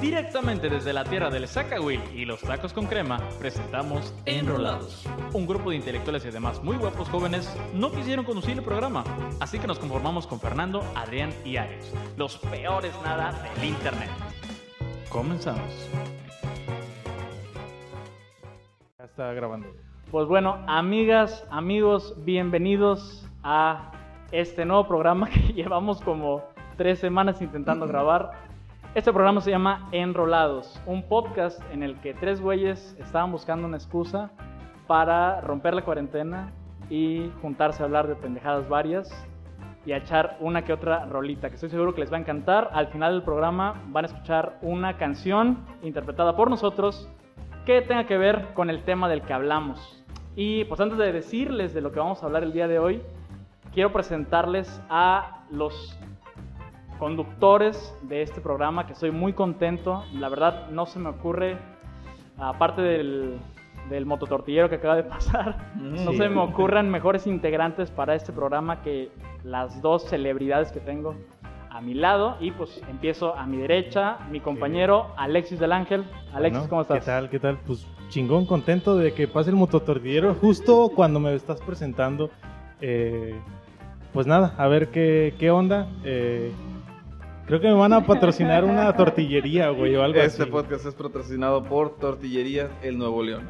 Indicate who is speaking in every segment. Speaker 1: Directamente desde la tierra del Sacagüil y los tacos con crema, presentamos Enrolados. Un grupo de intelectuales y además muy guapos jóvenes no quisieron conducir el programa, así que nos conformamos con Fernando, Adrián y Alex, los peores nada del internet. Comenzamos.
Speaker 2: Ya está grabando.
Speaker 1: Pues bueno, amigas, amigos, bienvenidos a este nuevo programa que llevamos como tres semanas intentando grabar. Este programa se llama Enrolados, un podcast en el que tres güeyes estaban buscando una excusa para romper la cuarentena y juntarse a hablar de pendejadas varias y a echar una que otra rolita, que estoy seguro que les va a encantar. Al final del programa van a escuchar una canción interpretada por nosotros que tenga que ver con el tema del que hablamos. Y pues antes de decirles de lo que vamos a hablar el día de hoy, quiero presentarles a los conductores de este programa, que estoy muy contento. La verdad no se me ocurre, aparte del, del mototortillero que acaba de pasar, no
Speaker 2: Sí.
Speaker 1: se me ocurran mejores integrantes para este programa que las dos celebridades que tengo a mi lado. Y pues empiezo a mi derecha, mi compañero Alexis del Ángel. Alexis,
Speaker 2: Bueno,
Speaker 1: ¿cómo estás?
Speaker 2: ¿Qué tal? ¿Qué tal? Pues chingón, contento de que pase el mototordillero justo cuando me estás presentando. Eh, pues nada, a ver qué, qué onda. Eh, creo que me van a patrocinar una tortillería, güey, o algo
Speaker 3: Este
Speaker 2: así.
Speaker 3: podcast es patrocinado por Tortillería El Nuevo León.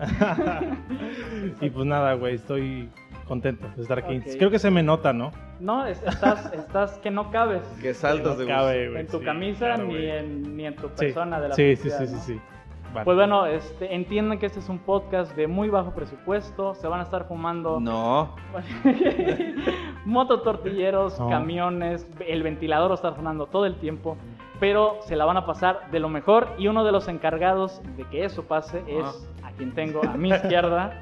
Speaker 2: Y pues nada, güey, estoy contento de estar aquí.
Speaker 1: Ok.
Speaker 2: Creo que se me nota, ¿no?
Speaker 1: No, es- estás, estás que no cabes
Speaker 3: Que saltas de
Speaker 2: No
Speaker 3: gusto.
Speaker 2: cabe, güey,
Speaker 1: en tu
Speaker 2: sí,
Speaker 1: camisa
Speaker 2: claro,
Speaker 1: ni,
Speaker 2: güey.
Speaker 1: en, ni en tu
Speaker 2: Sí,
Speaker 1: persona de la
Speaker 2: sí, sí,
Speaker 1: felicidad,
Speaker 2: sí,
Speaker 1: ¿no?
Speaker 2: sí, sí. Vale.
Speaker 1: Pues bueno, este, entienden que este es un podcast de muy bajo presupuesto, se van a estar fumando
Speaker 3: No.
Speaker 1: mototortilleros,
Speaker 2: No.
Speaker 1: camiones, el ventilador va a estar sonando todo el tiempo, pero se la van a pasar de lo mejor y uno de los encargados de que eso
Speaker 3: Ah.
Speaker 1: pase es a quien tengo a mi izquierda,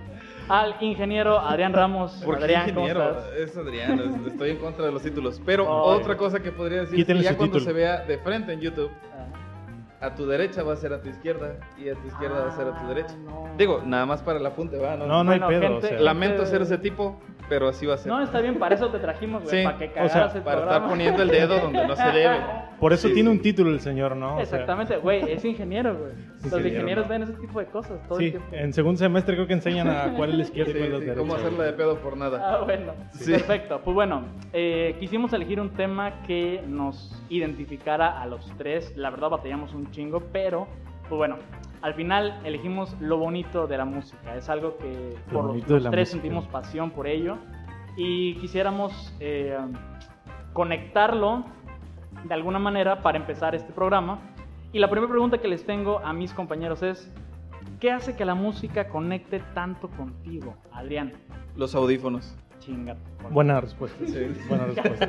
Speaker 1: al ingeniero Adrián Ramos.
Speaker 3: ¿Por qué
Speaker 1: Adrián, ¿cómo
Speaker 3: ingeniero?
Speaker 1: estás?
Speaker 3: Es Adrián, es- estoy en contra de los títulos. Pero
Speaker 1: Ay,
Speaker 3: otra
Speaker 1: güey.
Speaker 3: cosa que podría decir
Speaker 2: Quítale
Speaker 3: es que
Speaker 2: su
Speaker 3: ya cuando
Speaker 2: título.
Speaker 3: se vea de frente en YouTube,
Speaker 1: Ah.
Speaker 3: a tu derecha va a ser a tu izquierda y a tu izquierda va a ser a tu
Speaker 1: Ah,
Speaker 3: derecha.
Speaker 1: no.
Speaker 3: Digo, nada más para el apunte, va, no.
Speaker 2: No, no hay
Speaker 1: Bueno,
Speaker 2: pedo.
Speaker 1: gente,
Speaker 2: o sea,
Speaker 1: la-
Speaker 3: Lamento ser ese tipo, pero así va a ser.
Speaker 1: No, está bien, para eso te trajimos, güey,
Speaker 3: Sí,
Speaker 1: para que
Speaker 2: o sea,
Speaker 1: cagaras el
Speaker 3: para
Speaker 1: programa.
Speaker 3: estar poniendo el dedo donde no se debe.
Speaker 2: Por eso
Speaker 3: Sí,
Speaker 2: tiene
Speaker 3: sí.
Speaker 2: un título el señor, ¿no? O sea,
Speaker 1: Exactamente, güey, es ingeniero, güey. Los
Speaker 2: ingeniero,
Speaker 1: ingenieros
Speaker 2: ¿no?
Speaker 1: ven ese tipo de cosas todo el
Speaker 2: Sí,
Speaker 1: tiempo.
Speaker 2: en segundo semestre creo que enseñan a cuál es la izquierda y
Speaker 3: Sí,
Speaker 2: cuál es la
Speaker 3: sí,
Speaker 2: derecha.
Speaker 3: ¿Cómo hacerla de pedo por nada?
Speaker 1: Ah, bueno,
Speaker 3: Sí.
Speaker 1: perfecto. Pues bueno, eh, quisimos elegir un tema que nos identificara a los tres. La verdad batallamos un chingo, pero pues bueno, al final elegimos lo bonito de la música. Es algo que
Speaker 2: Lo
Speaker 1: por los,
Speaker 2: bonito de
Speaker 1: los
Speaker 2: la
Speaker 1: tres
Speaker 2: música.
Speaker 1: sentimos pasión por ello y quisiéramos eh, conectarlo de alguna manera para empezar este programa. Y la primera pregunta que les tengo a mis compañeros es, ¿qué hace que la música conecte tanto contigo, Adrián?
Speaker 3: Los audífonos.
Speaker 1: Chinga. tu madre.
Speaker 2: Buena respuesta, sí.
Speaker 3: Sí.
Speaker 2: Buena respuesta.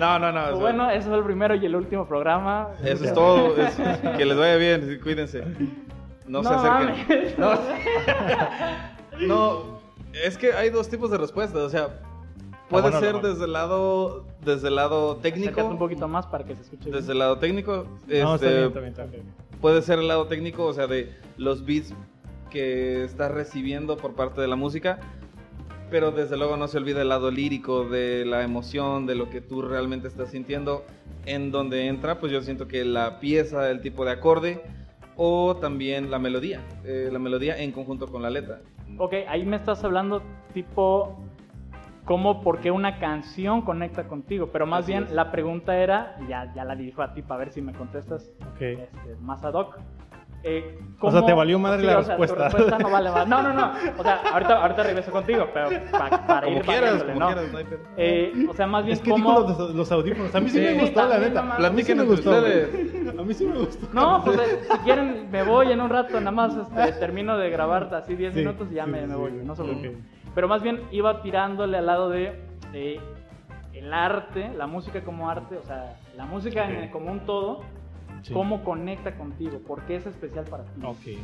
Speaker 3: No, no, no. Ah, o
Speaker 1: Pues
Speaker 3: sea,
Speaker 1: bueno, ese fue el primero y el último programa.
Speaker 3: Eso es todo. es- es- que les vaya bien, sí, cuídense. No, se acerquen.
Speaker 1: mames.
Speaker 3: No, No, es que hay dos tipos de respuestas. O sea, puede
Speaker 2: Ah, bueno,
Speaker 3: ser
Speaker 2: bueno.
Speaker 3: desde el lado, desde el lado
Speaker 1: Acércate un
Speaker 3: técnico.
Speaker 1: poquito más para que se escuche. bien.
Speaker 3: Desde el lado técnico,
Speaker 2: No, está
Speaker 3: este,
Speaker 2: bien, está bien, está bien.
Speaker 3: puede ser el lado técnico, o sea, de los beats que estás recibiendo por parte de la música. Pero desde luego no se olvida el lado lírico, de la emoción, de lo que tú realmente estás sintiendo. En donde entra, pues yo siento que la pieza, el tipo de acorde o también la melodía. eh, la melodía en conjunto con la letra.
Speaker 1: Ok, ahí me estás hablando tipo cómo, por qué una canción conecta contigo. Pero más
Speaker 3: Así
Speaker 1: bien
Speaker 3: es.
Speaker 1: la pregunta era, ya, ya la dirijo a ti para ver si me contestas
Speaker 2: Ok.
Speaker 1: este, más ad hoc. Eh,
Speaker 2: O sea,
Speaker 1: ¿cómo-
Speaker 2: te valió madre la
Speaker 1: o sea, tu
Speaker 2: respuesta.
Speaker 1: no vale madre. No, no, no. O sea, ahorita, ahorita regreso contigo, pero pa- para
Speaker 3: Como
Speaker 1: ir
Speaker 3: quieras,
Speaker 1: valiéndole,
Speaker 3: como
Speaker 1: ¿no?
Speaker 3: quieras, no hay pedo.
Speaker 1: Eh, o sea, más bien
Speaker 2: Es que
Speaker 1: cómo...
Speaker 2: dijo los, los audífonos. A mí sí,
Speaker 1: Sí,
Speaker 2: me
Speaker 1: sí,
Speaker 2: gustó, la
Speaker 1: también,
Speaker 2: neta.
Speaker 1: no mames.
Speaker 2: A mí sí
Speaker 3: Platiquen
Speaker 2: me
Speaker 3: entre
Speaker 2: gustó.
Speaker 3: ustedes.
Speaker 2: güey. A mí sí me gustó.
Speaker 1: No, pues eh, si quieren me voy en un rato, nada más este, termino de grabar así 10
Speaker 2: Sí,
Speaker 1: minutos y ya
Speaker 2: sí,
Speaker 1: me,
Speaker 2: sí,
Speaker 1: me
Speaker 2: sí,
Speaker 1: voy,
Speaker 2: güey.
Speaker 1: no se
Speaker 2: Ok.
Speaker 1: preocupen. Pero más bien iba tirándole al lado de, de el arte, la música como arte, o sea, la música en-
Speaker 2: Ok.
Speaker 1: como un todo,
Speaker 2: Sí.
Speaker 1: cómo conecta contigo, por qué es especial para ti.
Speaker 2: Ok.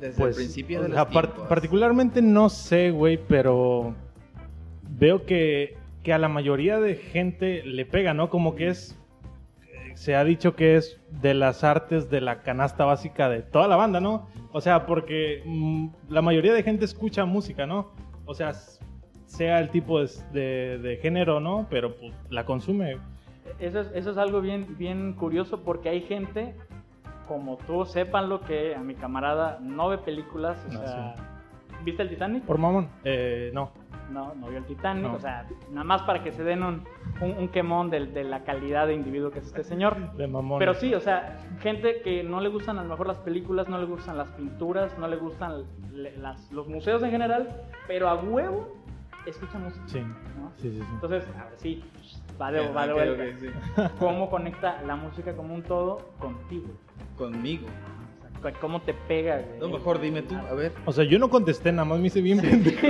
Speaker 3: Desde
Speaker 2: Pues,
Speaker 3: el principio de
Speaker 2: o
Speaker 3: los
Speaker 2: sea, par-
Speaker 3: tiempos.
Speaker 2: particularmente no sé, güey, pero veo que, que a la mayoría de gente le pega, ¿no? Como que es, eh, se ha dicho que es de las artes de la canasta básica de toda la banda, ¿no? O sea, porque mm, la mayoría de gente escucha música, ¿no? O sea, s- sea el tipo de, de- de género, ¿no? Pero pues, la consume.
Speaker 1: Eso es, eso es algo bien, bien curioso porque hay gente como tú, sepan lo que a mi camarada no ve películas. O
Speaker 2: No,
Speaker 1: sea, ¿viste el Titanic?
Speaker 2: Ah, Por mamón. Eh, no.
Speaker 1: No, no vio el Titanic.
Speaker 2: No.
Speaker 1: O sea, nada más para que se den un, un, un quemón del- de, la calidad de individuo que es este señor.
Speaker 2: De mamón.
Speaker 1: Pero sí, o sea, gente que no le gustan a lo mejor las películas, no le gustan las pinturas, no le gustan le- las- los museos en general, pero a huevo escucha música.
Speaker 2: Sí.
Speaker 1: ¿no?
Speaker 2: Sí, sí, sí.
Speaker 1: Entonces, a ver, sí, va de, va de
Speaker 3: Ah, ok,
Speaker 1: vuelta.
Speaker 3: ok, sí.
Speaker 1: ¿Cómo conecta la música como un todo contigo?
Speaker 3: Conmigo.
Speaker 1: O sea, ¿Cómo te pega? güey?
Speaker 3: No, mejor dime tú, a ver.
Speaker 2: O sea, yo no contesté, nada más me hice bien pendejo.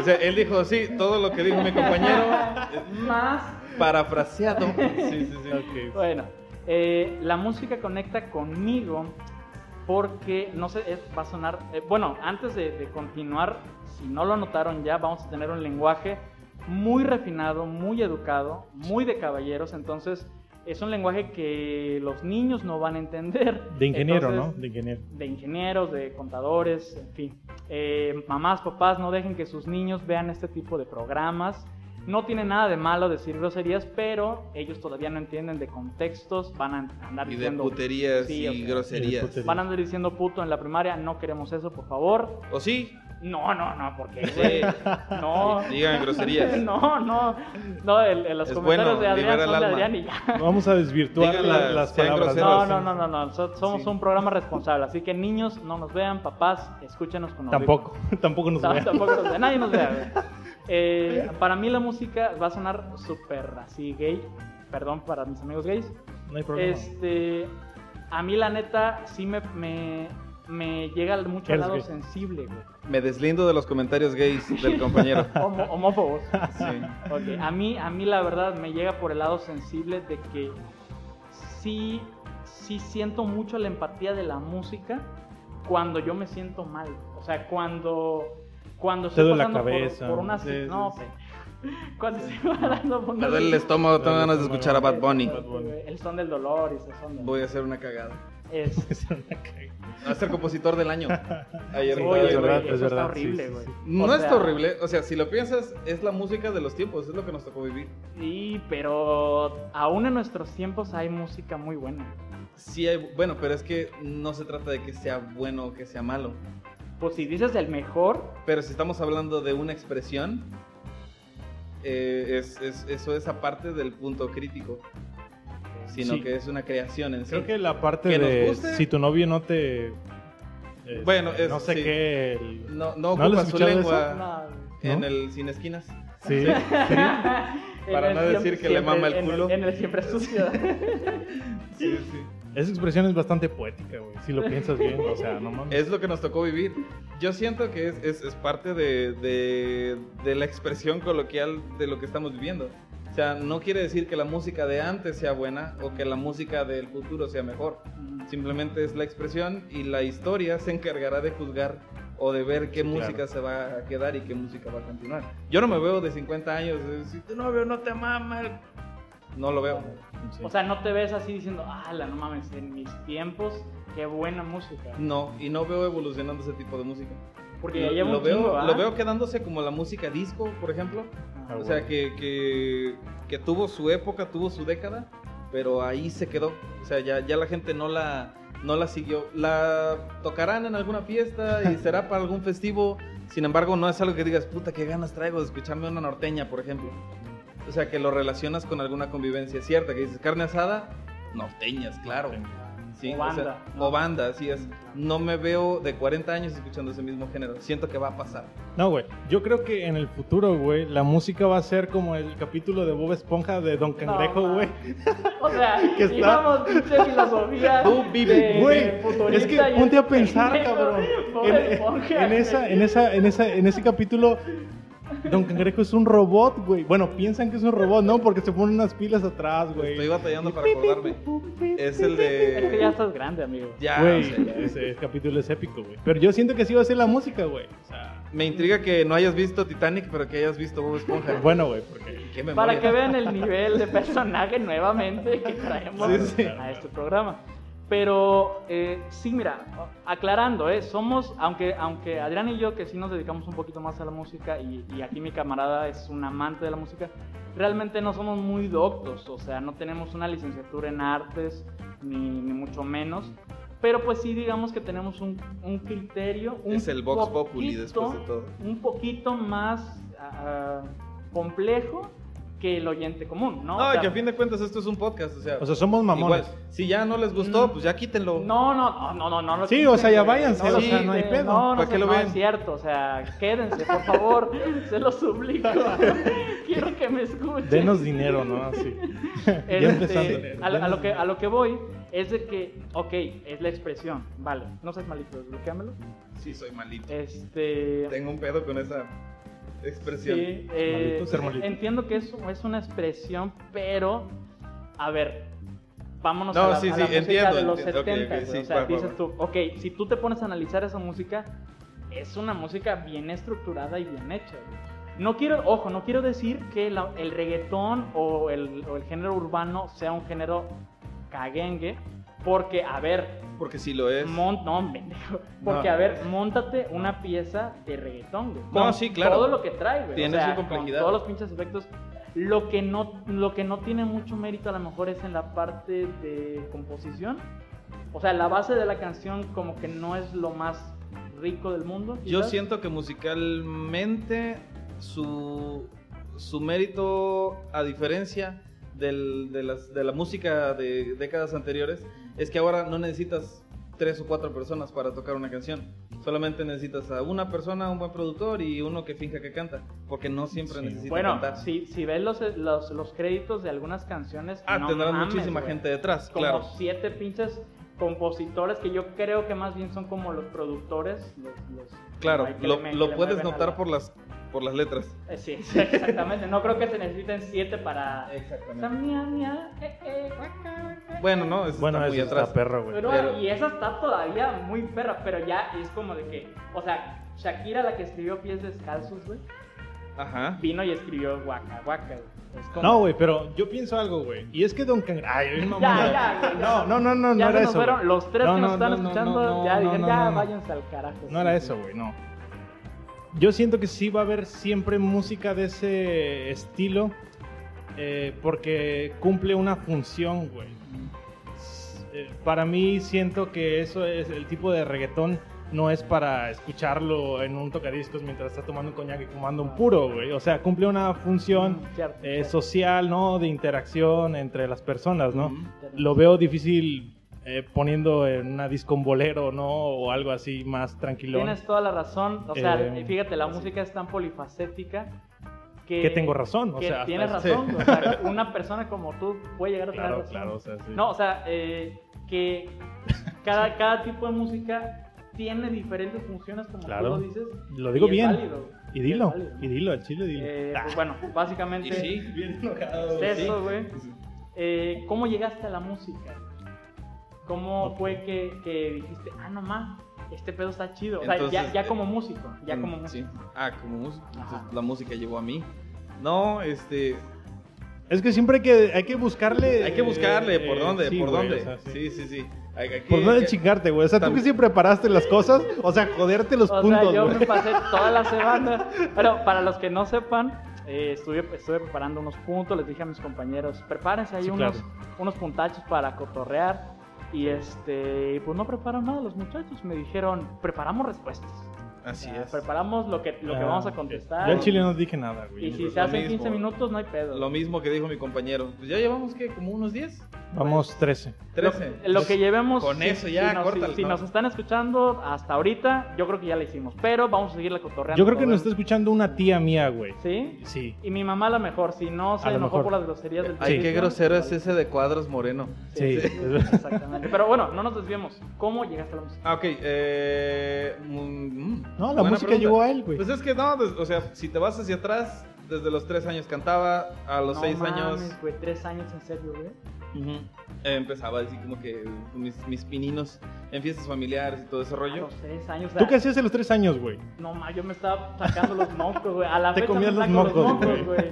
Speaker 3: O sea, él dijo, sí, todo lo que dijo mi compañero, eh,
Speaker 1: Más
Speaker 3: parafraseado. Sí, sí, sí.
Speaker 1: Bueno, eh, la música conecta conmigo porque, no sé, es- va a sonar... eh, bueno, antes de, de continuar, si no lo notaron ya, vamos a tener un lenguaje muy refinado, muy educado, muy de caballeros, entonces es un lenguaje que los niños no van a entender.
Speaker 2: De ingeniero,
Speaker 1: Entonces,
Speaker 2: ¿no? De ingeniero.
Speaker 1: de ingenieros, de contadores, en fin. Eh, mamás, papás, no dejen que sus niños vean este tipo de programas. No tiene nada de malo decir groserías, pero ellos todavía no entienden de contextos, van a andar
Speaker 3: Y de
Speaker 1: diciendo...
Speaker 3: puterías
Speaker 1: Sí,
Speaker 3: y
Speaker 1: o sea,
Speaker 3: groserías.
Speaker 2: Y de puterías.
Speaker 1: Van a andar diciendo puto en la primaria, no queremos eso, por favor.
Speaker 3: ¿O sí? Eh,
Speaker 1: No, no, no, porque...
Speaker 3: Sí.
Speaker 1: No.
Speaker 3: Digan groserías.
Speaker 1: No, no. No, el, el- los
Speaker 3: Es
Speaker 1: comentarios
Speaker 3: bueno,
Speaker 1: de Adrián
Speaker 3: libera
Speaker 1: son
Speaker 3: el
Speaker 1: de
Speaker 3: alma.
Speaker 1: Adrián y ya.
Speaker 2: Vamos a desvirtuar
Speaker 3: Díganla,
Speaker 2: la- las
Speaker 3: sean
Speaker 2: palabras.
Speaker 3: groseros.
Speaker 1: No, no, no, no, no. so- somos
Speaker 3: Sí.
Speaker 1: un programa responsable, así que niños, no nos vean, papás, escúchenos con audífonos.
Speaker 2: Tampoco, tampoco nos
Speaker 1: No,
Speaker 2: vean.
Speaker 1: tampoco nos vea, nadie nos vea. güey. Eh, para mí la música va a sonar súper así gay. Perdón para mis amigos gays.
Speaker 2: No hay problema.
Speaker 1: Este, a mí la neta sí me, me, me llega mucho al
Speaker 2: Eres
Speaker 1: lado
Speaker 2: gay.
Speaker 1: sensible, güey.
Speaker 3: Me deslindo de los comentarios gays del compañero.
Speaker 1: Homo- homófobos.
Speaker 3: Sí.
Speaker 1: Ok, A, mí, a mí la verdad me llega por el lado sensible de que sí, sí siento mucho la empatía de la música cuando yo me siento mal. O sea, cuando, cuando
Speaker 2: Te duele la
Speaker 1: pasando por-
Speaker 2: cabeza.
Speaker 1: por, una...
Speaker 3: Sí, sí,
Speaker 1: no,
Speaker 3: sí.
Speaker 1: pe- Cuando estoy pasando por una...
Speaker 3: Me duele el estómago, tengo
Speaker 2: Me duele el
Speaker 3: ganas de escuchar a Bad Bunny.
Speaker 2: Bad Bunny.
Speaker 1: El son del dolor y ese son del-
Speaker 3: Voy a hacer una cagada.
Speaker 1: Es-
Speaker 3: Va a ser compositor del año. Ayer
Speaker 1: Sí,
Speaker 3: estaba
Speaker 1: oye,
Speaker 3: yo
Speaker 1: güey,
Speaker 3: leyendo.
Speaker 2: verdad,
Speaker 1: eso
Speaker 2: es verdad,
Speaker 1: está horrible,
Speaker 2: sí, sí,
Speaker 1: güey.
Speaker 2: sí.
Speaker 3: No
Speaker 1: O
Speaker 3: es
Speaker 1: sea,
Speaker 3: horrible, o sea, si lo piensas, es la música de los tiempos, es lo que nos tocó vivir.
Speaker 1: Sí, pero aún en nuestros tiempos hay música muy buena.
Speaker 3: Sí hay, bueno, pero es que no se trata de que sea bueno o que sea malo.
Speaker 1: Pues si dices el mejor,
Speaker 3: Pero si estamos hablando de una expresión, eh, es, es- eso es aparte del punto crítico, sino
Speaker 2: Sí.
Speaker 3: que es una creación en sí.
Speaker 2: Creo que la parte
Speaker 3: Que nos
Speaker 2: de
Speaker 3: guste.
Speaker 2: si tu novio no te. eh,
Speaker 3: Bueno, es-
Speaker 2: no sé
Speaker 3: sí.
Speaker 2: qué. el-
Speaker 3: no, no
Speaker 2: ¿No lo
Speaker 3: ocupa
Speaker 2: has
Speaker 3: su
Speaker 2: escuchado
Speaker 3: lengua
Speaker 1: no.
Speaker 3: en
Speaker 2: ¿No?
Speaker 3: el sin esquinas.
Speaker 2: Sí.
Speaker 1: En
Speaker 3: Para
Speaker 1: el
Speaker 3: no
Speaker 1: siempre-
Speaker 3: decir que le mama el
Speaker 1: en
Speaker 3: culo.
Speaker 1: En el siempre sucio.
Speaker 3: Sí, sí.
Speaker 2: Esa expresión es bastante poética, güey. Si lo piensas bien, o sea, no mames.
Speaker 3: Es lo que nos tocó vivir. Yo siento que es, es- es parte de, de- de la expresión coloquial de lo que estamos viviendo. O sea, no quiere decir que la música de antes sea buena o que la música del futuro sea mejor. Simplemente es la expresión y la historia se encargará de juzgar o de ver qué
Speaker 2: Sí, claro.
Speaker 3: música se va a quedar y qué música va a continuar. Yo no me veo de 50 años, eh, si tu novio no te mama, el-". no lo veo.
Speaker 2: Sí.
Speaker 1: O sea, no te ves así diciendo, ah, la no mames, en mis tiempos, qué buena música.
Speaker 3: No, y no veo evolucionando ese tipo de música.
Speaker 1: Porque
Speaker 3: lo,
Speaker 1: ya llevo
Speaker 3: lo
Speaker 1: un
Speaker 3: veo,
Speaker 1: chingo, ¿ah?
Speaker 3: lo veo quedándose como la música disco, por ejemplo.
Speaker 1: Ah,
Speaker 3: O sea, que, que, que tuvo su época, tuvo su década, pero ahí se quedó. O sea, ya, ya la gente no la, no la siguió. La tocarán en alguna fiesta y será para algún festivo. Sin embargo, no es algo que digas, puta, qué ganas traigo de escucharme una norteña, por ejemplo. O sea, que lo relacionas con alguna convivencia cierta, que dices, carne asada, norteñas, claro. Sí,
Speaker 1: O
Speaker 3: o
Speaker 1: banda,
Speaker 3: sea,
Speaker 1: ¿no?
Speaker 3: o banda, así es. No me veo de 40 años escuchando ese mismo género. Siento que va a pasar.
Speaker 2: No, güey. Yo creo que en el futuro, güey, la música va a ser como el capítulo de Bob Esponja de Don Cangrejo,
Speaker 1: No,
Speaker 2: güey.
Speaker 1: O sea,
Speaker 2: que está-
Speaker 1: llevamos pinche filosofía.
Speaker 3: Tú vive,
Speaker 1: de- de
Speaker 2: Güey,
Speaker 1: futurista
Speaker 2: es que
Speaker 1: y
Speaker 2: ponte a
Speaker 1: este
Speaker 2: pensar,
Speaker 1: pendejo,
Speaker 2: cabrón.
Speaker 1: Bob
Speaker 2: En,
Speaker 1: Esponja,
Speaker 2: en esa,
Speaker 1: güey.
Speaker 2: en esa, en esa, en ese capítulo, Don Cangrejo es un robot, güey. Bueno, piensan que es un robot, ¿no? Porque se ponen unas pilas atrás, güey.
Speaker 3: Estoy batallando para acordarme. Es el
Speaker 1: Es que ya
Speaker 3: de.
Speaker 1: estás grande, amigo.
Speaker 3: Ya, o
Speaker 2: Güey,
Speaker 3: sea, ya.
Speaker 2: ese capítulo es épico, güey. Pero yo siento que sí va a ser la música, güey. O sea,
Speaker 3: Me intriga que no hayas visto Titanic, pero que hayas visto Bob Esponja.
Speaker 2: bueno, güey, porque
Speaker 3: Qué memoria.
Speaker 1: Para que vean el nivel de personaje nuevamente que traemos
Speaker 2: Sí, sí.
Speaker 1: a este programa. Pero eh, sí, mira, aclarando, ¿eh? somos, aunque, aunque Adrián y yo que sí nos dedicamos un poquito más a la música y, y aquí mi camarada es un amante de la música, realmente no somos muy doctos, o sea, no tenemos una licenciatura en artes, ni, ni mucho menos. Pero pues sí, digamos que tenemos un, un criterio. Un
Speaker 3: Es el Vox Populi después de todo.
Speaker 1: Un poquito más ah, complejo que el oyente común, ¿no?
Speaker 3: No,
Speaker 1: O sea,
Speaker 3: que a fin de cuentas esto es un podcast, o sea,
Speaker 2: O sea, somos mamones.
Speaker 3: igual, si ya no les gustó,
Speaker 1: Mm.
Speaker 3: pues ya quítenlo.
Speaker 1: No, no, no, no, no. no lo
Speaker 2: Sí,
Speaker 1: quiten,
Speaker 2: o sea, ya
Speaker 1: güey.
Speaker 2: váyanse,
Speaker 1: lo
Speaker 3: o sea, no hay
Speaker 1: quiten.
Speaker 2: pedo.
Speaker 1: No, no,
Speaker 3: ¿Para qué
Speaker 1: sé,
Speaker 3: lo
Speaker 1: no,
Speaker 3: ven?
Speaker 1: es cierto, o sea, quédense, por favor, se lo suplico. Quiero que me escuchen.
Speaker 2: Denos dinero, ¿no? Así. Ya
Speaker 1: Este,
Speaker 2: empezando.
Speaker 1: a, lo- a lo que, a lo que voy es de que, ok, es la expresión, vale, no seas malito, desbloquéamelo.
Speaker 3: Sí, soy malito.
Speaker 1: Este...
Speaker 3: Tengo un pedo con esa expresión.
Speaker 1: Sí, eh,
Speaker 2: Maldito ser maldito.
Speaker 1: entiendo que es, es una expresión, pero a ver, vámonos
Speaker 3: No,
Speaker 1: a la,
Speaker 3: sí,
Speaker 1: a la
Speaker 3: sí,
Speaker 1: música
Speaker 3: entiendo,
Speaker 1: de los
Speaker 3: entiendo. Ok,
Speaker 1: 70.
Speaker 3: ok, sí,
Speaker 1: o sea,
Speaker 3: va, va,
Speaker 1: dices
Speaker 3: va.
Speaker 1: tú, ok, si tú te pones a analizar esa música, es una música bien estructurada y bien hecha. güey. No quiero, ojo, no quiero decir que la- el reggaetón o el, o el género urbano sea un género caguengue, porque, a ver,
Speaker 3: Porque si lo es.
Speaker 1: Mon- no, pendejo. Porque,
Speaker 3: No.
Speaker 1: a ver, montate una pieza de reggaetón, güey.
Speaker 3: No, sí, claro.
Speaker 1: Todo lo que trae, güey.
Speaker 3: Tiene
Speaker 1: o sea,
Speaker 3: su complejidad.
Speaker 1: Con todos los pinches efectos. Lo que, no, lo que no tiene mucho mérito a lo mejor es en la parte de composición. O sea, la base de la canción como que no es lo más rico del mundo.
Speaker 3: Yo
Speaker 1: quizás.
Speaker 3: siento que musicalmente su, su mérito, a diferencia del- de, las- de la música de décadas anteriores, es que ahora no necesitas tres o cuatro personas para tocar una canción. Solamente necesitas a una persona, un buen productor y uno que finja que canta, porque no siempre
Speaker 2: Sí.
Speaker 3: necesita
Speaker 1: Bueno,
Speaker 3: cantar.
Speaker 1: si, si ves los, los, los créditos de algunas canciones...
Speaker 3: Ah,
Speaker 1: no
Speaker 3: tendrás
Speaker 1: mames,
Speaker 3: muchísima
Speaker 1: güey.
Speaker 3: gente detrás,
Speaker 1: como
Speaker 3: claro.
Speaker 1: siete pinches compositores que yo creo que más bien son como los productores. Los, los-
Speaker 3: Claro,
Speaker 1: ahí que
Speaker 3: lo,
Speaker 1: le me-
Speaker 3: lo
Speaker 1: que le
Speaker 3: puedes
Speaker 1: mueven a
Speaker 3: notar
Speaker 1: la-
Speaker 3: por las por las letras.
Speaker 1: Eh, Sí, sí, exactamente. No creo que se necesiten siete para.
Speaker 3: Exactamente.
Speaker 1: Mia, mia, eh, eh, guaca, guaca.
Speaker 3: Bueno, no, eso
Speaker 2: Bueno,
Speaker 3: está muy
Speaker 2: eso
Speaker 3: atrás.
Speaker 2: está perro, güey.
Speaker 1: Pero-
Speaker 3: pero-
Speaker 1: Y esa está todavía muy perra, pero ya es como de que. O sea, Shakira, la que escribió Pies Descalzos, güey,
Speaker 3: Ajá.
Speaker 1: vino y escribió Guaca, Guaca. güey. Es como-
Speaker 2: No, güey, pero yo pienso algo, güey. Y es que Don Cangrejo. Ay, bien mamón,
Speaker 1: Ya,
Speaker 2: güey.
Speaker 1: ya, güey,
Speaker 2: No, no, no, no,
Speaker 1: ya se
Speaker 2: no era
Speaker 1: nos
Speaker 2: eso.
Speaker 1: fueron
Speaker 2: güey.
Speaker 1: los tres
Speaker 2: No,
Speaker 1: que
Speaker 2: no,
Speaker 1: nos están
Speaker 2: no, no,
Speaker 1: escuchando.
Speaker 2: no,
Speaker 1: ya
Speaker 2: no,
Speaker 1: dijeron,
Speaker 2: no,
Speaker 1: ya
Speaker 2: no, no.
Speaker 1: váyanse al carajo.
Speaker 2: No era
Speaker 1: sí,
Speaker 2: eso, güey, no. Yo siento que sí va a haber siempre música de ese estilo eh, porque cumple una función, güey.
Speaker 1: Mm,
Speaker 2: S- eh, Para mí siento que eso es el tipo de reggaetón no es para escucharlo en un tocadiscos mientras está tomando un coñac y fumando un puro, güey. O sea, cumple una función
Speaker 1: Mm, cierto,
Speaker 2: eh,
Speaker 1: cierto.
Speaker 2: social, ¿no? De interacción entre las personas, ¿no?
Speaker 3: Ujú.
Speaker 2: Lo veo difícil eh, poniendo en una disco un bolero, ¿no? O algo así más tranquilón.
Speaker 1: Tienes toda la razón. O sea,
Speaker 2: Eh,
Speaker 1: fíjate, la música es tan polifacética que.
Speaker 2: Que tengo razón, o
Speaker 1: que
Speaker 2: sea, hasta
Speaker 1: tienes
Speaker 2: eso.
Speaker 1: razón.
Speaker 2: Sí.
Speaker 1: O sea, una persona como tú puede llegar a tener
Speaker 2: Claro,
Speaker 1: razón.
Speaker 2: claro, o sea, sí.
Speaker 1: No, o sea, eh, que cada, cada tipo de música tiene diferentes funciones, como
Speaker 2: Claro.
Speaker 1: tú lo dices.
Speaker 2: Lo digo
Speaker 1: y es
Speaker 2: bien.
Speaker 1: válido,
Speaker 2: y
Speaker 1: es
Speaker 2: dilo,
Speaker 1: válido.
Speaker 2: y dilo, al chile, dilo.
Speaker 1: Eh,
Speaker 2: Ah,
Speaker 1: pues bueno, básicamente.
Speaker 3: Y sí,
Speaker 2: bien enojado.
Speaker 1: es eso, güey. Eh, ¿Cómo llegaste a la música? ¿Cómo fue que, que dijiste, ah, no más, este pedo está chido? O sea, ya,
Speaker 3: Entonces,
Speaker 1: ya
Speaker 3: eh,
Speaker 1: como músico, ya como
Speaker 3: Mm,
Speaker 1: músico.
Speaker 3: sí. Ah, como músico. Entonces,
Speaker 1: Ajá.
Speaker 3: la música llegó a mí. No, este.
Speaker 2: Es que siempre hay que, hay que buscarle.
Speaker 3: Hay que buscarle por
Speaker 2: eh,
Speaker 3: dónde,
Speaker 2: sí,
Speaker 3: por
Speaker 2: güey,
Speaker 3: dónde.
Speaker 2: o sea,
Speaker 3: sí.
Speaker 2: sí.
Speaker 3: sí, sí, Hay- hay que-
Speaker 2: Por dónde
Speaker 3: que-
Speaker 2: chingarte, güey. O sea, tú
Speaker 3: Tam-
Speaker 2: que siempre paraste las cosas, o sea, joderte los
Speaker 1: o
Speaker 2: puntos,
Speaker 1: sea, yo
Speaker 2: güey.
Speaker 1: me pasé toda la semana. Pero para los que no sepan, eh, estuve, estuve preparando unos puntos, les dije a mis compañeros, prepárense ahí
Speaker 2: Sí,
Speaker 1: unos,
Speaker 2: claro.
Speaker 1: unos puntachos para cotorrear. Y este, pues no preparan nada los muchachos. Me dijeron, preparamos respuestas.
Speaker 3: Así
Speaker 1: O sea,
Speaker 3: es.
Speaker 1: Preparamos lo que, lo que
Speaker 2: Ah,
Speaker 1: vamos a
Speaker 2: Yo
Speaker 1: contestar.
Speaker 2: al chile no dije nada, güey.
Speaker 1: Y si
Speaker 3: pues,
Speaker 1: se
Speaker 3: lo
Speaker 1: hacen
Speaker 3: mismo.
Speaker 1: 15 minutos, no hay pedo.
Speaker 3: Lo mismo que dijo mi compañero. Pues ya llevamos, ¿qué? Como unos 10,
Speaker 2: Vamos 13.
Speaker 3: 13.
Speaker 1: Lo que llevemos.
Speaker 3: Con
Speaker 1: si-
Speaker 3: eso ya,
Speaker 1: si nos,
Speaker 3: córtale,
Speaker 1: Si, si
Speaker 3: ¿no?
Speaker 1: nos están escuchando hasta ahorita, yo creo que ya la hicimos. Pero vamos a seguir la cotorreando.
Speaker 2: Yo creo que
Speaker 1: todo
Speaker 2: nos
Speaker 1: esto.
Speaker 2: está escuchando una tía mía, güey.
Speaker 1: ¿Sí?
Speaker 2: Sí.
Speaker 1: Y mi mamá la mejor, si no se
Speaker 2: A lo
Speaker 1: enojó
Speaker 2: mejor.
Speaker 1: por las groserías del
Speaker 3: Ay,
Speaker 1: principio,
Speaker 3: qué grosero es
Speaker 1: vale.
Speaker 3: ese de cuadros moreno.
Speaker 2: Sí.
Speaker 1: Exactamente. Pero bueno, no nos desviemos. ¿Cómo llegaste a la música?
Speaker 3: Ah, ok. Eh, mm, mm,
Speaker 2: No, la
Speaker 3: buena
Speaker 2: música
Speaker 3: pregunta.
Speaker 2: llegó a él, güey.
Speaker 3: Pues es que no, des- o sea, si te vas hacia atrás, desde los 3 años cantaba, a los
Speaker 1: no
Speaker 3: 6
Speaker 1: mames,
Speaker 3: años
Speaker 1: güey, tres años en serio, güey.
Speaker 3: Ujú. Eh, empezaba así como que mis, mis pininos en fiestas familiares y todo ese
Speaker 1: A
Speaker 3: rollo.
Speaker 1: los tres años. o sea,
Speaker 2: ¿Tú qué hacías a los tres años, güey?
Speaker 1: No mames, yo me estaba sacando los mocos, güey. A la
Speaker 2: Te
Speaker 1: fecha
Speaker 2: comías
Speaker 1: me
Speaker 2: los
Speaker 1: saco
Speaker 2: mocos, güey.
Speaker 1: güey.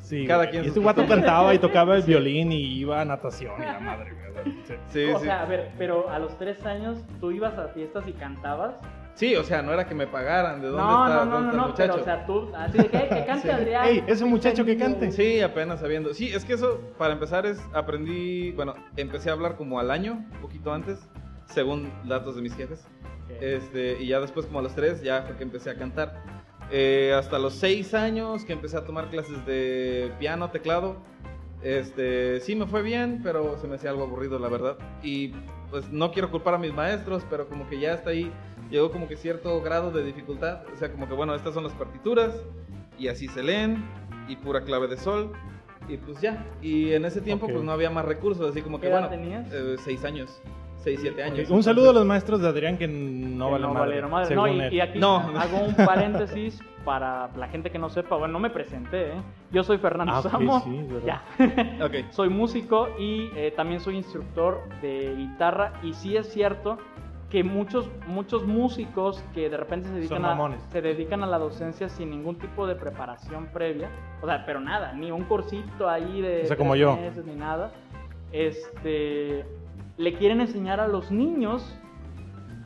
Speaker 2: Sí.
Speaker 3: Cada
Speaker 2: güey.
Speaker 3: quien
Speaker 2: y
Speaker 3: sus
Speaker 2: este guato
Speaker 3: cosas.
Speaker 2: cantaba y tocaba el violín y iba a natación y la madre, güey. o sea, sí.
Speaker 3: Sí,
Speaker 1: o
Speaker 3: sí.
Speaker 1: sea, a ver, pero a los tres años tú ibas a fiestas y cantabas.
Speaker 3: Sí, o sea, no era que me pagaran. ¿De dónde
Speaker 1: No, no,
Speaker 3: está,
Speaker 1: no,
Speaker 3: dónde
Speaker 1: no,
Speaker 3: está
Speaker 1: no,
Speaker 3: el
Speaker 1: pero o
Speaker 3: muchacho?
Speaker 1: sea, tú, así de que, que cante
Speaker 2: Sí.
Speaker 1: Adrián.
Speaker 2: Ey, ese muchacho que cante.
Speaker 3: Sí, apenas sabiendo. Sí, es que eso, para empezar, es aprendí, bueno, empecé a hablar como al año, un poquito antes, según datos de mis jefes. Este, y ya después, como a los tres, ya fue que empecé a cantar. Eh, hasta los seis años que empecé a tomar clases de piano, teclado. Este, sí me fue bien, pero se me hacía algo aburrido, la verdad. Y pues no quiero culpar a mis maestros, pero como que ya hasta ahí llegó como que cierto grado de dificultad. O sea, como que bueno, estas son las partituras y así se leen y pura clave de sol. Y pues ya, y en ese tiempo
Speaker 2: Ok.
Speaker 3: pues no había más recursos, así como que
Speaker 1: ¿Qué edad
Speaker 3: bueno,
Speaker 1: tenías?
Speaker 3: eh, seis años, seis, siete años.
Speaker 2: Un saludo a
Speaker 3: Entonces-
Speaker 2: los maestros de Adrián que no
Speaker 1: Que
Speaker 2: valen
Speaker 1: no
Speaker 2: madre,
Speaker 1: valieron madre. No,
Speaker 2: según
Speaker 1: y,
Speaker 2: él.
Speaker 1: y aquí
Speaker 3: No.
Speaker 1: hago un paréntesis para la gente que no sepa. Bueno, no me presenté, ¿eh? Yo soy Fernando
Speaker 2: Ah, ok,
Speaker 1: Samo.
Speaker 2: sí, es verdad.
Speaker 1: ya.
Speaker 3: Ok.
Speaker 1: soy músico y eh, también soy instructor de guitarra. Y sí es cierto que muchos, muchos músicos que de repente se dedican, a,
Speaker 2: mamones.
Speaker 1: se dedican a la docencia sin ningún tipo de preparación previa. O sea, pero nada, ni un cursito ahí de
Speaker 2: O sea,
Speaker 1: tres
Speaker 2: como yo.
Speaker 1: meses ni nada. Este, le quieren enseñar a los niños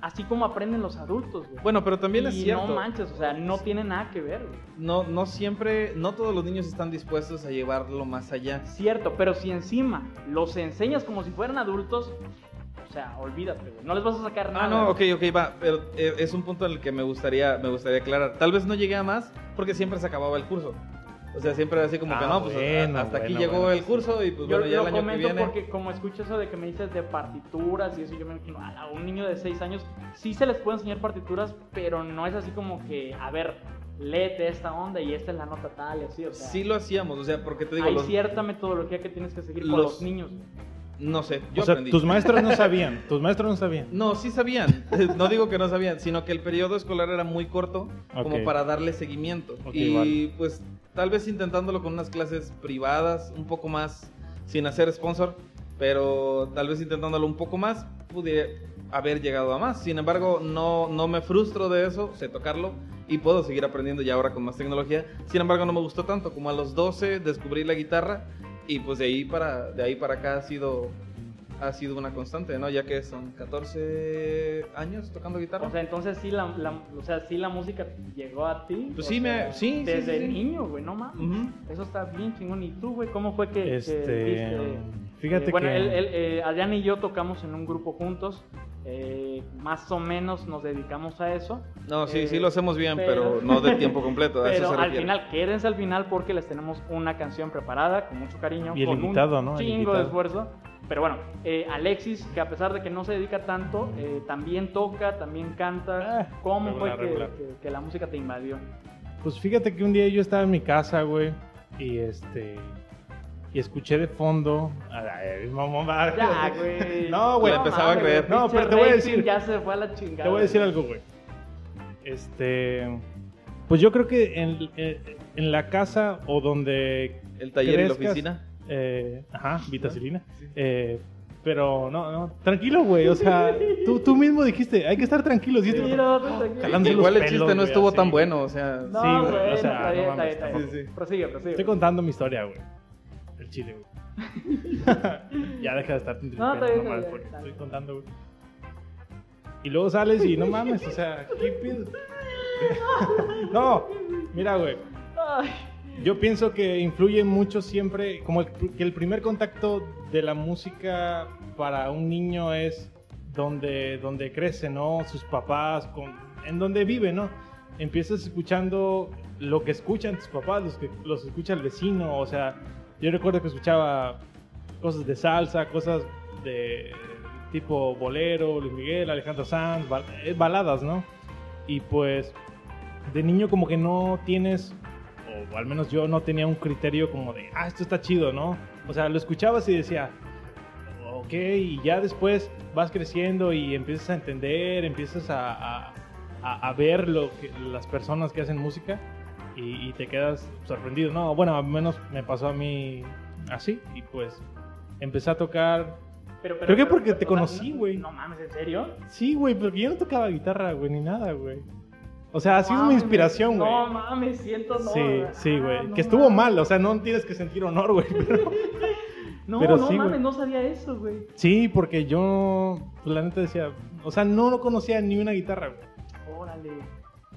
Speaker 1: así como aprenden los adultos. güey.
Speaker 3: Bueno, pero también es
Speaker 1: Y
Speaker 3: cierto.
Speaker 1: no manches, o sea, no tiene nada que ver. güey.
Speaker 3: no, no siempre, no todos los niños están dispuestos a llevarlo más allá.
Speaker 1: Cierto, pero si encima los enseñas como si fueran adultos, o sea, olvídate, güey. No les vas a sacar nada.
Speaker 3: Ah, no, ok, ok, va, pero eh, es un punto en el que me gustaría, me gustaría aclarar. Tal vez no llegué a más porque siempre se acababa el curso. O sea, siempre era así como que
Speaker 2: Ah,
Speaker 3: no, pues a-
Speaker 2: bueno,
Speaker 3: hasta aquí
Speaker 2: bueno,
Speaker 3: llegó
Speaker 2: bueno,
Speaker 3: el
Speaker 2: sí.
Speaker 3: curso y pues
Speaker 1: Yo
Speaker 3: bueno, ya
Speaker 1: lo
Speaker 3: el año que
Speaker 1: comento
Speaker 3: viene.
Speaker 1: porque como escucho eso de que me dices de partituras y eso, yo me imagino, a un niño de 6 años sí se les puede enseñar partituras, pero no es así como que, a ver, léete esta onda y esta es la nota tal y así, o sea,
Speaker 3: Sí lo hacíamos, o sea, porque te digo,
Speaker 1: hay
Speaker 3: los-
Speaker 1: cierta metodología que tienes que seguir con
Speaker 3: los-
Speaker 1: los niños.
Speaker 3: no sé,
Speaker 2: O
Speaker 3: yo
Speaker 2: sea,
Speaker 3: aprendí.
Speaker 2: tus maestros no sabían, tus maestros no sabían.
Speaker 3: No, sí sabían. no digo que no sabían, sino que el periodo escolar era muy corto
Speaker 2: Ok.
Speaker 3: como para darle seguimiento.
Speaker 2: Ok,
Speaker 3: y
Speaker 2: vale.
Speaker 3: pues tal vez intentándolo con unas clases privadas, un poco más, sin hacer sponsor, pero tal vez intentándolo un poco más, pude haber llegado a más. Sin embargo, no, no me frustro de eso, sé tocarlo y puedo seguir aprendiendo ya ahora con más tecnología. Sin embargo, no me gustó tanto como a los 12 descubrí la guitarra y pues de ahí para, de ahí para acá ha sido... Ha sido una constante, ¿no? Ya que son 14 años tocando guitarra.
Speaker 1: O sea, entonces sí la, la- o sea, sí la música llegó a ti.
Speaker 3: Pues
Speaker 1: o
Speaker 3: sí, me-
Speaker 1: sea,
Speaker 3: sí, sí,
Speaker 1: Desde
Speaker 3: sí, sí.
Speaker 1: niño, güey, no mames.
Speaker 3: Ujú.
Speaker 1: Eso está bien chingón. ¿Y tú, güey, cómo fue que, que
Speaker 2: Este,
Speaker 1: viste?
Speaker 2: fíjate
Speaker 1: Eh, bueno,
Speaker 2: que
Speaker 1: él- él, eh, Adrián y yo tocamos en un grupo juntos. eh, más o menos nos dedicamos a eso.
Speaker 3: No, sí,
Speaker 1: Eh,
Speaker 3: sí lo hacemos bien,
Speaker 1: pero-
Speaker 3: pero, no de tiempo completo. A
Speaker 1: Pero
Speaker 3: eso se
Speaker 1: al
Speaker 3: refiere.
Speaker 1: final, quédense al final porque les tenemos una canción preparada con mucho cariño.
Speaker 2: Y el
Speaker 1: con
Speaker 2: invitado,
Speaker 1: un
Speaker 2: ¿no? El
Speaker 1: chingo
Speaker 2: invitado.
Speaker 1: de esfuerzo. Pero bueno, eh, Alexis, que a pesar de que no se dedica tanto, eh, también toca, también canta.
Speaker 2: Ah,
Speaker 1: ¿Cómo
Speaker 2: regular,
Speaker 1: fue que-
Speaker 2: regular.
Speaker 1: que- que la música te invadió?
Speaker 2: Pues fíjate que un día yo estaba en mi casa, güey, y este y escuché de fondo, ay, mamón, va.
Speaker 1: Ya, güey.
Speaker 2: No, güey,
Speaker 3: La empezaba a creer.
Speaker 1: güey,
Speaker 2: No, pero
Speaker 1: pinche
Speaker 2: te voy a
Speaker 1: rating
Speaker 2: decir-
Speaker 1: Ya se fue a la chingada.
Speaker 2: Te voy a decir algo, güey. Este, pues yo creo que en, eh, en la casa o donde
Speaker 3: El taller y la
Speaker 2: crezcas,
Speaker 3: oficina.
Speaker 2: eh, ajá, vitacilina. Eh, pero no, no, tranquilo, güey. O sea, tú, tú mismo dijiste, hay que estar tranquilos. Y este-
Speaker 1: Sí, no, no, tranquilo.
Speaker 2: Jalando los
Speaker 3: Igual el
Speaker 2: pelos,
Speaker 3: chiste no
Speaker 2: güey,
Speaker 3: estuvo
Speaker 2: así.
Speaker 3: tan bueno, o sea.
Speaker 1: No,
Speaker 2: Sí, güey,
Speaker 1: güey,
Speaker 2: o sea,
Speaker 1: está bien,
Speaker 2: no
Speaker 1: está bien,
Speaker 2: mames,
Speaker 1: está bien.
Speaker 3: tampoco. Sí, sí.
Speaker 1: Prosigue, prosigue.
Speaker 2: Estoy contando mi historia, güey. El chile, güey. ya deja de
Speaker 1: No, está
Speaker 2: estar
Speaker 1: bien, está bien, está
Speaker 2: estoy
Speaker 1: bien.
Speaker 2: contando, güey. Y luego sales y no mames, o sea, ¿qué piensas? no, mira, güey.
Speaker 1: Ay,
Speaker 2: Yo pienso que influye mucho siempre, como el- que el primer contacto de la música para un niño es donde, donde crece, ¿no? Sus papás, con, en donde vive, ¿no? Empiezas escuchando lo que escuchan tus papás, los que los escucha el vecino, o sea, yo recuerdo que escuchaba cosas de salsa, cosas de tipo bolero, Luis Miguel, Alejandro Sanz, bal- eh, baladas, ¿no? Y pues de niño como que no tienes, o al menos yo no tenía un criterio como de, ah, esto está chido, ¿no? O sea, lo escuchabas y decía, ok, y ya después vas creciendo y empiezas a entender, empiezas a, a- a- a ver lo que, las personas que hacen música y, y te quedas sorprendido, ¿no? Bueno, al menos me pasó a mí así y pues empecé a tocar.
Speaker 1: pero, pero,
Speaker 2: Creo que
Speaker 1: pero,
Speaker 2: porque te
Speaker 1: o sea,
Speaker 2: conocí,
Speaker 1: no-
Speaker 2: güey.
Speaker 1: No mames, ¿en serio?
Speaker 2: Sí, güey, porque yo no tocaba guitarra, güey, ni nada, güey. O sea, ha sido mi
Speaker 1: Mames,
Speaker 2: inspiración, güey.
Speaker 1: Ah, pues, No mames, siento no.
Speaker 2: Sí, sí, güey.
Speaker 1: Ah, no
Speaker 2: que estuvo
Speaker 1: mames.
Speaker 2: mal, o sea, no tienes que sentir honor, güey. pero-
Speaker 1: No,
Speaker 2: pero
Speaker 1: no
Speaker 2: sí,
Speaker 1: mames,
Speaker 2: güey.
Speaker 1: no sabía eso, güey.
Speaker 2: Sí, porque yo, pues, la neta decía, o sea, no, no conocía ni una guitarra, güey.
Speaker 1: Órale.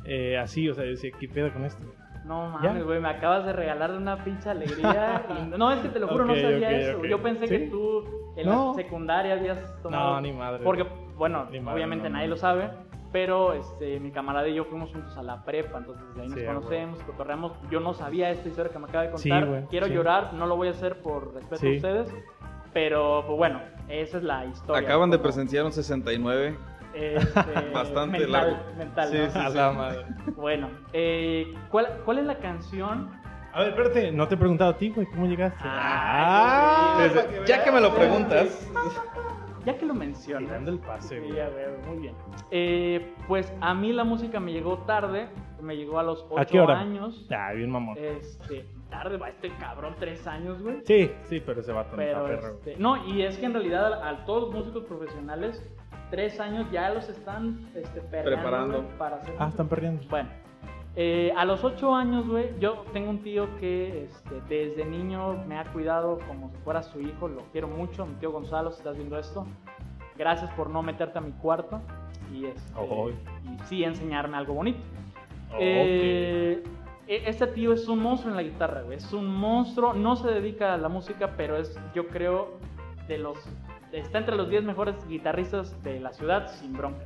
Speaker 2: Eh, así, o sea, yo decía, ¿qué pedo con esto?
Speaker 1: No
Speaker 2: ¿Ya?
Speaker 1: mames, güey, me acabas de regalar una pinche alegría. y- No, es que te lo juro,
Speaker 2: Ok,
Speaker 1: no sabía
Speaker 2: ok,
Speaker 1: eso.
Speaker 2: ok.
Speaker 1: Yo pensé que
Speaker 2: ¿Sí?
Speaker 1: tú en
Speaker 2: No.
Speaker 1: la secundaria habías tomado.
Speaker 2: No, ni madre.
Speaker 1: Porque, bueno,
Speaker 2: Ni madre,
Speaker 1: obviamente
Speaker 2: no,
Speaker 1: nadie
Speaker 2: no.
Speaker 1: lo sabe, pero este, mi camarada y yo fuimos juntos a la prepa, entonces de ahí nos
Speaker 2: Sí, a
Speaker 1: conocemos, cotorreamos. Yo no sabía esta historia que me acaba de
Speaker 2: Sí,
Speaker 1: contar.
Speaker 2: güey,
Speaker 1: Quiero
Speaker 2: sí.
Speaker 1: llorar, no lo voy a hacer por respeto a
Speaker 2: Sí.
Speaker 1: ustedes, pero pues bueno, esa es la historia.
Speaker 3: Acaban de
Speaker 1: Como,
Speaker 3: presenciar un 69.
Speaker 1: este,
Speaker 3: Bastante
Speaker 1: mental,
Speaker 3: largo.
Speaker 1: Mental,
Speaker 3: Sí,
Speaker 1: ¿no?
Speaker 3: sí.
Speaker 2: A la madre.
Speaker 1: Bueno, eh, ¿cuál, ¿cuál es la canción
Speaker 2: A ver, espérate, no te he preguntado a ti, güey, ¿cómo llegaste?
Speaker 1: Ah,
Speaker 2: Ah,
Speaker 1: Desde-
Speaker 2: para
Speaker 3: ya que me lo
Speaker 1: veas.
Speaker 3: preguntas,
Speaker 1: Ya que lo
Speaker 2: Tirando
Speaker 1: mencionas.
Speaker 2: el pase,
Speaker 1: Sí,
Speaker 2: güey.
Speaker 1: ya veo, muy bien. Eh, pues a mí la música me llegó tarde, me llegó a los
Speaker 2: ¿A qué
Speaker 1: 8
Speaker 2: hora?
Speaker 1: años.
Speaker 2: Ah, bien mamón.
Speaker 1: Este, tarde, va este cabrón, 3 años, güey.
Speaker 2: Sí, sí, pero ese vato no está
Speaker 1: Pero
Speaker 2: perro.
Speaker 1: este, no, y es que en realidad a, a todos los músicos profesionales, 3 años ya los están este, perreando,
Speaker 3: Preparando.
Speaker 1: güey, para hacer
Speaker 2: Ah, están perdiendo.
Speaker 1: Bueno, eh, a los ocho años, güey, yo tengo un tío que este, desde niño me ha cuidado como si fuera su hijo, lo quiero mucho, mi tío Gonzalo, si estás viendo esto, gracias por no meterte a mi cuarto y, este,
Speaker 2: Ojo.
Speaker 1: y sí enseñarme algo bonito.
Speaker 2: Ok.
Speaker 1: Eh, e- este tío es un monstruo en la guitarra, güey, es un monstruo, no se dedica a la música, pero es, yo creo, de los... Está entre los 10 mejores guitarristas de la ciudad, sin bronca.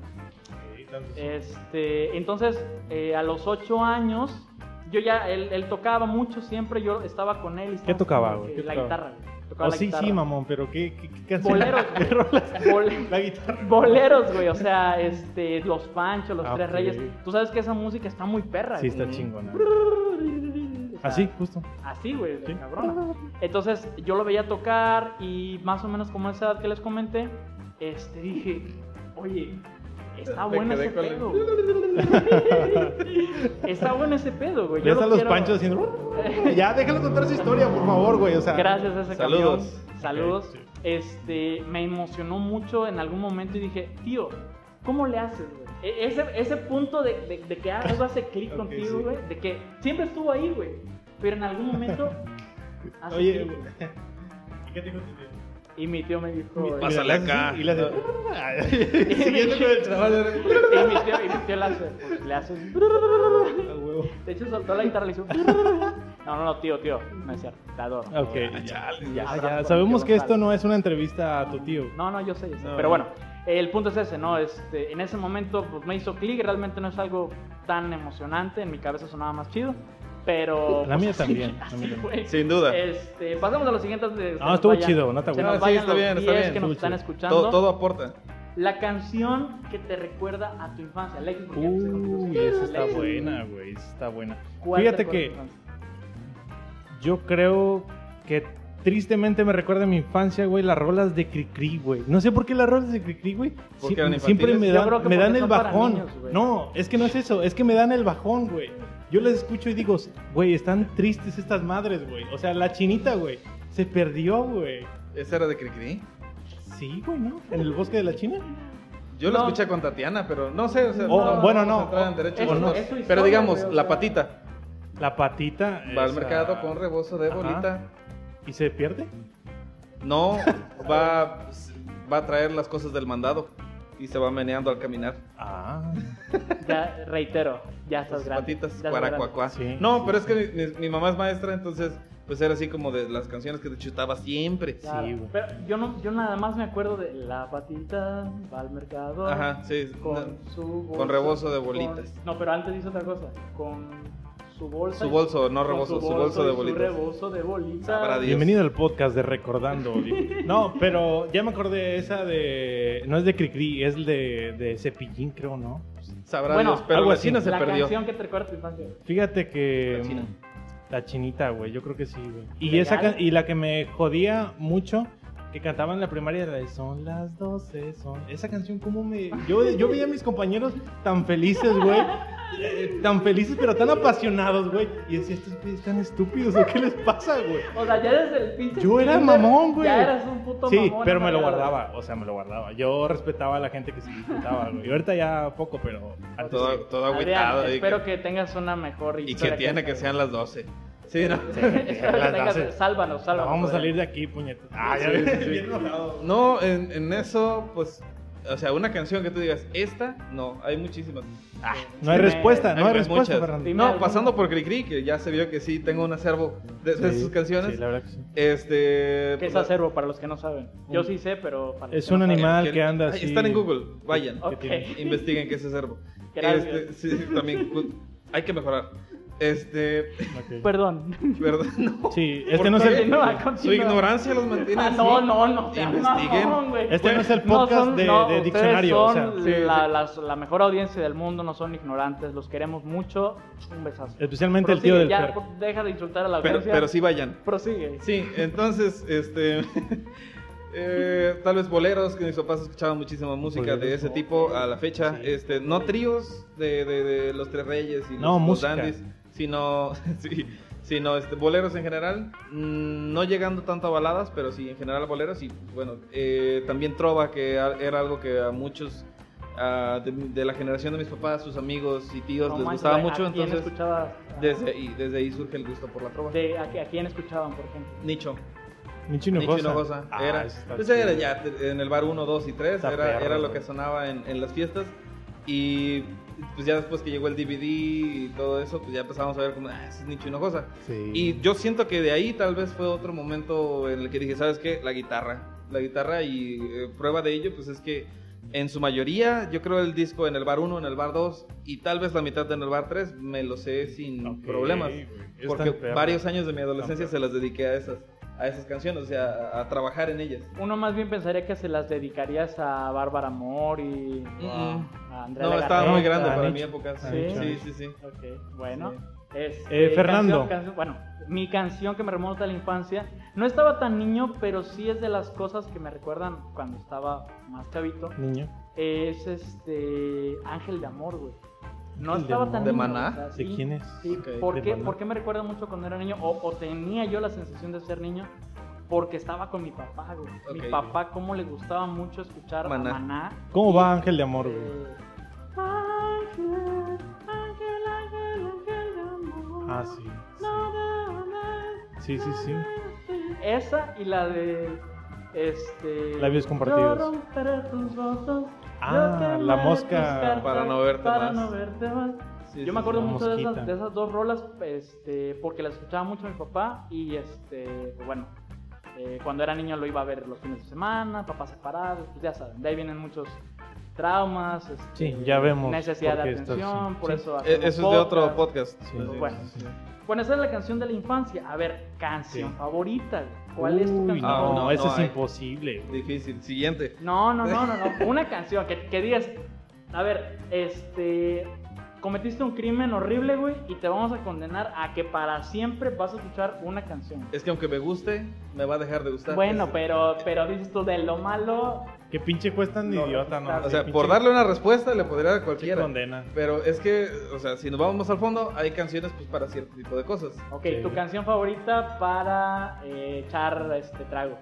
Speaker 2: Sí, tanto sí.
Speaker 1: Este, entonces, eh, a los ocho años, yo ya, él, él tocaba mucho siempre, yo estaba con él. y estábamos
Speaker 2: tocaba,
Speaker 1: como
Speaker 2: güey?
Speaker 1: que
Speaker 2: ¿Qué
Speaker 1: La
Speaker 2: tocaba?
Speaker 1: guitarra, güey. Tocaba
Speaker 2: Oh,
Speaker 1: la
Speaker 2: sí,
Speaker 1: guitarra.
Speaker 2: sí, mamón, pero ¿qué, qué, qué canción?
Speaker 1: Boleros,
Speaker 2: ¿Qué
Speaker 1: güey.
Speaker 2: rolas?
Speaker 1: Bol-
Speaker 2: La guitarra.
Speaker 1: boleros, güey, o sea, este, los Pancho, los
Speaker 2: Ah,
Speaker 1: Tres
Speaker 2: ok.
Speaker 1: Reyes. Tú sabes que esa música está muy perra,
Speaker 2: Sí,
Speaker 1: güey.
Speaker 2: está
Speaker 3: Mm.
Speaker 2: chingona.
Speaker 1: Ah. O sea,
Speaker 2: Así, justo.
Speaker 1: Así, güey,
Speaker 2: Sí.
Speaker 1: cabrón. Entonces yo lo veía tocar y más o menos como a esa edad que les comenté, este, dije, oye, está
Speaker 3: Me
Speaker 1: bueno
Speaker 3: quedé
Speaker 1: ese
Speaker 3: con el-
Speaker 1: pedo. güey". está bueno ese pedo, güey. Yo
Speaker 2: Ya
Speaker 1: lo
Speaker 2: están los
Speaker 1: quiero-
Speaker 2: panchos haciendo. Ya, déjalo contar su historia, por favor, güey. O sea,
Speaker 1: Gracias a ese
Speaker 3: Saludos.
Speaker 1: camión. Saludos.
Speaker 2: Ok, sí.
Speaker 1: Este, me emocionó mucho en algún momento y dije, tío, ¿cómo le haces, güey? E- Ese, ese punto de, de- de que algo hace clic
Speaker 2: Ok,
Speaker 1: contigo,
Speaker 2: sí.
Speaker 1: güey, de que siempre estuvo ahí, güey, pero en algún momento hace
Speaker 2: Oye,
Speaker 1: clic,
Speaker 2: güey.
Speaker 1: güey.
Speaker 2: ¿Y qué te dijo tu tío?
Speaker 1: Y mi tío me dijo.
Speaker 2: Y-
Speaker 1: eh,
Speaker 3: Pásale
Speaker 2: y le haces
Speaker 3: acá.
Speaker 2: así, Y le hace. Siguiendo con el chaval. ¿eh?
Speaker 1: y mi tío, y mi tío le hace. pues, le hace
Speaker 2: a huevo.
Speaker 1: de hecho, soltó la guitarra y le hizo. No, no, no, tío, tío. No es cierto. Te adoro.
Speaker 2: Ah, Ok, ya.
Speaker 3: chale.
Speaker 1: Ah, Ya,
Speaker 2: Ah, ya,
Speaker 1: abrazo con
Speaker 2: Sabemos
Speaker 1: Tío
Speaker 2: que esto
Speaker 1: Gonzalo.
Speaker 2: no es una entrevista a tu tío.
Speaker 1: No, no, yo sé, yo sé.
Speaker 2: No.
Speaker 1: Pero bueno, el punto es ese, ¿no? Este, en ese momento pues, me hizo clic, realmente no es algo tan emocionante, en mi cabeza sonaba más chido, pero...
Speaker 2: La
Speaker 1: pues,
Speaker 2: mía
Speaker 1: así-
Speaker 2: también, la
Speaker 1: así
Speaker 2: mía también.
Speaker 1: fue.
Speaker 3: Sin duda.
Speaker 1: Este, pasamos a los siguientes. de- se
Speaker 2: No,
Speaker 1: nos
Speaker 2: Ah, estuvo
Speaker 1: vayan-
Speaker 2: chido, no te
Speaker 1: Se
Speaker 2: agüites.
Speaker 1: nos
Speaker 3: Ah, sí,
Speaker 1: vayan
Speaker 3: está
Speaker 1: los
Speaker 3: bien, está
Speaker 1: 10
Speaker 3: bien,
Speaker 1: que nos
Speaker 2: estuvo
Speaker 1: están
Speaker 2: chido.
Speaker 1: escuchando.
Speaker 3: Todo, todo aporta.
Speaker 1: La canción que te recuerda a tu infancia, Alexis. ¿por qué?
Speaker 2: Uy,
Speaker 1: Alexis,
Speaker 2: esa está
Speaker 1: Alexis,
Speaker 2: buena, güey. esa Está buena.
Speaker 1: ¿cuál te
Speaker 2: Fíjate
Speaker 1: recuerda a
Speaker 2: que
Speaker 1: tu infancia?
Speaker 2: yo creo que tristemente me recuerda a mi infancia, güey, las rolas de Cricri, güey. No sé por qué las rolas de Cricri, güey.
Speaker 3: ¿Porque
Speaker 2: sie-
Speaker 3: eran infantiles?
Speaker 2: siempre me
Speaker 1: Yo
Speaker 2: dan,
Speaker 1: creo que
Speaker 2: me dan
Speaker 1: porque
Speaker 2: el
Speaker 1: son para
Speaker 2: bajón.
Speaker 1: niños, güey.
Speaker 2: no, es que no es eso, es que me dan el bajón, güey. Yo les escucho y digo, güey, están tristes estas madres, güey. O sea, la chinita, güey, se perdió, güey.
Speaker 3: ¿Esa era de Cricri?
Speaker 2: Sí, güey, ¿no? En el bosque de la China.
Speaker 3: Yo lo
Speaker 1: No.
Speaker 3: escuché con Tatiana, pero no sé. O sea,
Speaker 2: Oh, bueno,
Speaker 3: vamos a
Speaker 2: no.
Speaker 3: entrar en derechos
Speaker 1: Es-
Speaker 3: de autor.
Speaker 1: es su historia,
Speaker 3: pero digamos,
Speaker 1: güey, o
Speaker 3: la
Speaker 1: sea.
Speaker 3: patita.
Speaker 2: La patita.
Speaker 3: Va al
Speaker 2: esa-
Speaker 3: mercado con rebozo de
Speaker 2: Ajá.
Speaker 3: bolita.
Speaker 2: ¿Y se pierde?
Speaker 3: No, va, va a traer las cosas del mandado y se va meneando al caminar.
Speaker 2: Ah.
Speaker 1: Ya, reitero, ya estás
Speaker 3: Las
Speaker 1: grande.
Speaker 3: patitas,
Speaker 1: ya estás grande.
Speaker 3: cuaracuacuá.
Speaker 2: Sí,
Speaker 3: no,
Speaker 2: sí.
Speaker 3: pero es que mi, mi- mi mamá es maestra, entonces pues era así como de las canciones que te chutaba siempre.
Speaker 1: Claro,
Speaker 2: Sí, güey.
Speaker 1: Pero yo, no, yo nada más me acuerdo de la patita va al mercado.
Speaker 3: Ajá, sí.
Speaker 1: Con su bolsa-
Speaker 3: con rebozo de
Speaker 1: con-
Speaker 3: bolitas.
Speaker 1: no, pero antes hizo otra cosa. Con su bolsa.
Speaker 3: Su
Speaker 1: y-
Speaker 3: bolso, no
Speaker 1: con
Speaker 3: rebozo, su
Speaker 1: y
Speaker 3: bolso, de
Speaker 1: su
Speaker 3: bolitas.
Speaker 1: rebozo de bolitas.
Speaker 3: Sabrá Dios.
Speaker 2: Bienvenido al podcast de Recordando. Oli. No, pero ya me acordé esa de. No es de Cricri, es de, de Cepillín, creo, ¿no?
Speaker 3: Sabrá
Speaker 1: Bueno,
Speaker 3: Dios, pero
Speaker 2: algo
Speaker 3: la
Speaker 2: así.
Speaker 3: china se
Speaker 1: la
Speaker 3: perdió.
Speaker 1: canción que te recuerda a tu infancia. güey.
Speaker 2: Fíjate que. mm,
Speaker 3: La china.
Speaker 2: La chinita, güey, yo creo que sí, güey. Y,
Speaker 1: Legal.
Speaker 2: esa, can- y la que me jodía mucho, que cantaba en la primaria, la de Son las 12, son. Esa canción, ¿cómo me.? Yo, yo veía a mis compañeros tan felices, güey. eh, Tan felices, pero tan apasionados, güey. Y decía, estos güeyes están estúpidos, ¿o qué les pasa, güey?
Speaker 1: O sea, ya desde el pinche.
Speaker 2: Yo era
Speaker 1: kinder,
Speaker 2: mamón, güey.
Speaker 1: Ya eras un puto
Speaker 2: Sí,
Speaker 1: mamón,
Speaker 2: pero
Speaker 1: no
Speaker 2: me lo
Speaker 1: era-
Speaker 2: guardaba, o sea, me lo guardaba. Yo respetaba a la gente que se disfrutaba, güey. Y ahorita ya poco, pero antes
Speaker 3: Todo,
Speaker 2: sí.
Speaker 3: todo
Speaker 1: Adrián,
Speaker 3: agüitado. y
Speaker 1: espero
Speaker 3: que-
Speaker 1: que tengas una mejor
Speaker 3: y
Speaker 1: historia.
Speaker 3: que tiene que sean las 12. Sí, no.
Speaker 1: Espero que
Speaker 2: Las
Speaker 1: tengas-
Speaker 2: doce.
Speaker 1: Sálvanos,
Speaker 2: No,
Speaker 1: sálvanos.
Speaker 2: vamos a
Speaker 1: Adrián.
Speaker 2: salir de aquí, puñetas. Ah, ya
Speaker 3: ¿eh? Sí,
Speaker 2: ves,
Speaker 3: sí, sí.
Speaker 2: bien enojado.
Speaker 3: No, en, en eso, pues O sea, una canción que tú digas, esta, no, hay muchísimas.
Speaker 2: No hay
Speaker 1: Sí,
Speaker 2: respuesta,
Speaker 3: hay
Speaker 2: no hay
Speaker 3: muchas.
Speaker 2: respuesta, Fernando.
Speaker 1: Dime
Speaker 3: No,
Speaker 1: alguna.
Speaker 3: pasando por Cricri, que ya se vio que sí tengo un acervo de, de
Speaker 2: Sí,
Speaker 3: sus canciones.
Speaker 2: sí, la verdad que sí.
Speaker 3: Este.
Speaker 1: ¿Qué es
Speaker 3: la-
Speaker 1: acervo para los que no saben? Yo sí sé, pero. para los
Speaker 2: Es
Speaker 1: que
Speaker 2: un
Speaker 1: no saben.
Speaker 2: animal.
Speaker 3: que-
Speaker 2: que anda
Speaker 3: Ay,
Speaker 2: así.
Speaker 3: Están en Google, vayan,
Speaker 1: Ok.
Speaker 2: tiene.
Speaker 3: investiguen qué es acervo.
Speaker 1: Gracias.
Speaker 3: Este, sí, también cu- hay que mejorar. Este,
Speaker 2: Ok.
Speaker 1: Perdón.
Speaker 3: ¿verdad? No.
Speaker 2: Sí, este
Speaker 3: ¿Por
Speaker 2: no es el-
Speaker 3: qué?
Speaker 1: Continúa,
Speaker 3: Su
Speaker 1: continúa.
Speaker 3: ignorancia los mantiene.
Speaker 1: Ah,
Speaker 3: así.
Speaker 1: no, no, no. seas
Speaker 3: Investiguen.
Speaker 1: mamón, güey.
Speaker 2: Este no es el
Speaker 1: No
Speaker 2: podcast
Speaker 1: son-
Speaker 2: de,
Speaker 1: no,
Speaker 2: de
Speaker 1: ustedes
Speaker 2: diccionario. o sea.
Speaker 1: son
Speaker 3: Sí,
Speaker 1: la,
Speaker 3: sí.
Speaker 1: las- la mejor audiencia del mundo, no son ignorantes, los queremos mucho. Un besazo.
Speaker 2: Especialmente el
Speaker 1: Prosigue,
Speaker 2: tío del
Speaker 1: ya,
Speaker 2: Fer.
Speaker 1: por- deja de insultar a la
Speaker 3: Pero,
Speaker 1: audiencia.
Speaker 3: pero sí vayan.
Speaker 1: Prosigue.
Speaker 3: Sí, entonces, este. eh, tal vez boleros, que mis papás escuchaban muchísima música de
Speaker 2: Boleros,
Speaker 3: ese
Speaker 2: ok.
Speaker 3: tipo a la fecha.
Speaker 2: Sí.
Speaker 3: Este, no tríos de, de- de los Tres Reyes y los,
Speaker 2: No,
Speaker 3: los
Speaker 2: música.
Speaker 3: dandies, sino. sí, sino este, boleros en general. Mm, No llegando tanto a baladas, pero sí en general a boleros. Y bueno, eh, también trova, que a- era algo que a muchos. ah, de, de la generación de mis papás, sus amigos y tíos
Speaker 1: No
Speaker 3: les
Speaker 1: manches,
Speaker 3: gustaba
Speaker 1: güey, ¿a
Speaker 3: mucho,
Speaker 1: quién
Speaker 3: entonces
Speaker 1: escuchabas?
Speaker 3: desde ahí, desde ahí surge el gusto por la trova.
Speaker 1: De- a, a quién escuchaban, por ejemplo?
Speaker 3: Nicho.
Speaker 2: Nicho
Speaker 3: Nicho
Speaker 2: Hinojosa.
Speaker 3: Hinojosa.
Speaker 2: Ah,
Speaker 3: era,
Speaker 2: ese está
Speaker 3: pues
Speaker 2: chido.
Speaker 3: era ya te- en el bar 1, 2 y 3.
Speaker 2: Está
Speaker 3: Era,
Speaker 2: perro,
Speaker 3: era lo
Speaker 2: güey.
Speaker 3: que sonaba en, en las fiestas. Y pues ya después que llegó el DVD y todo eso, pues ya empezamos a ver como, ah, ese es Nicho Hinojosa.
Speaker 2: Sí.
Speaker 3: Y yo siento que de ahí tal vez fue otro momento en el que dije, ¿sabes qué? La guitarra. La guitarra y eh, prueba de ello, pues es que en su mayoría, yo creo el disco en el bar 1, en el bar 2 y tal vez la mitad en el bar 3, me lo sé sin
Speaker 2: Ok,
Speaker 3: problemas.
Speaker 2: güey. Está
Speaker 3: Porque
Speaker 2: perro.
Speaker 3: varios años de mi adolescencia
Speaker 2: Está
Speaker 3: se las dediqué a esas, a esas canciones, o sea, a, a trabajar en ellas.
Speaker 1: Uno más bien pensaría que se las dedicarías a Bárbara Mori,
Speaker 3: Mm-mm.
Speaker 1: a Andrea
Speaker 3: Mm. No,
Speaker 1: Legarreta.
Speaker 3: estaba muy
Speaker 2: No,
Speaker 3: grande
Speaker 2: a
Speaker 3: para
Speaker 2: Nietzsche.
Speaker 3: mi época.
Speaker 1: A
Speaker 3: Sí,
Speaker 1: Nietzsche.
Speaker 3: sí, sí. sí.
Speaker 1: Ok, bueno. Este,
Speaker 2: Eh, Fernando.
Speaker 1: canción- canción- bueno, mi canción que me remonta a la infancia. No estaba tan niño, pero sí es de las cosas que me recuerdan cuando estaba más chavito.
Speaker 2: Niño.
Speaker 1: Es este Ángel de Amor, güey. No
Speaker 2: Ángel de
Speaker 1: estaba
Speaker 2: Amor.
Speaker 1: tan
Speaker 3: ¿De
Speaker 1: niño,
Speaker 3: Maná?
Speaker 1: o sea,
Speaker 2: ¿De
Speaker 1: sí,
Speaker 2: quién es?
Speaker 1: sí,
Speaker 3: Ok.
Speaker 1: ¿por,
Speaker 2: ¿De
Speaker 1: qué,
Speaker 2: Maná?
Speaker 1: por qué me recuerda mucho cuando era niño? O, o tenía yo la sensación de ser niño porque estaba con mi papá, güey. Mi
Speaker 3: Ok.
Speaker 1: papá, cómo le gustaba mucho escuchar
Speaker 3: Maná.
Speaker 1: a Maná.
Speaker 2: ¿Cómo va Ángel de Amor, güey?
Speaker 1: Eh, Ángel, ángel, ángel, ángel de amor.
Speaker 2: Ah, sí.
Speaker 1: Nada más,
Speaker 2: Sí, sí, sí.
Speaker 1: Esa y la de. Este.
Speaker 2: Labios compartidos.
Speaker 1: Yo romperé tus votos,
Speaker 2: Ah,
Speaker 1: yo quemaré
Speaker 2: la
Speaker 1: tus
Speaker 2: mosca.
Speaker 1: cartas
Speaker 3: Para no verte
Speaker 1: para
Speaker 3: más.
Speaker 1: no verte más.
Speaker 3: Sí,
Speaker 1: Yo me
Speaker 3: sí,
Speaker 1: acuerdo
Speaker 2: la
Speaker 1: mucho de
Speaker 2: mosquita.
Speaker 1: esas, de esas dos rolas este, porque las escuchaba mucho mi papá y este, bueno, eh, cuando era niño lo iba a ver los fines de semana, papás separados, pues ya saben, de ahí vienen muchos traumas, este,
Speaker 2: Sí, ya vemos
Speaker 1: necesidad de
Speaker 2: por qué estás
Speaker 1: atención,
Speaker 2: así.
Speaker 1: por
Speaker 2: Sí.
Speaker 1: eso...
Speaker 3: Eh,
Speaker 1: hacemos
Speaker 3: Eso es de otro
Speaker 1: podcast.
Speaker 3: podcast.
Speaker 2: Sí.
Speaker 3: Pues,
Speaker 1: Bueno. Bueno, esa es la canción de la infancia. A ver, canción
Speaker 2: Sí.
Speaker 1: favorita. güey. ¿Cuál es tu
Speaker 2: Uy,
Speaker 1: canción?
Speaker 3: Ah,
Speaker 2: no,
Speaker 1: favorita?
Speaker 3: no,
Speaker 2: eso
Speaker 3: no
Speaker 2: es
Speaker 3: hay.
Speaker 2: imposible. güey.
Speaker 3: Difícil. Siguiente.
Speaker 1: No, no, no, no, no. Una canción que, que digas, a ver, este, cometiste un crimen horrible, güey, y te vamos a condenar a que para siempre vas a escuchar una canción.
Speaker 3: Es que aunque me guste, me va a dejar de gustar.
Speaker 1: Bueno, pues,
Speaker 3: Ese-
Speaker 1: pero, pero dices tú de lo malo.
Speaker 2: Qué pinche juez tan
Speaker 1: No,
Speaker 2: idiota, ¿no?
Speaker 1: o
Speaker 3: O
Speaker 2: Qué
Speaker 3: sea,
Speaker 2: pinche-
Speaker 3: por darle una respuesta le podría dar
Speaker 2: qué
Speaker 3: cualquiera.
Speaker 2: condena.
Speaker 3: Pero es que, o sea, si nos vamos más al fondo, hay canciones pues para cierto tipo de cosas.
Speaker 1: Ok,
Speaker 2: Sí.
Speaker 1: tu canción favorita para eh, echar este trago.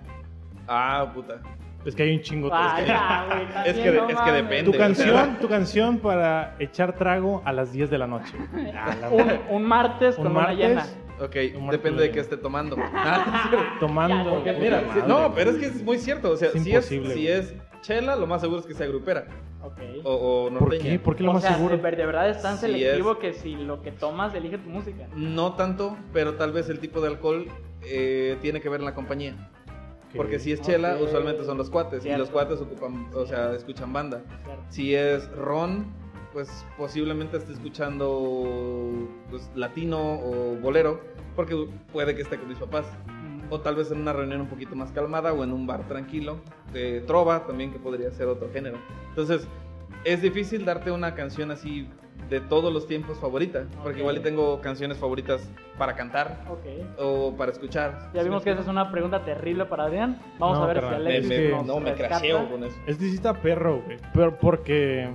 Speaker 3: Ah, puta.
Speaker 2: Es que hay un chingo.
Speaker 1: Ah,
Speaker 2: es que-
Speaker 1: ya, güey,
Speaker 3: Es que
Speaker 1: también,
Speaker 3: de-
Speaker 1: no
Speaker 3: es que
Speaker 1: mames.
Speaker 3: depende.
Speaker 2: Tu canción, tu canción para echar trago a las 10 de la noche. Ah, la madre.
Speaker 1: Un, un martes
Speaker 2: Un
Speaker 1: con
Speaker 2: martes,
Speaker 1: una llena.
Speaker 3: Ok,
Speaker 2: Muerto
Speaker 3: depende de
Speaker 2: de-
Speaker 3: qué esté tomando. Ah, sí.
Speaker 1: Ya,
Speaker 2: Tomando.
Speaker 1: porque
Speaker 2: puta
Speaker 3: Mira,
Speaker 2: madre,
Speaker 3: si- no,
Speaker 2: güey.
Speaker 3: pero es que es muy cierto. O sea,
Speaker 2: Es
Speaker 3: si es,
Speaker 2: imposible,
Speaker 3: si
Speaker 2: güey.
Speaker 3: es chela, lo más seguro es que sea grupera
Speaker 1: Ok.
Speaker 3: o, o
Speaker 2: ¿Por
Speaker 3: norteña.
Speaker 2: qué? ¿Por qué lo
Speaker 1: o
Speaker 2: más
Speaker 1: sea,
Speaker 2: seguro?
Speaker 1: De, ver- de verdad es tan
Speaker 3: Sí
Speaker 1: selectivo
Speaker 3: es.
Speaker 1: que si lo que tomas elige tu música.
Speaker 3: No tanto, pero tal vez el tipo de alcohol eh, tiene que ver en la compañía. Porque si es chela,
Speaker 1: Ok.
Speaker 3: usualmente son los cuates. Y
Speaker 1: Cierto.
Speaker 3: los cuates ocupan, o sea, escuchan banda.
Speaker 1: Claro.
Speaker 3: Si es ron, pues posiblemente esté escuchando pues, latino o bolero, porque puede que esté con mis papás.
Speaker 1: Mm.
Speaker 3: O tal vez en una reunión un poquito más calmada o en un bar tranquilo. De trova también, que podría ser otro género. Entonces, es difícil darte una canción así de todos los tiempos favorita.
Speaker 1: Ok.
Speaker 3: Porque igual y tengo canciones favoritas para cantar
Speaker 1: Ok.
Speaker 3: o para escuchar.
Speaker 1: Ya vimos que esa es una pregunta terrible para Adrián. Vamos
Speaker 2: No,
Speaker 1: a ver si
Speaker 2: carnal,
Speaker 3: Me-
Speaker 1: Alex
Speaker 2: es
Speaker 3: me-
Speaker 2: que
Speaker 1: nos
Speaker 3: no, me
Speaker 1: rescata.
Speaker 3: crasheo con eso.
Speaker 2: Es que sí está perro, güey. Pero porque.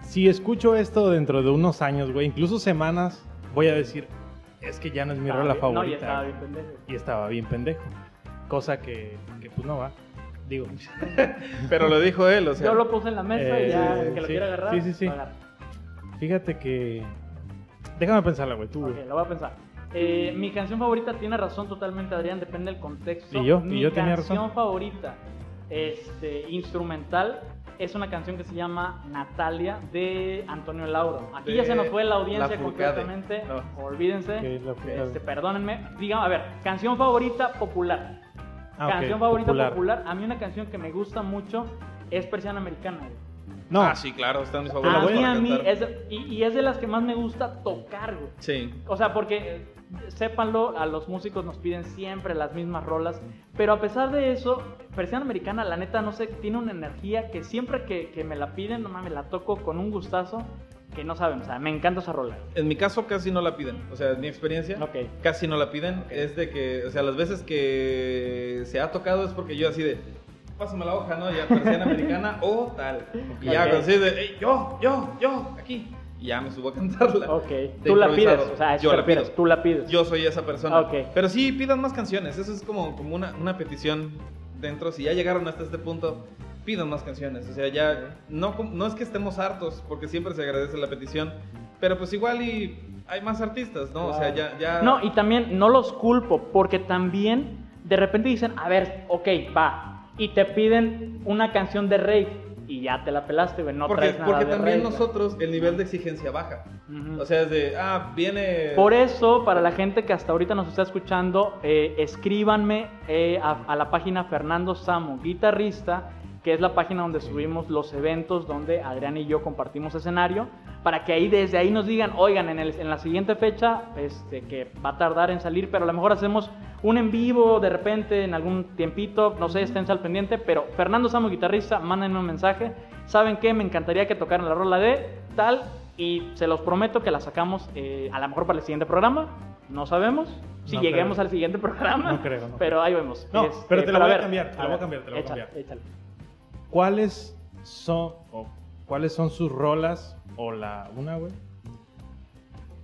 Speaker 2: Si escucho esto dentro de unos años, güey, incluso semanas, voy a decir, es que ya no es mi
Speaker 1: Estaba
Speaker 2: rola
Speaker 1: bien- Ah, No, ya
Speaker 2: favorita.
Speaker 1: estaba
Speaker 2: güey.
Speaker 1: bien pendejo.
Speaker 2: y estaba bien pendejo. Cosa que, que, pues no va. Digo,
Speaker 3: Pero lo dijo él, o sea.
Speaker 1: Yo lo puse en la mesa y
Speaker 2: Eh,
Speaker 1: ya
Speaker 2: sí,
Speaker 1: el que lo
Speaker 2: sí.
Speaker 1: quiera agarrar.
Speaker 2: Sí, sí, sí.
Speaker 1: lo agarra.
Speaker 2: fíjate que. Déjame pensarla, güey, tú, güey.
Speaker 1: Ok, lo voy a pensar. Eh, mi canción favorita tiene razón totalmente, Adrián. Depende del contexto.
Speaker 2: Y yo, y
Speaker 1: mi
Speaker 2: yo tenía razón.
Speaker 1: canción favorita este, instrumental es una canción que se llama Natalia de Antonio Lauro. Aquí
Speaker 3: De
Speaker 1: ya se nos fue la audiencia
Speaker 3: La Furcade.
Speaker 1: completamente.
Speaker 3: No.
Speaker 1: Olvídense.
Speaker 2: Que la fue-
Speaker 1: Este, perdónenme. Digamos, a ver, canción favorita popular.
Speaker 2: Ah, ok,
Speaker 1: canción favorita popular. A mí una canción que me gusta mucho es Persiana Americana. güey.
Speaker 2: No,
Speaker 3: Ah, sí, claro, están mis
Speaker 1: A
Speaker 3: favoritos.
Speaker 1: mí, a mí, es de- y, y es de las que más me gusta tocar, güey.
Speaker 3: Sí.
Speaker 1: O sea, porque eh, sépanlo, a los músicos nos piden siempre las mismas rolas, pero a pesar de eso, Persiana Americana, la neta, no sé, tiene una energía que siempre que, que me la piden, no mames, la toco con un gustazo que no saben, o sea, me encanta esa rola.
Speaker 3: En mi caso casi no la piden. O sea, en mi experiencia
Speaker 1: Ok.
Speaker 3: casi no la piden. Es de que, o sea, las veces que se ha tocado es porque yo así de, pásame la hoja, ¿no? Ya persiana americana o tal. Y ya
Speaker 1: Ok.
Speaker 3: así de, "Ey, yo, yo, yo, aquí. Y ya me subo a cantarla.
Speaker 1: Ok, tú la pides,
Speaker 3: improvisado.
Speaker 1: o sea, a eso
Speaker 3: Yo
Speaker 1: te
Speaker 3: la
Speaker 1: refieres,
Speaker 3: pido.
Speaker 1: tú la pides.
Speaker 3: Yo soy esa persona.
Speaker 1: Ok.
Speaker 3: Pero sí, pidan más canciones. Eso es como, como una, una petición dentro. Si ya llegaron hasta este punto, pidan más canciones. O sea, ya no, com- no es que estemos hartos, porque siempre se agradece la petición. Pero pues igual y hay más artistas, ¿no? O sea, ya... ya
Speaker 1: No, y también no los culpo, porque también de repente dicen, a ver, ok, va, y te piden una canción de rave, y ya te la pelaste, güey, no
Speaker 3: porque
Speaker 1: traes nada
Speaker 3: porque
Speaker 1: de
Speaker 3: también
Speaker 1: rave, güey.
Speaker 3: nosotros el nivel de exigencia baja.
Speaker 1: Ujú.
Speaker 3: O sea, es de, ah, viene...
Speaker 1: Por e- eso, para la gente que hasta ahorita nos está escuchando, eh, escríbanme eh, a, a la página Fernando Samo, guitarrista, que es la página donde subimos los eventos donde Adrián y yo compartimos escenario, para que ahí desde ahí nos digan, oigan, en, el- en la siguiente fecha, este, que va a tardar en salir, pero a lo mejor hacemos un en vivo de repente en algún tiempito, no sé, esténse al pendiente, pero Fernando Samo, guitarrista, mándenme un mensaje, ¿saben qué? Me encantaría que tocaran la rola de tal y se los prometo que la sacamos eh, a lo mejor para el siguiente programa. No sabemos si
Speaker 2: No
Speaker 1: lleguemos
Speaker 2: creo.
Speaker 1: al siguiente programa.
Speaker 2: No creo, no
Speaker 1: Pero ahí vemos. Este,
Speaker 2: No, pero te la voy a
Speaker 1: ver,
Speaker 2: cambiar, te la
Speaker 1: ver,
Speaker 2: voy a cambiar, te la voy a
Speaker 1: échale,
Speaker 2: cambiar.
Speaker 1: échale.
Speaker 2: ¿cuáles son o cuáles son sus rolas o la una, güey?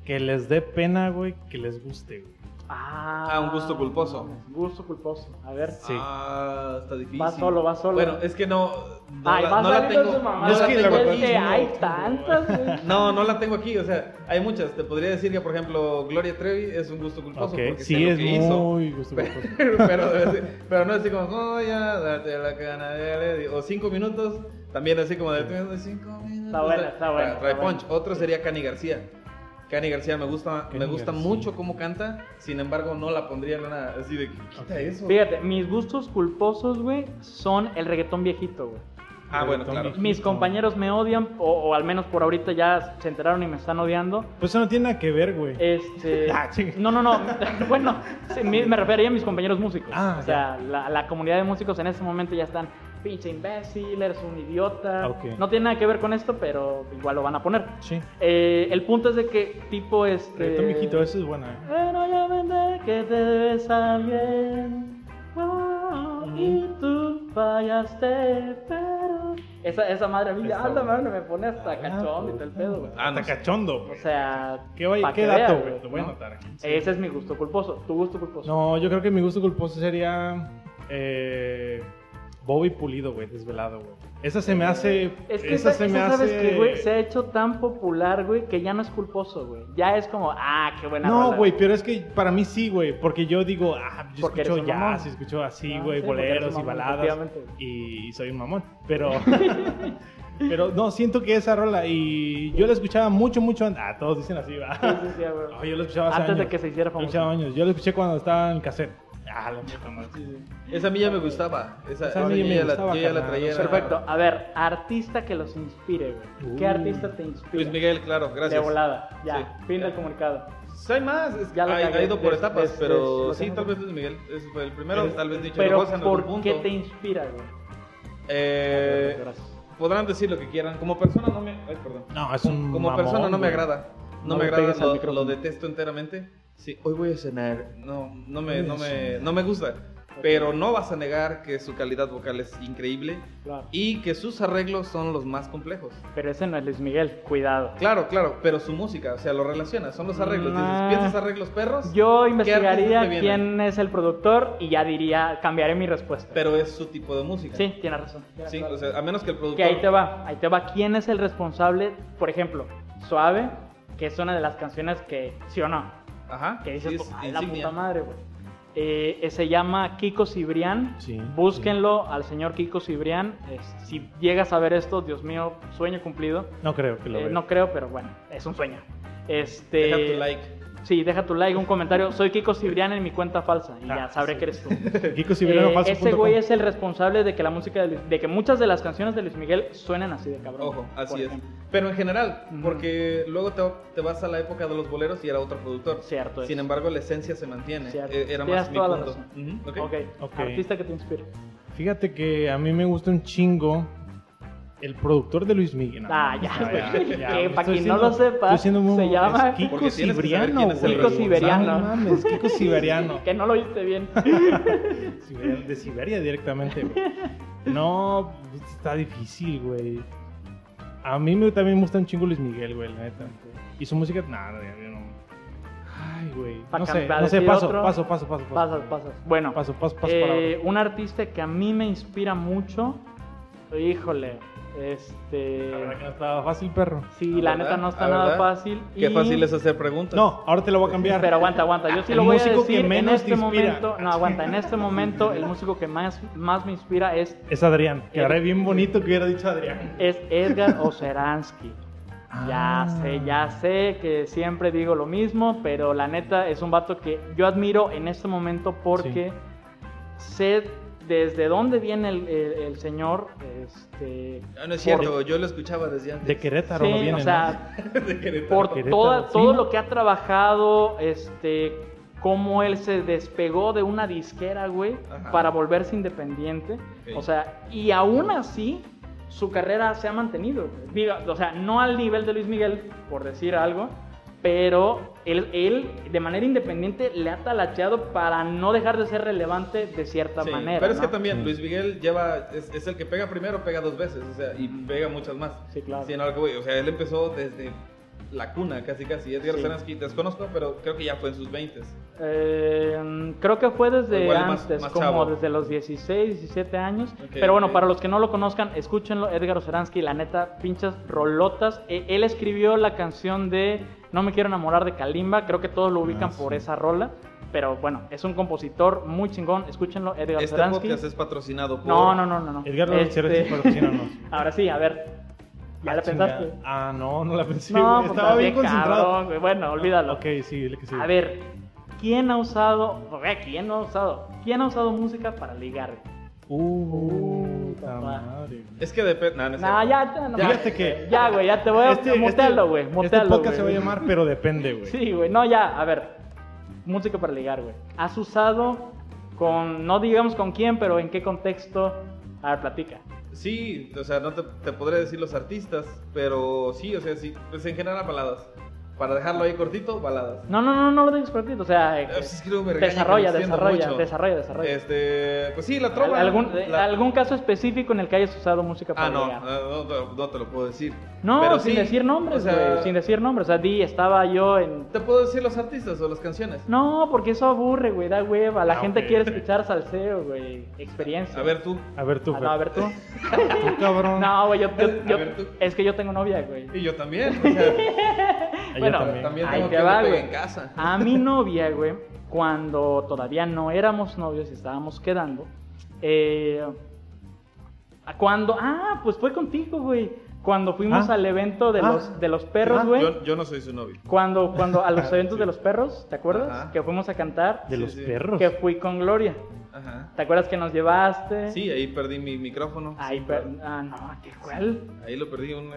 Speaker 2: Que les dé pena, güey, que les guste, güey.
Speaker 1: Ah,
Speaker 3: Ah, un gusto culposo.
Speaker 1: Gusto culposo. A ver.
Speaker 2: Sí.
Speaker 3: Ah, está difícil.
Speaker 1: Va solo, va solo.
Speaker 3: Bueno, es que no... no
Speaker 1: Ay,
Speaker 3: la-
Speaker 1: va
Speaker 3: no la
Speaker 1: saliendo
Speaker 3: tengo-
Speaker 1: su mamá.
Speaker 3: no
Speaker 2: es
Speaker 3: la
Speaker 2: que
Speaker 3: tengo
Speaker 2: la
Speaker 3: aquí.
Speaker 2: verdad-
Speaker 1: hay tantas. güey.
Speaker 3: No, no la tengo aquí, o sea, hay muchas. Te podría decir que, por ejemplo, Gloria Trevi es un gusto culposo.
Speaker 2: Ok,
Speaker 3: porque sé
Speaker 2: sí
Speaker 3: lo
Speaker 2: es
Speaker 3: que hizo.
Speaker 2: muy gustoso.
Speaker 3: pero, pero no es así como, no, ya, date la cana, dale", o cinco minutos, también así como de cinco minutos.
Speaker 1: Está buena, está buena,
Speaker 3: Trae- Trae
Speaker 1: está buena.
Speaker 3: punch. Otro sería Cani García. Cani García me gusta, me
Speaker 2: Cani
Speaker 3: gusta
Speaker 2: García.
Speaker 3: mucho cómo canta, sin embargo no la pondría en una así de quita eso.
Speaker 1: Fíjate, mis gustos culposos, güey, son el reggaetón viejito, güey.
Speaker 3: Ah, bueno, claro.
Speaker 1: Mis compañeros me odian, o, o al menos por ahorita ya se enteraron y me están odiando.
Speaker 2: Pues eso no tiene nada que ver, güey.
Speaker 1: Este,
Speaker 2: Ah, chinga.
Speaker 1: no, no, no. bueno, sí, me, me refería a mis compañeros músicos.
Speaker 2: Ah,
Speaker 1: o sea, la, la comunidad de músicos en este momento ya están, pinche imbécil, eres un idiota.
Speaker 2: Ah, Ok.
Speaker 1: No tiene nada que ver con esto, pero igual lo van a poner.
Speaker 2: Sí.
Speaker 1: Eh, el punto es de que tipo este...
Speaker 2: Reggaetón viejito, eso es buena. eh.
Speaker 1: Pero ya vendrá que te debes a alguien. Oh, y tú fallaste, pero... Esa, esa madre a mí,
Speaker 2: Está
Speaker 1: ah, la
Speaker 2: bueno.
Speaker 1: madre me pone hasta cachón y todo el pedo, güey.
Speaker 2: Ah, Hasta cachondo,
Speaker 1: O
Speaker 2: güey.
Speaker 1: sea,
Speaker 2: ¿Qué, vaya-
Speaker 1: pa'
Speaker 2: qué
Speaker 1: que
Speaker 2: dato,
Speaker 1: veas,
Speaker 2: güey? Lo voy a
Speaker 1: ¿no?
Speaker 2: anotar aquí.
Speaker 1: Ese es mi gusto culposo, tu gusto culposo.
Speaker 2: No, yo creo que mi gusto culposo sería eh, Bobby Pulido, güey, desvelado, güey. Esa se me hace.
Speaker 1: Es que
Speaker 2: esa
Speaker 1: esa-
Speaker 2: se me
Speaker 1: esa, sabes
Speaker 2: hace.
Speaker 1: que, güey, se ha hecho tan popular, güey, que ya no es culposo, güey. Ya es como, ah, qué buena rola,
Speaker 2: No, güey, pero es que para mí sí, güey, porque yo digo, ah, yo
Speaker 1: Porque eres
Speaker 2: escucho
Speaker 1: un mamón.
Speaker 2: jazz, y escucho así,
Speaker 1: Ah,
Speaker 2: güey,
Speaker 1: sí, porque eres
Speaker 2: boleros
Speaker 1: un
Speaker 2: y
Speaker 1: mamón,
Speaker 2: baladas,
Speaker 1: efectivamente.
Speaker 2: y, y soy un mamón, pero... pero no, siento que esa rola, y yo la escuchaba mucho, mucho antes, ah, todos dicen así, va.
Speaker 1: Sí, sí, sí, güey.
Speaker 2: No, yo la escuchaba hace
Speaker 1: Antes de
Speaker 2: años.
Speaker 1: que se hiciera
Speaker 2: Yo la
Speaker 1: famoso.
Speaker 2: escuchaba años, yo la escuché cuando estaba en cassette. Ah, la puta madre.
Speaker 3: Esa a mí ya me gustaba. Esa,
Speaker 2: Esa a mí
Speaker 3: yo
Speaker 2: me
Speaker 3: ya la-
Speaker 2: gustaba,
Speaker 3: yo ya la
Speaker 2: carnal.
Speaker 3: traía.
Speaker 1: Perfecto. A ver, artista que los inspire, güey. ¿Qué
Speaker 2: Uh.
Speaker 1: artista te inspira?
Speaker 3: Luis Miguel, claro,
Speaker 1: De
Speaker 3: gracias.
Speaker 1: volada, ya,
Speaker 3: Sí.
Speaker 1: fin del comunicado.
Speaker 3: Sí, hay más, es-
Speaker 1: Ya la
Speaker 3: ha,
Speaker 1: cagué.
Speaker 3: ha ido por
Speaker 1: Des-
Speaker 3: etapas,
Speaker 1: des-
Speaker 3: pero
Speaker 1: des-
Speaker 3: sí,
Speaker 1: lo
Speaker 3: tal
Speaker 1: tengo.
Speaker 3: vez Luis Miguel es fue el primero,
Speaker 2: Eres-
Speaker 3: tal vez dicho
Speaker 1: Pero,
Speaker 3: cosas en algún
Speaker 1: ¿por qué
Speaker 3: punto.
Speaker 1: te inspira, güey?
Speaker 3: Eh,
Speaker 1: Gracias.
Speaker 3: podrán decir lo que quieran, como persona no me, ay, perdón.
Speaker 2: No, es un
Speaker 3: Como
Speaker 2: mamón,
Speaker 3: persona no me
Speaker 2: güey.
Speaker 3: agrada, no,
Speaker 1: No
Speaker 3: me
Speaker 1: le
Speaker 3: agrada,
Speaker 1: pegues al
Speaker 3: lo,
Speaker 1: micrófono.
Speaker 3: lo detesto enteramente. Sí, hoy voy a cenar, no, no me,
Speaker 2: Voy a
Speaker 3: no me,
Speaker 2: cenar.
Speaker 3: no me gusta. Pero no vas a negar que su calidad vocal es increíble
Speaker 1: Claro.
Speaker 3: y que sus arreglos son los más complejos.
Speaker 1: Pero ese no es Luis Miguel, cuidado.
Speaker 3: Claro, claro, pero su música, o sea, lo relaciona, son los arreglos. Dices,
Speaker 1: Nah.
Speaker 3: ¿piensas arreglos perros?
Speaker 1: Yo
Speaker 3: artista
Speaker 1: investigaría
Speaker 3: te viene?
Speaker 1: quién es el productor y ya diría, cambiaré mi respuesta.
Speaker 3: Pero es su tipo de música.
Speaker 1: sí, tiene razón. tienes
Speaker 3: Sí,
Speaker 1: razón.
Speaker 3: o sea, a menos que el productor.
Speaker 1: que ahí te va, ahí te va. ¿Quién es el responsable? Por ejemplo, Suave, que es una de las canciones que, sí o no,
Speaker 3: Ajá.
Speaker 1: que dices,
Speaker 3: sí,
Speaker 1: tú,
Speaker 3: es
Speaker 1: "Ay, la
Speaker 3: insignia.
Speaker 1: puta madre, güey. Eh, eh, se llama Kiko Cibrián.
Speaker 2: Sí,
Speaker 1: Búsquenlo al señor Kiko Cibrián. Es- si llegas a ver esto, Dios mío, sueño cumplido.
Speaker 2: No creo que lo
Speaker 1: Eh,
Speaker 2: vea.
Speaker 1: no creo, pero bueno, es un sueño. Este,
Speaker 3: Deja tu like.
Speaker 1: Sí, deja tu like, un comentario. Soy Kiko Cibrián en mi cuenta falsa y ya
Speaker 2: Ah,
Speaker 1: sabré
Speaker 2: sí.
Speaker 1: que eres tú.
Speaker 2: Kiko
Speaker 1: Eh,
Speaker 2: Cibriano Falso
Speaker 1: ese
Speaker 2: punto com.
Speaker 1: güey es el responsable de que la música de, Luis- de que muchas de las canciones de Luis Miguel suenan así de cabrón.
Speaker 3: Ojo,
Speaker 1: por
Speaker 3: así es.
Speaker 1: ejemplo.
Speaker 3: Pero en general,
Speaker 1: Ujú.
Speaker 3: porque luego te, te vas a la época de los boleros y era otro productor.
Speaker 1: Cierto. es.
Speaker 3: Sin embargo, la esencia se mantiene.
Speaker 1: Cierto.
Speaker 3: Eh, Era
Speaker 1: Tienes
Speaker 3: más mi
Speaker 1: toda la
Speaker 3: punto.
Speaker 1: razón.
Speaker 3: Ujú, ok.
Speaker 1: Ok,
Speaker 2: Ok.
Speaker 1: Artista que te inspira.
Speaker 2: Fíjate que a mí me gusta un chingo el productor de Luis Miguel.
Speaker 1: Ah, ya, güey. Que
Speaker 2: me
Speaker 1: para
Speaker 2: estoy
Speaker 1: quien no lo sepa,
Speaker 2: estoy siendo
Speaker 1: se llama-
Speaker 2: es Kiko
Speaker 3: Porque tienes que saber
Speaker 2: Cibriano,
Speaker 3: quién es el
Speaker 2: güey.
Speaker 1: Kiko Siberiano.
Speaker 2: No mames, Kiko Siberiano.
Speaker 1: Que no lo oíste bien.
Speaker 2: Siberia- De Siberia directamente, güey. No, está difícil, güey. A mí me, también me gusta un chingo Luis Miguel, güey, la neta. Y su música, nada, no. Ay, güey.
Speaker 1: Pa'
Speaker 2: No sé,
Speaker 1: cantar,
Speaker 2: no sé,
Speaker 1: decir
Speaker 2: paso,
Speaker 1: otro.
Speaker 2: paso, paso, paso, paso.
Speaker 1: pasas, pasas. Bueno,
Speaker 2: Paso, paso, paso
Speaker 1: eh,
Speaker 2: para otro.
Speaker 1: un artista que a mí me inspira mucho. Híjole, este.
Speaker 2: La verdad que no estaba fácil, perro.
Speaker 1: Sí, la,
Speaker 3: La verdad,
Speaker 1: neta no está
Speaker 3: la
Speaker 1: nada
Speaker 3: verdad.
Speaker 1: fácil.
Speaker 3: Qué
Speaker 1: y-
Speaker 3: fácil es hacer preguntas.
Speaker 2: No, ahora te lo voy a cambiar.
Speaker 1: Pero aguanta, aguanta. Yo sí
Speaker 2: El
Speaker 1: lo voy a
Speaker 2: músico que
Speaker 1: decir. en
Speaker 2: menos
Speaker 1: este
Speaker 2: te inspira.
Speaker 1: momento, no aguanta. En este momento, el músico que más, más me inspira es,
Speaker 2: Es Adrián.
Speaker 1: Eh,
Speaker 2: Quedaría bien bonito que hubiera dicho Adrián.
Speaker 1: es Edgar Oceransky. Ya
Speaker 2: Ah.
Speaker 1: sé, ya sé que siempre digo lo mismo, pero la neta es un vato que yo admiro en este momento porque sé desde dónde viene el, el- el señor. Este,
Speaker 3: Ah, no es cierto, yo lo escuchaba desde antes.
Speaker 2: De Querétaro
Speaker 1: sí,
Speaker 2: no viene,
Speaker 1: o sea,
Speaker 3: Querétaro. de Querétaro.
Speaker 1: por
Speaker 2: Querétaro,
Speaker 1: toda-
Speaker 2: sí.
Speaker 1: todo lo que ha trabajado, este, cómo él se despegó de una disquera, güey,
Speaker 3: Ajá.
Speaker 1: para volverse independiente.
Speaker 3: Ok.
Speaker 1: O sea, y aún así, su carrera se ha mantenido. güey. Diga, o sea, no al nivel de Luis Miguel, por decir algo, pero él, él de manera independiente le ha talacheado para no dejar de ser relevante de cierta
Speaker 3: Sí,
Speaker 1: manera.
Speaker 3: Pero es que
Speaker 1: ¿no? Mm.
Speaker 3: también
Speaker 2: Sí.
Speaker 3: Luis Miguel lleva, es, es el que pega primero, pega dos veces, o sea, y pega muchas más.
Speaker 1: Sí, Mm. claro.
Speaker 3: Sí, no, lo que voy, O sea, él empezó desde la cuna, casi casi. Edgar
Speaker 1: Sí.
Speaker 3: Saransky, desconozco, pero creo que ya fue en sus 20.
Speaker 1: Eh, creo que fue desde
Speaker 3: Igual y más-
Speaker 1: antes,
Speaker 3: más
Speaker 1: como
Speaker 3: chavo.
Speaker 1: desde los 16, 17 años.
Speaker 3: Ok,
Speaker 1: Pero bueno,
Speaker 3: ok.
Speaker 1: para los que no lo conozcan, escúchenlo, Edgar Oceransky, la neta, pinchas rolotas. Eh, él escribió la canción de No me quiero enamorar de Kalimba, creo que todos lo ubican
Speaker 2: Ah,
Speaker 1: por
Speaker 2: sí.
Speaker 1: esa rola. Pero bueno, es un compositor muy chingón, escúchenlo, Edgar
Speaker 3: Este
Speaker 1: Oceransky.
Speaker 3: podcast es patrocinado por.
Speaker 1: No, no, no, no. no.
Speaker 2: Edgar Lorenzero
Speaker 1: Este,
Speaker 2: es patrocínanos.
Speaker 1: Ahora sí, a ver, ya la
Speaker 2: Ah, chingada.
Speaker 1: pensaste.
Speaker 2: Ah, no, no la pensé.
Speaker 1: no,
Speaker 2: güey.
Speaker 1: pues
Speaker 2: Estaba
Speaker 1: estás
Speaker 2: bien
Speaker 1: bien
Speaker 2: concentrado.
Speaker 1: cabrón, güey. Bueno, olvídalo.
Speaker 2: Ok, sí, dile que sí.
Speaker 1: A ver, ¿quién ha usado, güey, quién no ha usado, quién ha usado música para ligar?
Speaker 2: Uh,
Speaker 1: Puta
Speaker 2: ta
Speaker 1: madre.
Speaker 2: madre. güey.
Speaker 3: Es que depende. No, no es
Speaker 1: No,
Speaker 3: cierto.
Speaker 1: ya, ya, no,
Speaker 2: Ya.
Speaker 1: mames.
Speaker 2: Fíjate que-
Speaker 1: ya, güey, ya te voy a mutealo, güey,
Speaker 2: este
Speaker 1: mutealo,
Speaker 2: podcast
Speaker 1: güey.
Speaker 2: se va a llamar, pero depende, güey.
Speaker 1: Sí, güey, no, ya, a ver, música para ligar, güey. ¿Has usado con, no digamos con quién, pero en qué contexto? A ver, platica.
Speaker 3: Sí, o sea, no te, te podré decir los artistas, pero sí, o sea, sí. Pues en general, baladas. Para dejarlo ahí cortito, baladas.
Speaker 1: No, no, no, no lo dejes perdido, o sea, eh,
Speaker 3: Eh, pues, es que luego me regañan que
Speaker 1: desarrolla,
Speaker 3: me extiendo
Speaker 1: desarrolla,
Speaker 3: mucho.
Speaker 1: desarrolla, desarrolla.
Speaker 3: Este, pues sí, la trova.
Speaker 1: ¿Algún, eh,
Speaker 3: la-
Speaker 1: ¿Algún caso específico en el que hayas usado música para
Speaker 3: Ah, no,
Speaker 1: ligar?
Speaker 3: no, no, no te lo puedo decir.
Speaker 1: No,
Speaker 3: Pero
Speaker 1: sin
Speaker 3: sí,
Speaker 1: decir nombres,
Speaker 3: o sea,
Speaker 1: güey, sin decir nombres. O sea, di, estaba yo en...
Speaker 3: ¿Te puedo decir los artistas o las canciones?
Speaker 1: No, porque eso aburre, güey, da hueva. La
Speaker 2: Ah,
Speaker 1: gente
Speaker 2: ok.
Speaker 1: quiere escuchar salseo, güey. Experiencia.
Speaker 3: A ver tú.
Speaker 2: A ver tú,
Speaker 1: Ah, no, a
Speaker 2: Fer.
Speaker 1: ver tú.
Speaker 2: Tú, cabrón.
Speaker 1: No, güey, yo, yo-
Speaker 3: A
Speaker 1: yo-
Speaker 3: ver tú.
Speaker 1: Es que yo tengo novia, güey.
Speaker 3: Y yo también. O sea,
Speaker 2: Ella
Speaker 1: bueno,
Speaker 2: también.
Speaker 3: también
Speaker 1: Ahí
Speaker 3: tengo
Speaker 1: te
Speaker 3: que
Speaker 1: va,
Speaker 3: me pegue
Speaker 1: güey. Ah,
Speaker 3: en casa.
Speaker 1: A mi novia, güey, cuando todavía no éramos novios y estábamos quedando, eh, cuando, ah, pues fue contigo, güey, cuando fuimos
Speaker 2: Ah.
Speaker 1: al evento de,
Speaker 2: Ah.
Speaker 1: los, de los perros,
Speaker 2: Ah,
Speaker 1: güey,
Speaker 3: Yo, yo no soy su novio.
Speaker 1: cuando, cuando a los eventos de los perros, ¿te acuerdas?
Speaker 3: Ajá.
Speaker 1: Que fuimos a cantar,
Speaker 2: De
Speaker 3: Sí,
Speaker 2: los
Speaker 3: sí.
Speaker 2: perros.
Speaker 1: que fui con Gloria.
Speaker 3: Ajá.
Speaker 1: ¿Te acuerdas que nos llevaste?
Speaker 3: Sí, ahí perdí mi micrófono.
Speaker 1: Ay,
Speaker 3: Sí,
Speaker 1: pero,
Speaker 3: claro.
Speaker 1: ah, no, ¿qué cuál?
Speaker 3: Ahí lo perdí. Un, un-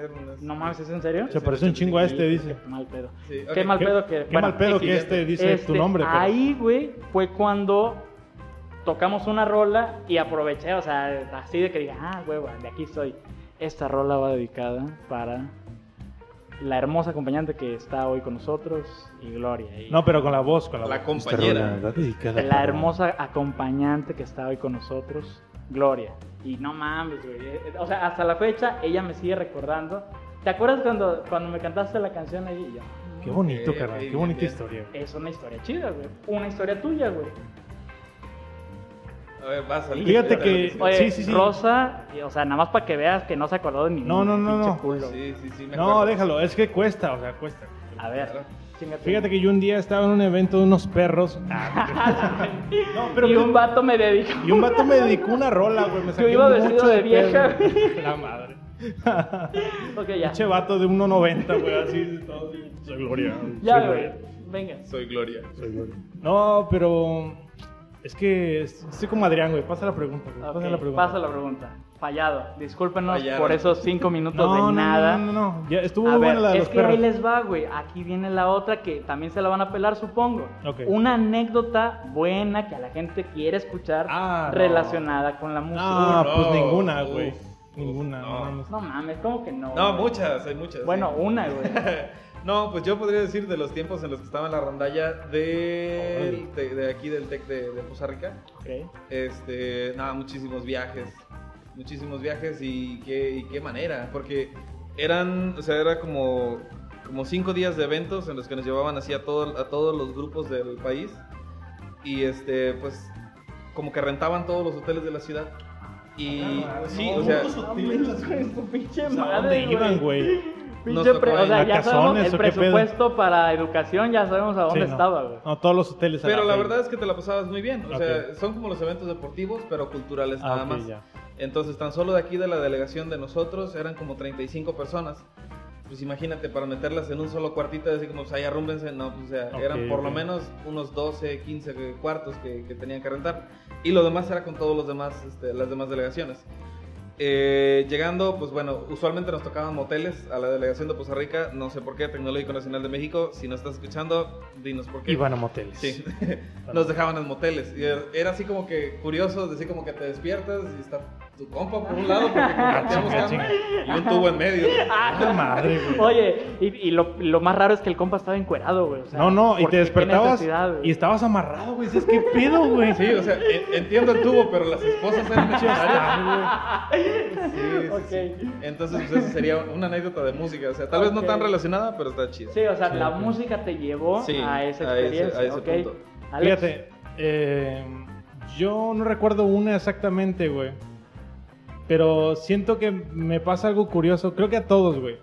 Speaker 1: No mames, ¿es en serio?
Speaker 2: Se parece un chingo a este, dice.
Speaker 1: Qué mal pedo.
Speaker 3: Sí, ok.
Speaker 1: Qué mal
Speaker 2: Qué,
Speaker 1: pedo que...
Speaker 2: qué
Speaker 1: bueno,
Speaker 2: mal pedo que
Speaker 3: siguiente.
Speaker 2: este dice
Speaker 1: este,
Speaker 2: tu nombre, pero...
Speaker 1: Ahí, güey, fue cuando tocamos una rola y aproveché, o sea, así de que dije, ah, huevo, de aquí soy. Esta rola va dedicada para la hermosa acompañante que está hoy con nosotros y Gloria. y-
Speaker 2: No, pero con la voz, con Este la,
Speaker 3: La
Speaker 2: voz.
Speaker 3: compañera.
Speaker 1: la hermosa acompañante que está hoy con nosotros, Gloria. Y no mames, güey. eh, eh, O sea, hasta la fecha ella me sigue recordando. ¿Te acuerdas cuando, cuando me cantaste la canción ahí? Y yo,
Speaker 2: Qué bonito,
Speaker 3: Ok,
Speaker 2: carnal.
Speaker 3: ok,
Speaker 2: Qué
Speaker 3: bien,
Speaker 2: bonita
Speaker 3: bien.
Speaker 2: historia. güey.
Speaker 1: es una historia chida, güey. Una historia tuya, güey.
Speaker 3: A ver, vas al-
Speaker 2: Fíjate
Speaker 3: espérate,
Speaker 2: que-
Speaker 3: sí.
Speaker 1: Oye,
Speaker 2: Sí, sí, sí.
Speaker 1: Rosa, y, o sea, nada más para que veas que no se acordó de mi
Speaker 2: No, no, no,
Speaker 1: pinche
Speaker 2: no.
Speaker 1: culo.
Speaker 3: Sí, sí, sí. me
Speaker 2: No,
Speaker 3: acuerdo.
Speaker 2: déjalo. Es que cuesta, o sea, cuesta.
Speaker 1: A ver,
Speaker 3: Claro.
Speaker 1: sigue Chingate.
Speaker 2: Fíjate que yo un día estaba en un evento de unos perros. Ah, no, pero
Speaker 1: y un vato me dedicó.
Speaker 2: Y un vato me dedicó una rola, güey. Me saqué
Speaker 1: iba
Speaker 2: mucho
Speaker 1: vestido de vieja,
Speaker 2: pedo.
Speaker 1: güey.
Speaker 2: La madre.
Speaker 1: Ok, ya.
Speaker 2: Pinche vato de 1.90, güey, así de todo. así, Soy Gloria.
Speaker 1: Ya,
Speaker 2: soy
Speaker 1: güey.
Speaker 2: Gloria,
Speaker 1: Venga.
Speaker 3: Soy Gloria.
Speaker 2: soy Gloria. No, pero. Es que es- estoy como Adrián, güey. Pasa la pregunta, güey.
Speaker 1: Ok,
Speaker 2: Pasa la pregunta.
Speaker 1: Pasa la pregunta. Fallado. Discúlpenos
Speaker 3: Fallaron.
Speaker 1: por esos cinco minutos
Speaker 2: No, no,
Speaker 1: de nada.
Speaker 2: No, no, no, no. Ya estuvo
Speaker 1: A
Speaker 2: muy
Speaker 1: ver,
Speaker 2: buena la de
Speaker 1: es
Speaker 2: los
Speaker 1: que
Speaker 2: perros.
Speaker 1: ahí les va, güey. Aquí viene la otra que también se la van a pelar, supongo.
Speaker 2: Ok.
Speaker 1: Una anécdota buena que a la gente quiere escuchar
Speaker 2: Ah, no.
Speaker 1: relacionada con la música.
Speaker 2: Ah,
Speaker 3: no.
Speaker 2: pues ninguna, güey.
Speaker 3: Uf,
Speaker 2: Ninguna.
Speaker 3: uf,
Speaker 2: no
Speaker 3: no.
Speaker 2: mames.
Speaker 1: No mames, ¿cómo que no?
Speaker 3: No,
Speaker 1: güey?
Speaker 3: muchas, hay muchas.
Speaker 1: Bueno,
Speaker 3: sí.
Speaker 1: una, güey.
Speaker 3: No, pues yo podría decir de los tiempos en los que estaba en la randalla de, de, de aquí del TEC de, de Poza Rica.
Speaker 1: Ok.
Speaker 3: Este, nada, muchísimos viajes. Muchísimos viajes y qué, y qué manera. Porque eran, o sea, era como, como cinco días de eventos en los que nos llevaban así a, todo, a todos los grupos del país. Y este, pues, como que rentaban todos los hoteles de la ciudad. Y
Speaker 2: Ah,
Speaker 3: sí, o sea,
Speaker 1: Tu pinche
Speaker 2: O sea, ¿a
Speaker 1: madre,
Speaker 2: ¿Dónde iban, güey?
Speaker 1: Pinche
Speaker 3: Nos tocó
Speaker 1: pre- o
Speaker 3: en
Speaker 1: sea, ya sabemos
Speaker 2: vacaciones,
Speaker 1: el
Speaker 2: ¿o qué pedo?
Speaker 1: presupuesto para educación, ya sabemos a dónde
Speaker 2: Sí, no.
Speaker 1: estaba, güey.
Speaker 2: No, todos los hoteles. a
Speaker 3: Pero la
Speaker 2: fecha.
Speaker 3: verdad es que te la pasabas muy bien. O sea,
Speaker 2: Ok.
Speaker 3: son como los eventos deportivos, pero culturales
Speaker 2: Ah,
Speaker 3: nada
Speaker 2: ok,
Speaker 3: más.
Speaker 2: ya.
Speaker 3: Entonces, tan solo de aquí de la delegación de nosotros eran como 35 personas. Pues imagínate, para meterlas en un solo cuartito, así como, pues ahí arrúmbense. No, pues, o sea,
Speaker 2: Ok,
Speaker 3: eran por lo
Speaker 2: ok.
Speaker 3: menos unos 12, 15 cuartos que, que tenían que rentar. Y lo demás era con todos los demás, este, las demás delegaciones. Eh, llegando, pues bueno, usualmente nos tocaban moteles a la delegación de Poza Rica. No sé por qué, Tecnológico Nacional de México. Si nos estás escuchando, dinos por qué.
Speaker 2: Iban a moteles.
Speaker 3: Sí. Nos dejaban en moteles. Y era- era así como que curioso, así como que te despiertas y está tu compa por un lado porque
Speaker 1: Ah,
Speaker 3: compartíamos
Speaker 2: chinga,
Speaker 3: cama y un tubo en medio.
Speaker 2: Ah, madre, güey.
Speaker 1: Oye, y, y lo, lo más raro es que el compa estaba encuerado, güey. o sea,
Speaker 2: No, no, y
Speaker 1: ¿por qué?
Speaker 2: te
Speaker 1: ¿Qué
Speaker 2: despertabas
Speaker 1: necesidad, güey?
Speaker 2: y estabas amarrado, güey. Dices, ¿qué pedo, güey?
Speaker 3: Sí, o sea, e- entiendo el tubo, pero las esposas eran necesarias. Sí, sí, sí.
Speaker 1: Ok.
Speaker 3: Entonces, pues, esa sería una anécdota de música. O sea, tal vez no
Speaker 1: Ok.
Speaker 3: tan relacionada, pero está chida.
Speaker 1: Sí, o sea,
Speaker 2: Sí,
Speaker 1: la
Speaker 2: ok.
Speaker 1: música te llevó
Speaker 3: Sí,
Speaker 1: a esa
Speaker 3: a ese-
Speaker 1: experiencia,
Speaker 3: a ese
Speaker 1: ok.
Speaker 3: punto.
Speaker 1: Alex,
Speaker 2: Fíjate, eh, yo no recuerdo una exactamente, güey. Pero siento que me pasa algo curioso. Creo que a todos, güey.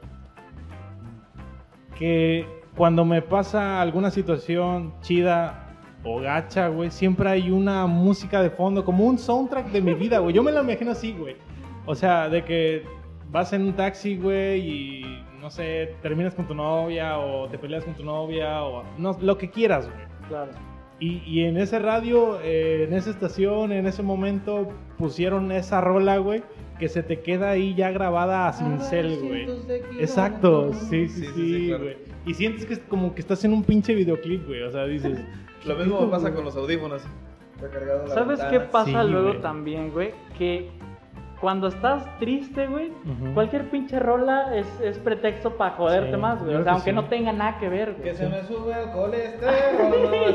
Speaker 2: Que cuando me pasa alguna situación chida o gacha, güey, siempre hay una música de fondo, como un soundtrack de mi vida, güey. Yo me la imagino así, güey. O sea, de que vas en un taxi, güey, y no sé, terminas con tu novia o te peleas con tu novia o no, lo que quieras, güey.
Speaker 1: Claro.
Speaker 2: Y, y en ese radio, eh, en esa estación, en ese momento, pusieron esa rola, güey, que se te queda ahí ya grabada a cincel, güey. Exacto,
Speaker 3: Sí,
Speaker 2: sí, sí,
Speaker 3: sí, sí,
Speaker 2: sí,
Speaker 3: claro.
Speaker 2: güey. Y sientes que es como que estás en un pinche videoclip, güey. O sea, dices.
Speaker 3: Lo mismo pasa con los audífonos. recargado en la
Speaker 1: ¿Sabes qué
Speaker 3: ventana.
Speaker 1: pasa
Speaker 2: Sí,
Speaker 1: luego
Speaker 2: güey.
Speaker 1: también, güey? Que cuando estás triste, güey,
Speaker 2: Ujú.
Speaker 1: cualquier pinche rola es, es pretexto para joderte
Speaker 2: Sí,
Speaker 1: más, güey.
Speaker 2: yo
Speaker 1: O sea,
Speaker 2: creo que
Speaker 1: aunque
Speaker 2: sí.
Speaker 1: no tenga nada que ver, güey.
Speaker 3: Que se me sube el colesterol.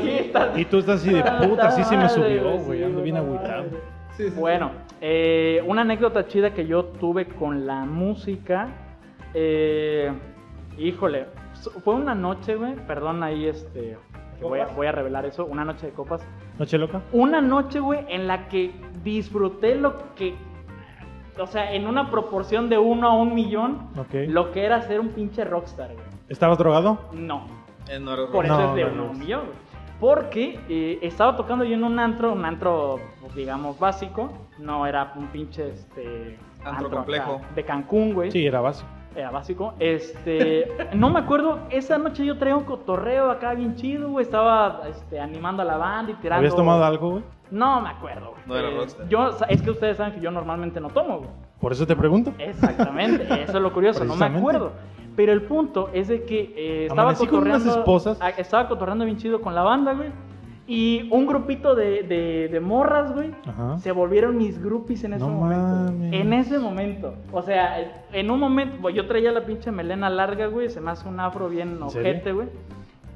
Speaker 1: Sí, estás-
Speaker 2: Y tú estás así de puta, sí se me
Speaker 1: Ah, Madre,
Speaker 2: subió,
Speaker 1: sí,
Speaker 2: güey. Ando bien
Speaker 1: no
Speaker 2: agüitado.
Speaker 1: mames.
Speaker 3: Sí, sí, sí.
Speaker 1: Bueno, eh, una anécdota chida que yo tuve con la música. eh, híjole, so- fue una noche, güey. Perdón, ahí este. que Voy a,
Speaker 3: ¿Copas?
Speaker 1: voy a revelar eso. Una noche de copas.
Speaker 2: ¿Noche loca?
Speaker 1: Una noche, güey, en la que disfruté lo que. O sea, en una proporción de uno a un millón.
Speaker 2: Ok.
Speaker 1: Lo que era ser un pinche rockstar, güey.
Speaker 2: ¿Estabas drogado?
Speaker 1: No.
Speaker 3: Eh, no, era
Speaker 1: Por eso
Speaker 2: No,
Speaker 1: es de
Speaker 2: no,
Speaker 1: uno
Speaker 2: no.
Speaker 1: un millón, güey. Porque eh, estaba tocando yo en un antro, un antro, pues, digamos, básico. No era un pinche, este...
Speaker 3: Antro complejo.
Speaker 1: acá De Cancún, güey.
Speaker 2: Sí, era básico.
Speaker 1: Era básico. Este... no me acuerdo, esa noche yo traía un cotorreo acá bien chido, güey. Estaba, este, animando a la banda y tirando...
Speaker 2: ¿Habías tomado algo, güey?
Speaker 1: No me acuerdo, güey.
Speaker 3: No era
Speaker 1: Eh,
Speaker 3: rockstar.
Speaker 1: Yo, es que ustedes saben que yo normalmente no tomo, güey.
Speaker 2: Por eso te pregunto.
Speaker 1: Eh, Exactamente, eso es lo curioso, no me
Speaker 2: Precisamente.
Speaker 1: acuerdo. Pero el punto es de que eh, estaba
Speaker 2: Amanecí con unas
Speaker 1: cotorreando,
Speaker 2: esposas.
Speaker 1: a- estaba cotorreando bien chido con la banda, güey. Y un grupito de, de- de morras, güey,
Speaker 2: Ajá.
Speaker 1: se volvieron mis groupies en ese
Speaker 2: No
Speaker 1: momento. güey.
Speaker 2: mames.
Speaker 1: En ese momento. O sea, en un momento, güey, yo traía la pinche melena larga, güey, se me hace un afro bien
Speaker 2: ¿En serio?
Speaker 1: ojete, güey.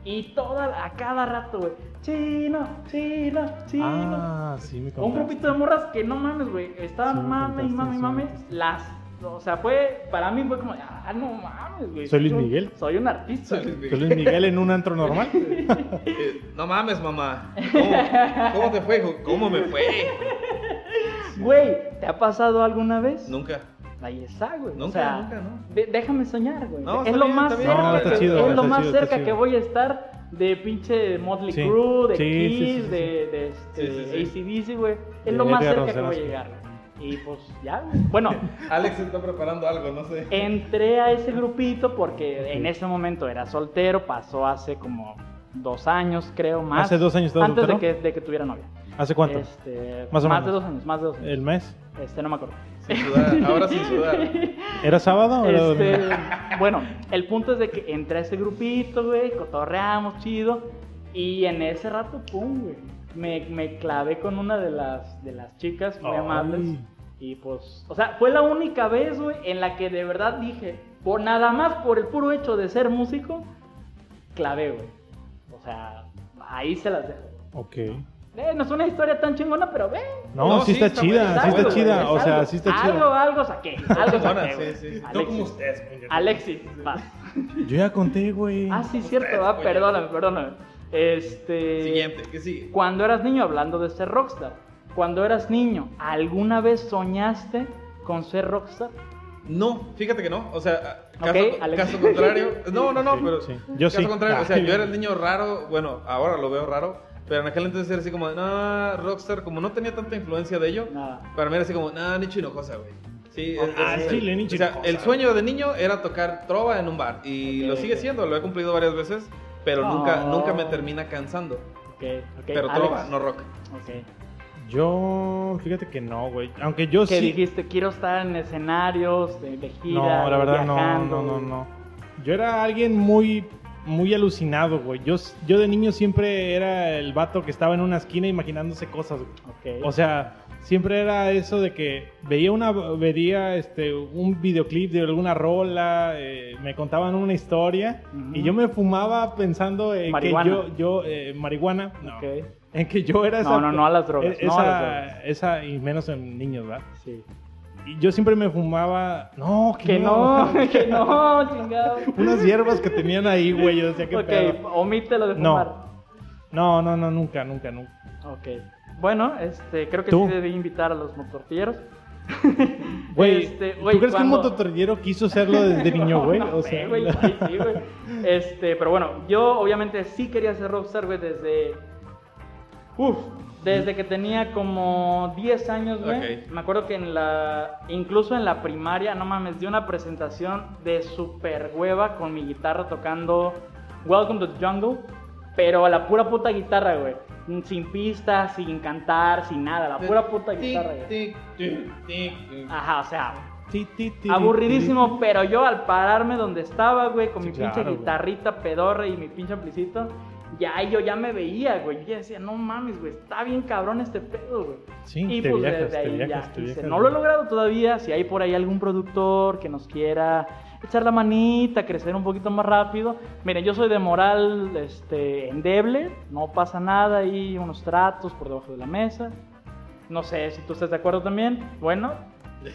Speaker 1: Y toda, a cada rato, güey, chino, chino, chino.
Speaker 2: Ah, sí, me
Speaker 1: Un
Speaker 2: contaste.
Speaker 1: grupito de morras que no mames, güey. Estaban
Speaker 2: Sí, me
Speaker 1: mame y
Speaker 2: contaste,
Speaker 1: mame y
Speaker 2: sí,
Speaker 1: mame.
Speaker 2: me contaste.
Speaker 1: Las. O sea, fue. Para mí fue como. Ah, no mames, güey.
Speaker 2: ¿Soy Luis
Speaker 1: un-
Speaker 2: Miguel?
Speaker 1: Soy un artista. güey.
Speaker 2: ¿Tú Pues, Luis Miguel en un antro normal?
Speaker 3: Eh, No mames, mamá. ¿Cómo, cómo te fue, hijo? ¿Cómo me fue?
Speaker 1: Güey, ¿te ha pasado alguna vez?
Speaker 3: Nunca.
Speaker 1: Ahí está, güey.
Speaker 3: Nunca,
Speaker 1: o sea,
Speaker 3: nunca, ¿no?
Speaker 1: de- déjame soñar, güey.
Speaker 3: No,
Speaker 1: es
Speaker 3: está
Speaker 1: lo
Speaker 3: bien,
Speaker 1: más
Speaker 3: está bien.
Speaker 1: cerca,
Speaker 3: No, está
Speaker 1: güey.
Speaker 3: chido,
Speaker 1: es
Speaker 2: güey,
Speaker 1: lo
Speaker 2: está
Speaker 1: más
Speaker 2: chido, está
Speaker 1: cerca
Speaker 2: chido.
Speaker 1: que voy a estar de pinche Motley
Speaker 2: Sí.
Speaker 1: Crue, de
Speaker 2: Sí, sí,
Speaker 1: Kiss,
Speaker 2: sí, sí, sí.
Speaker 1: de, de este,
Speaker 3: Sí, sí, sí.
Speaker 1: AC/DC, güey. Es
Speaker 2: De
Speaker 1: lo más
Speaker 2: Edgar
Speaker 1: cerca que voy a
Speaker 2: Rosales.
Speaker 1: llegar. güey. Y pues ya, güey. Bueno,
Speaker 3: Alex está preparando algo, no sé.
Speaker 1: Eh, entré a ese grupito porque en ese momento era soltero, pasó hace como dos años, creo, más.
Speaker 2: ¿Hace dos años estabas
Speaker 1: Antes de que,
Speaker 2: soltero?
Speaker 1: de que tuviera novia.
Speaker 2: ¿Hace cuánto?
Speaker 1: Este,
Speaker 2: Más o
Speaker 1: de
Speaker 2: menos. Eh.
Speaker 1: dos años, más de dos años.
Speaker 2: ¿El mes?
Speaker 1: Este, no me acuerdo.
Speaker 3: Sin sudar, ahora sin sudar.
Speaker 2: ¿Era sábado o era
Speaker 1: Este,
Speaker 2: domingo?
Speaker 1: bueno, el punto es de que entré a ese grupito, güey, cotorreamos, chido. Y en ese rato, pum, güey. Me, me clavé con una de las, de las chicas muy
Speaker 2: Ay.
Speaker 1: amables. Y pues, o sea, fue la única vez, güey, en la que de verdad dije, por nada más por el puro hecho de ser músico, clavé, güey. O sea, ahí se las dejo.
Speaker 2: Ok.
Speaker 1: Eh, no es una historia tan chingona, pero ve.
Speaker 2: No,
Speaker 3: No,
Speaker 2: sí,
Speaker 3: sí
Speaker 2: está,
Speaker 3: está
Speaker 2: chida,
Speaker 3: buena,
Speaker 2: Ah, sí está
Speaker 3: algo,
Speaker 2: chida.
Speaker 1: güey,
Speaker 2: O sea,
Speaker 1: algo-
Speaker 2: sí está
Speaker 1: Algo,
Speaker 2: chida.
Speaker 1: algo saqué. Algo
Speaker 3: Ahora,
Speaker 1: saqué,
Speaker 3: sí,
Speaker 1: güey.
Speaker 3: sí, sí. No
Speaker 1: Alexis.
Speaker 3: como
Speaker 1: Alexis, vas.
Speaker 2: Yo ya conté, güey.
Speaker 1: Ah, sí, cierto,
Speaker 3: Ustedes,
Speaker 1: ah,
Speaker 3: oye.
Speaker 1: perdóname, perdóname. Este.
Speaker 3: Siguiente, ¿qué sigue?
Speaker 1: Cuando eras niño, hablando de ser rockstar, cuando eras niño, ¿alguna vez soñaste con ser rockstar?
Speaker 3: No, fíjate que no. O sea, ah,
Speaker 1: Ok,
Speaker 3: caso,
Speaker 1: Alex.
Speaker 3: caso contrario. No, no, no,
Speaker 2: Sí,
Speaker 3: pero.
Speaker 2: sí. Yo
Speaker 3: caso
Speaker 2: sí. Ah.
Speaker 3: contrario. O sea,
Speaker 2: Ay.
Speaker 3: yo era el niño raro. Bueno, ahora lo veo raro. Pero en aquel entonces era así como, no, Rockstar, como no tenía tanta influencia de ello,
Speaker 1: Nada.
Speaker 3: para mí era así como, no, Nicho Hinojosa, güey. Sí, es-
Speaker 2: Ah,
Speaker 3: es-
Speaker 2: chile, Nicho
Speaker 3: O sea,
Speaker 2: Hinojosa.
Speaker 3: el sueño de niño era tocar trova en un bar. Y
Speaker 1: Ok,
Speaker 3: lo sigue
Speaker 1: ok.
Speaker 3: siendo, lo he cumplido varias veces, pero nunca,
Speaker 1: Oh.
Speaker 3: nunca me termina cansando.
Speaker 1: Ok, ok.
Speaker 3: Pero
Speaker 1: Alex,
Speaker 3: trova, no rock.
Speaker 1: Ok.
Speaker 2: Yo, fíjate que no, güey. Aunque yo
Speaker 1: Que
Speaker 2: Pues sí.
Speaker 1: dijiste, quiero estar en escenarios de, de gira.
Speaker 2: No, la verdad no,
Speaker 1: viajando.
Speaker 2: no, no, no. Yo era alguien muy, muy alucinado, güey. Yo, yo de niño siempre era el vato que estaba en una esquina imaginándose cosas, güey.
Speaker 1: Ok.
Speaker 2: O sea, siempre era eso de que veía una veía este un videoclip de alguna rola, eh, me contaban una historia
Speaker 1: Ujú.
Speaker 2: y yo me fumaba pensando en
Speaker 1: Marihuana.
Speaker 2: que yo yo eh, marihuana, no,
Speaker 1: Ok.
Speaker 2: en que yo era
Speaker 1: No,
Speaker 2: esa
Speaker 1: no, no a las drogas,
Speaker 2: e-
Speaker 1: no
Speaker 2: esa,
Speaker 1: a las drogas.
Speaker 2: esa y menos en niños, ¿verdad?
Speaker 1: Sí.
Speaker 2: Y yo siempre me fumaba, no, que,
Speaker 1: Que no, que no, chingado.
Speaker 2: unas hierbas que tenían ahí, güey, yo decía que
Speaker 1: Ok,
Speaker 2: pedo.
Speaker 1: omítelo de
Speaker 2: No.
Speaker 1: fumar.
Speaker 2: No, no, no, nunca, nunca, nunca.
Speaker 1: Ok. Bueno, este, creo que
Speaker 2: Tú.
Speaker 1: sí debí invitar a los motortilleros.
Speaker 2: Güey,
Speaker 1: Este,
Speaker 2: ¿tú
Speaker 1: güey,
Speaker 2: crees
Speaker 1: cuando-
Speaker 2: que un mototorillero quiso hacerlo desde niño, güey?
Speaker 1: No
Speaker 2: o
Speaker 1: sé,
Speaker 2: sea,
Speaker 1: güey, sí, sí, güey. Este, pero bueno, yo obviamente sí quería ser rockstar, güey, desde. Uf, desde que tenía como 10 años, güey.
Speaker 3: Ok.
Speaker 1: Me acuerdo que en la. Incluso en la primaria, no mames, di una presentación de super hueva con mi guitarra tocando Welcome to the Jungle, pero a la pura puta guitarra, güey. Sin pistas, sin cantar, sin nada, la pura puta guitarra, Ah, güey.
Speaker 3: Tic, tic, tic, tic.
Speaker 1: Ajá, o sea,
Speaker 2: Ti, ti, ti,
Speaker 1: Aburridísimo, pero yo al pararme donde estaba, güey, con mi
Speaker 2: Sí, claro,
Speaker 1: pinche
Speaker 2: güey.
Speaker 1: guitarrita pedorra y mi pinche amplicito, ya ahí yo ya me veía, güey. Yo ya decía, no mames, güey, está bien cabrón este pedo, güey.
Speaker 2: Sí, te
Speaker 1: pues,
Speaker 2: viajas, te viajas, te
Speaker 1: quise.
Speaker 2: viajas,
Speaker 1: No lo he
Speaker 2: güey.
Speaker 1: logrado todavía. Si hay por ahí algún productor que nos quiera echar la manita, crecer un poquito más rápido. Miren, yo soy de moral este, endeble, no pasa nada, hay unos tratos por debajo de la mesa. No sé si tú estás de acuerdo también. Bueno,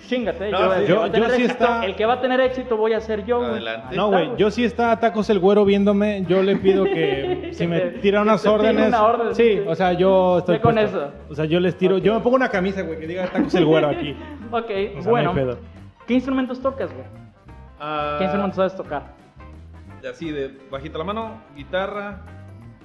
Speaker 1: chingate.
Speaker 3: No,
Speaker 1: yo,
Speaker 3: sí.
Speaker 1: el que va a
Speaker 2: Yo-
Speaker 1: tener
Speaker 2: yo sí
Speaker 1: éxito-
Speaker 2: está-
Speaker 1: El que va a tener éxito voy a ser yo, güey.
Speaker 3: Adelante.
Speaker 1: Ahí
Speaker 2: No,
Speaker 1: está,
Speaker 2: güey, yo sí está Tacos el Güero viéndome, yo le pido que si me tira unas
Speaker 1: Que te tire
Speaker 2: órdenes.
Speaker 1: una orden,
Speaker 2: sí,
Speaker 1: sí.
Speaker 2: o sea, yo estoy
Speaker 1: Ya con
Speaker 2: puesto.
Speaker 1: eso.
Speaker 2: O sea, yo les tiro,
Speaker 1: Ok.
Speaker 2: yo me pongo una camisa, güey, que diga Tacos el Güero aquí.
Speaker 1: Ok,
Speaker 2: O sea, no
Speaker 1: bueno.
Speaker 2: hay pedo.
Speaker 1: ¿Qué instrumentos tocas, güey?
Speaker 3: Ah,
Speaker 1: ¿Qué instrumentos sabes tocar?
Speaker 3: Así de bajita la mano, guitarra,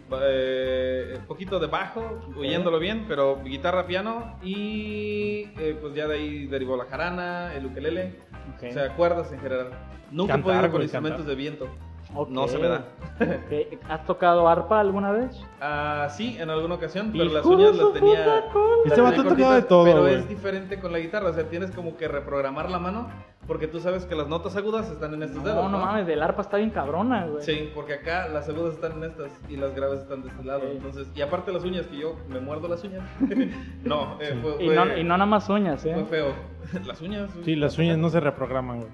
Speaker 3: ba- eh, poquito de bajo, oyéndolo bien, pero guitarra, piano y eh, pues ya de ahí derivó la jarana, el ukelele,
Speaker 1: Ok.
Speaker 3: o sea, cuerdas en general. Nunca he
Speaker 2: Cantar,
Speaker 3: podido con
Speaker 2: güey,
Speaker 3: instrumentos
Speaker 2: cantar.
Speaker 3: de viento.
Speaker 1: Ok.
Speaker 3: No se me da.
Speaker 1: Ok, ¿Has tocado arpa alguna vez?
Speaker 3: Ah, sí, en alguna ocasión, pero
Speaker 1: Hijo
Speaker 3: las
Speaker 1: de
Speaker 3: uñas
Speaker 1: su
Speaker 3: las tenía.
Speaker 1: puta cola.
Speaker 3: las
Speaker 2: Este
Speaker 3: tenía
Speaker 2: vato tocaba
Speaker 3: cortitas,
Speaker 2: de todo,
Speaker 3: Pero
Speaker 2: güey.
Speaker 3: es diferente con la guitarra, o sea, tienes como que reprogramar la mano porque tú sabes que las notas agudas están en estos dedos.
Speaker 1: No, no mames, del arpa está bien cabrona, güey.
Speaker 3: Sí, porque acá las agudas están en estas y las graves están de este lado.
Speaker 1: Ok.
Speaker 3: Entonces, y aparte las uñas, que yo me muerdo las uñas. no, eh,
Speaker 2: Sí.
Speaker 3: fue,
Speaker 1: Y
Speaker 3: fue-
Speaker 1: no, y no nada más uñas,
Speaker 3: fue
Speaker 1: ¿eh?
Speaker 3: feo. las uñas.
Speaker 2: Sí, las uñas no se reprograman, güey.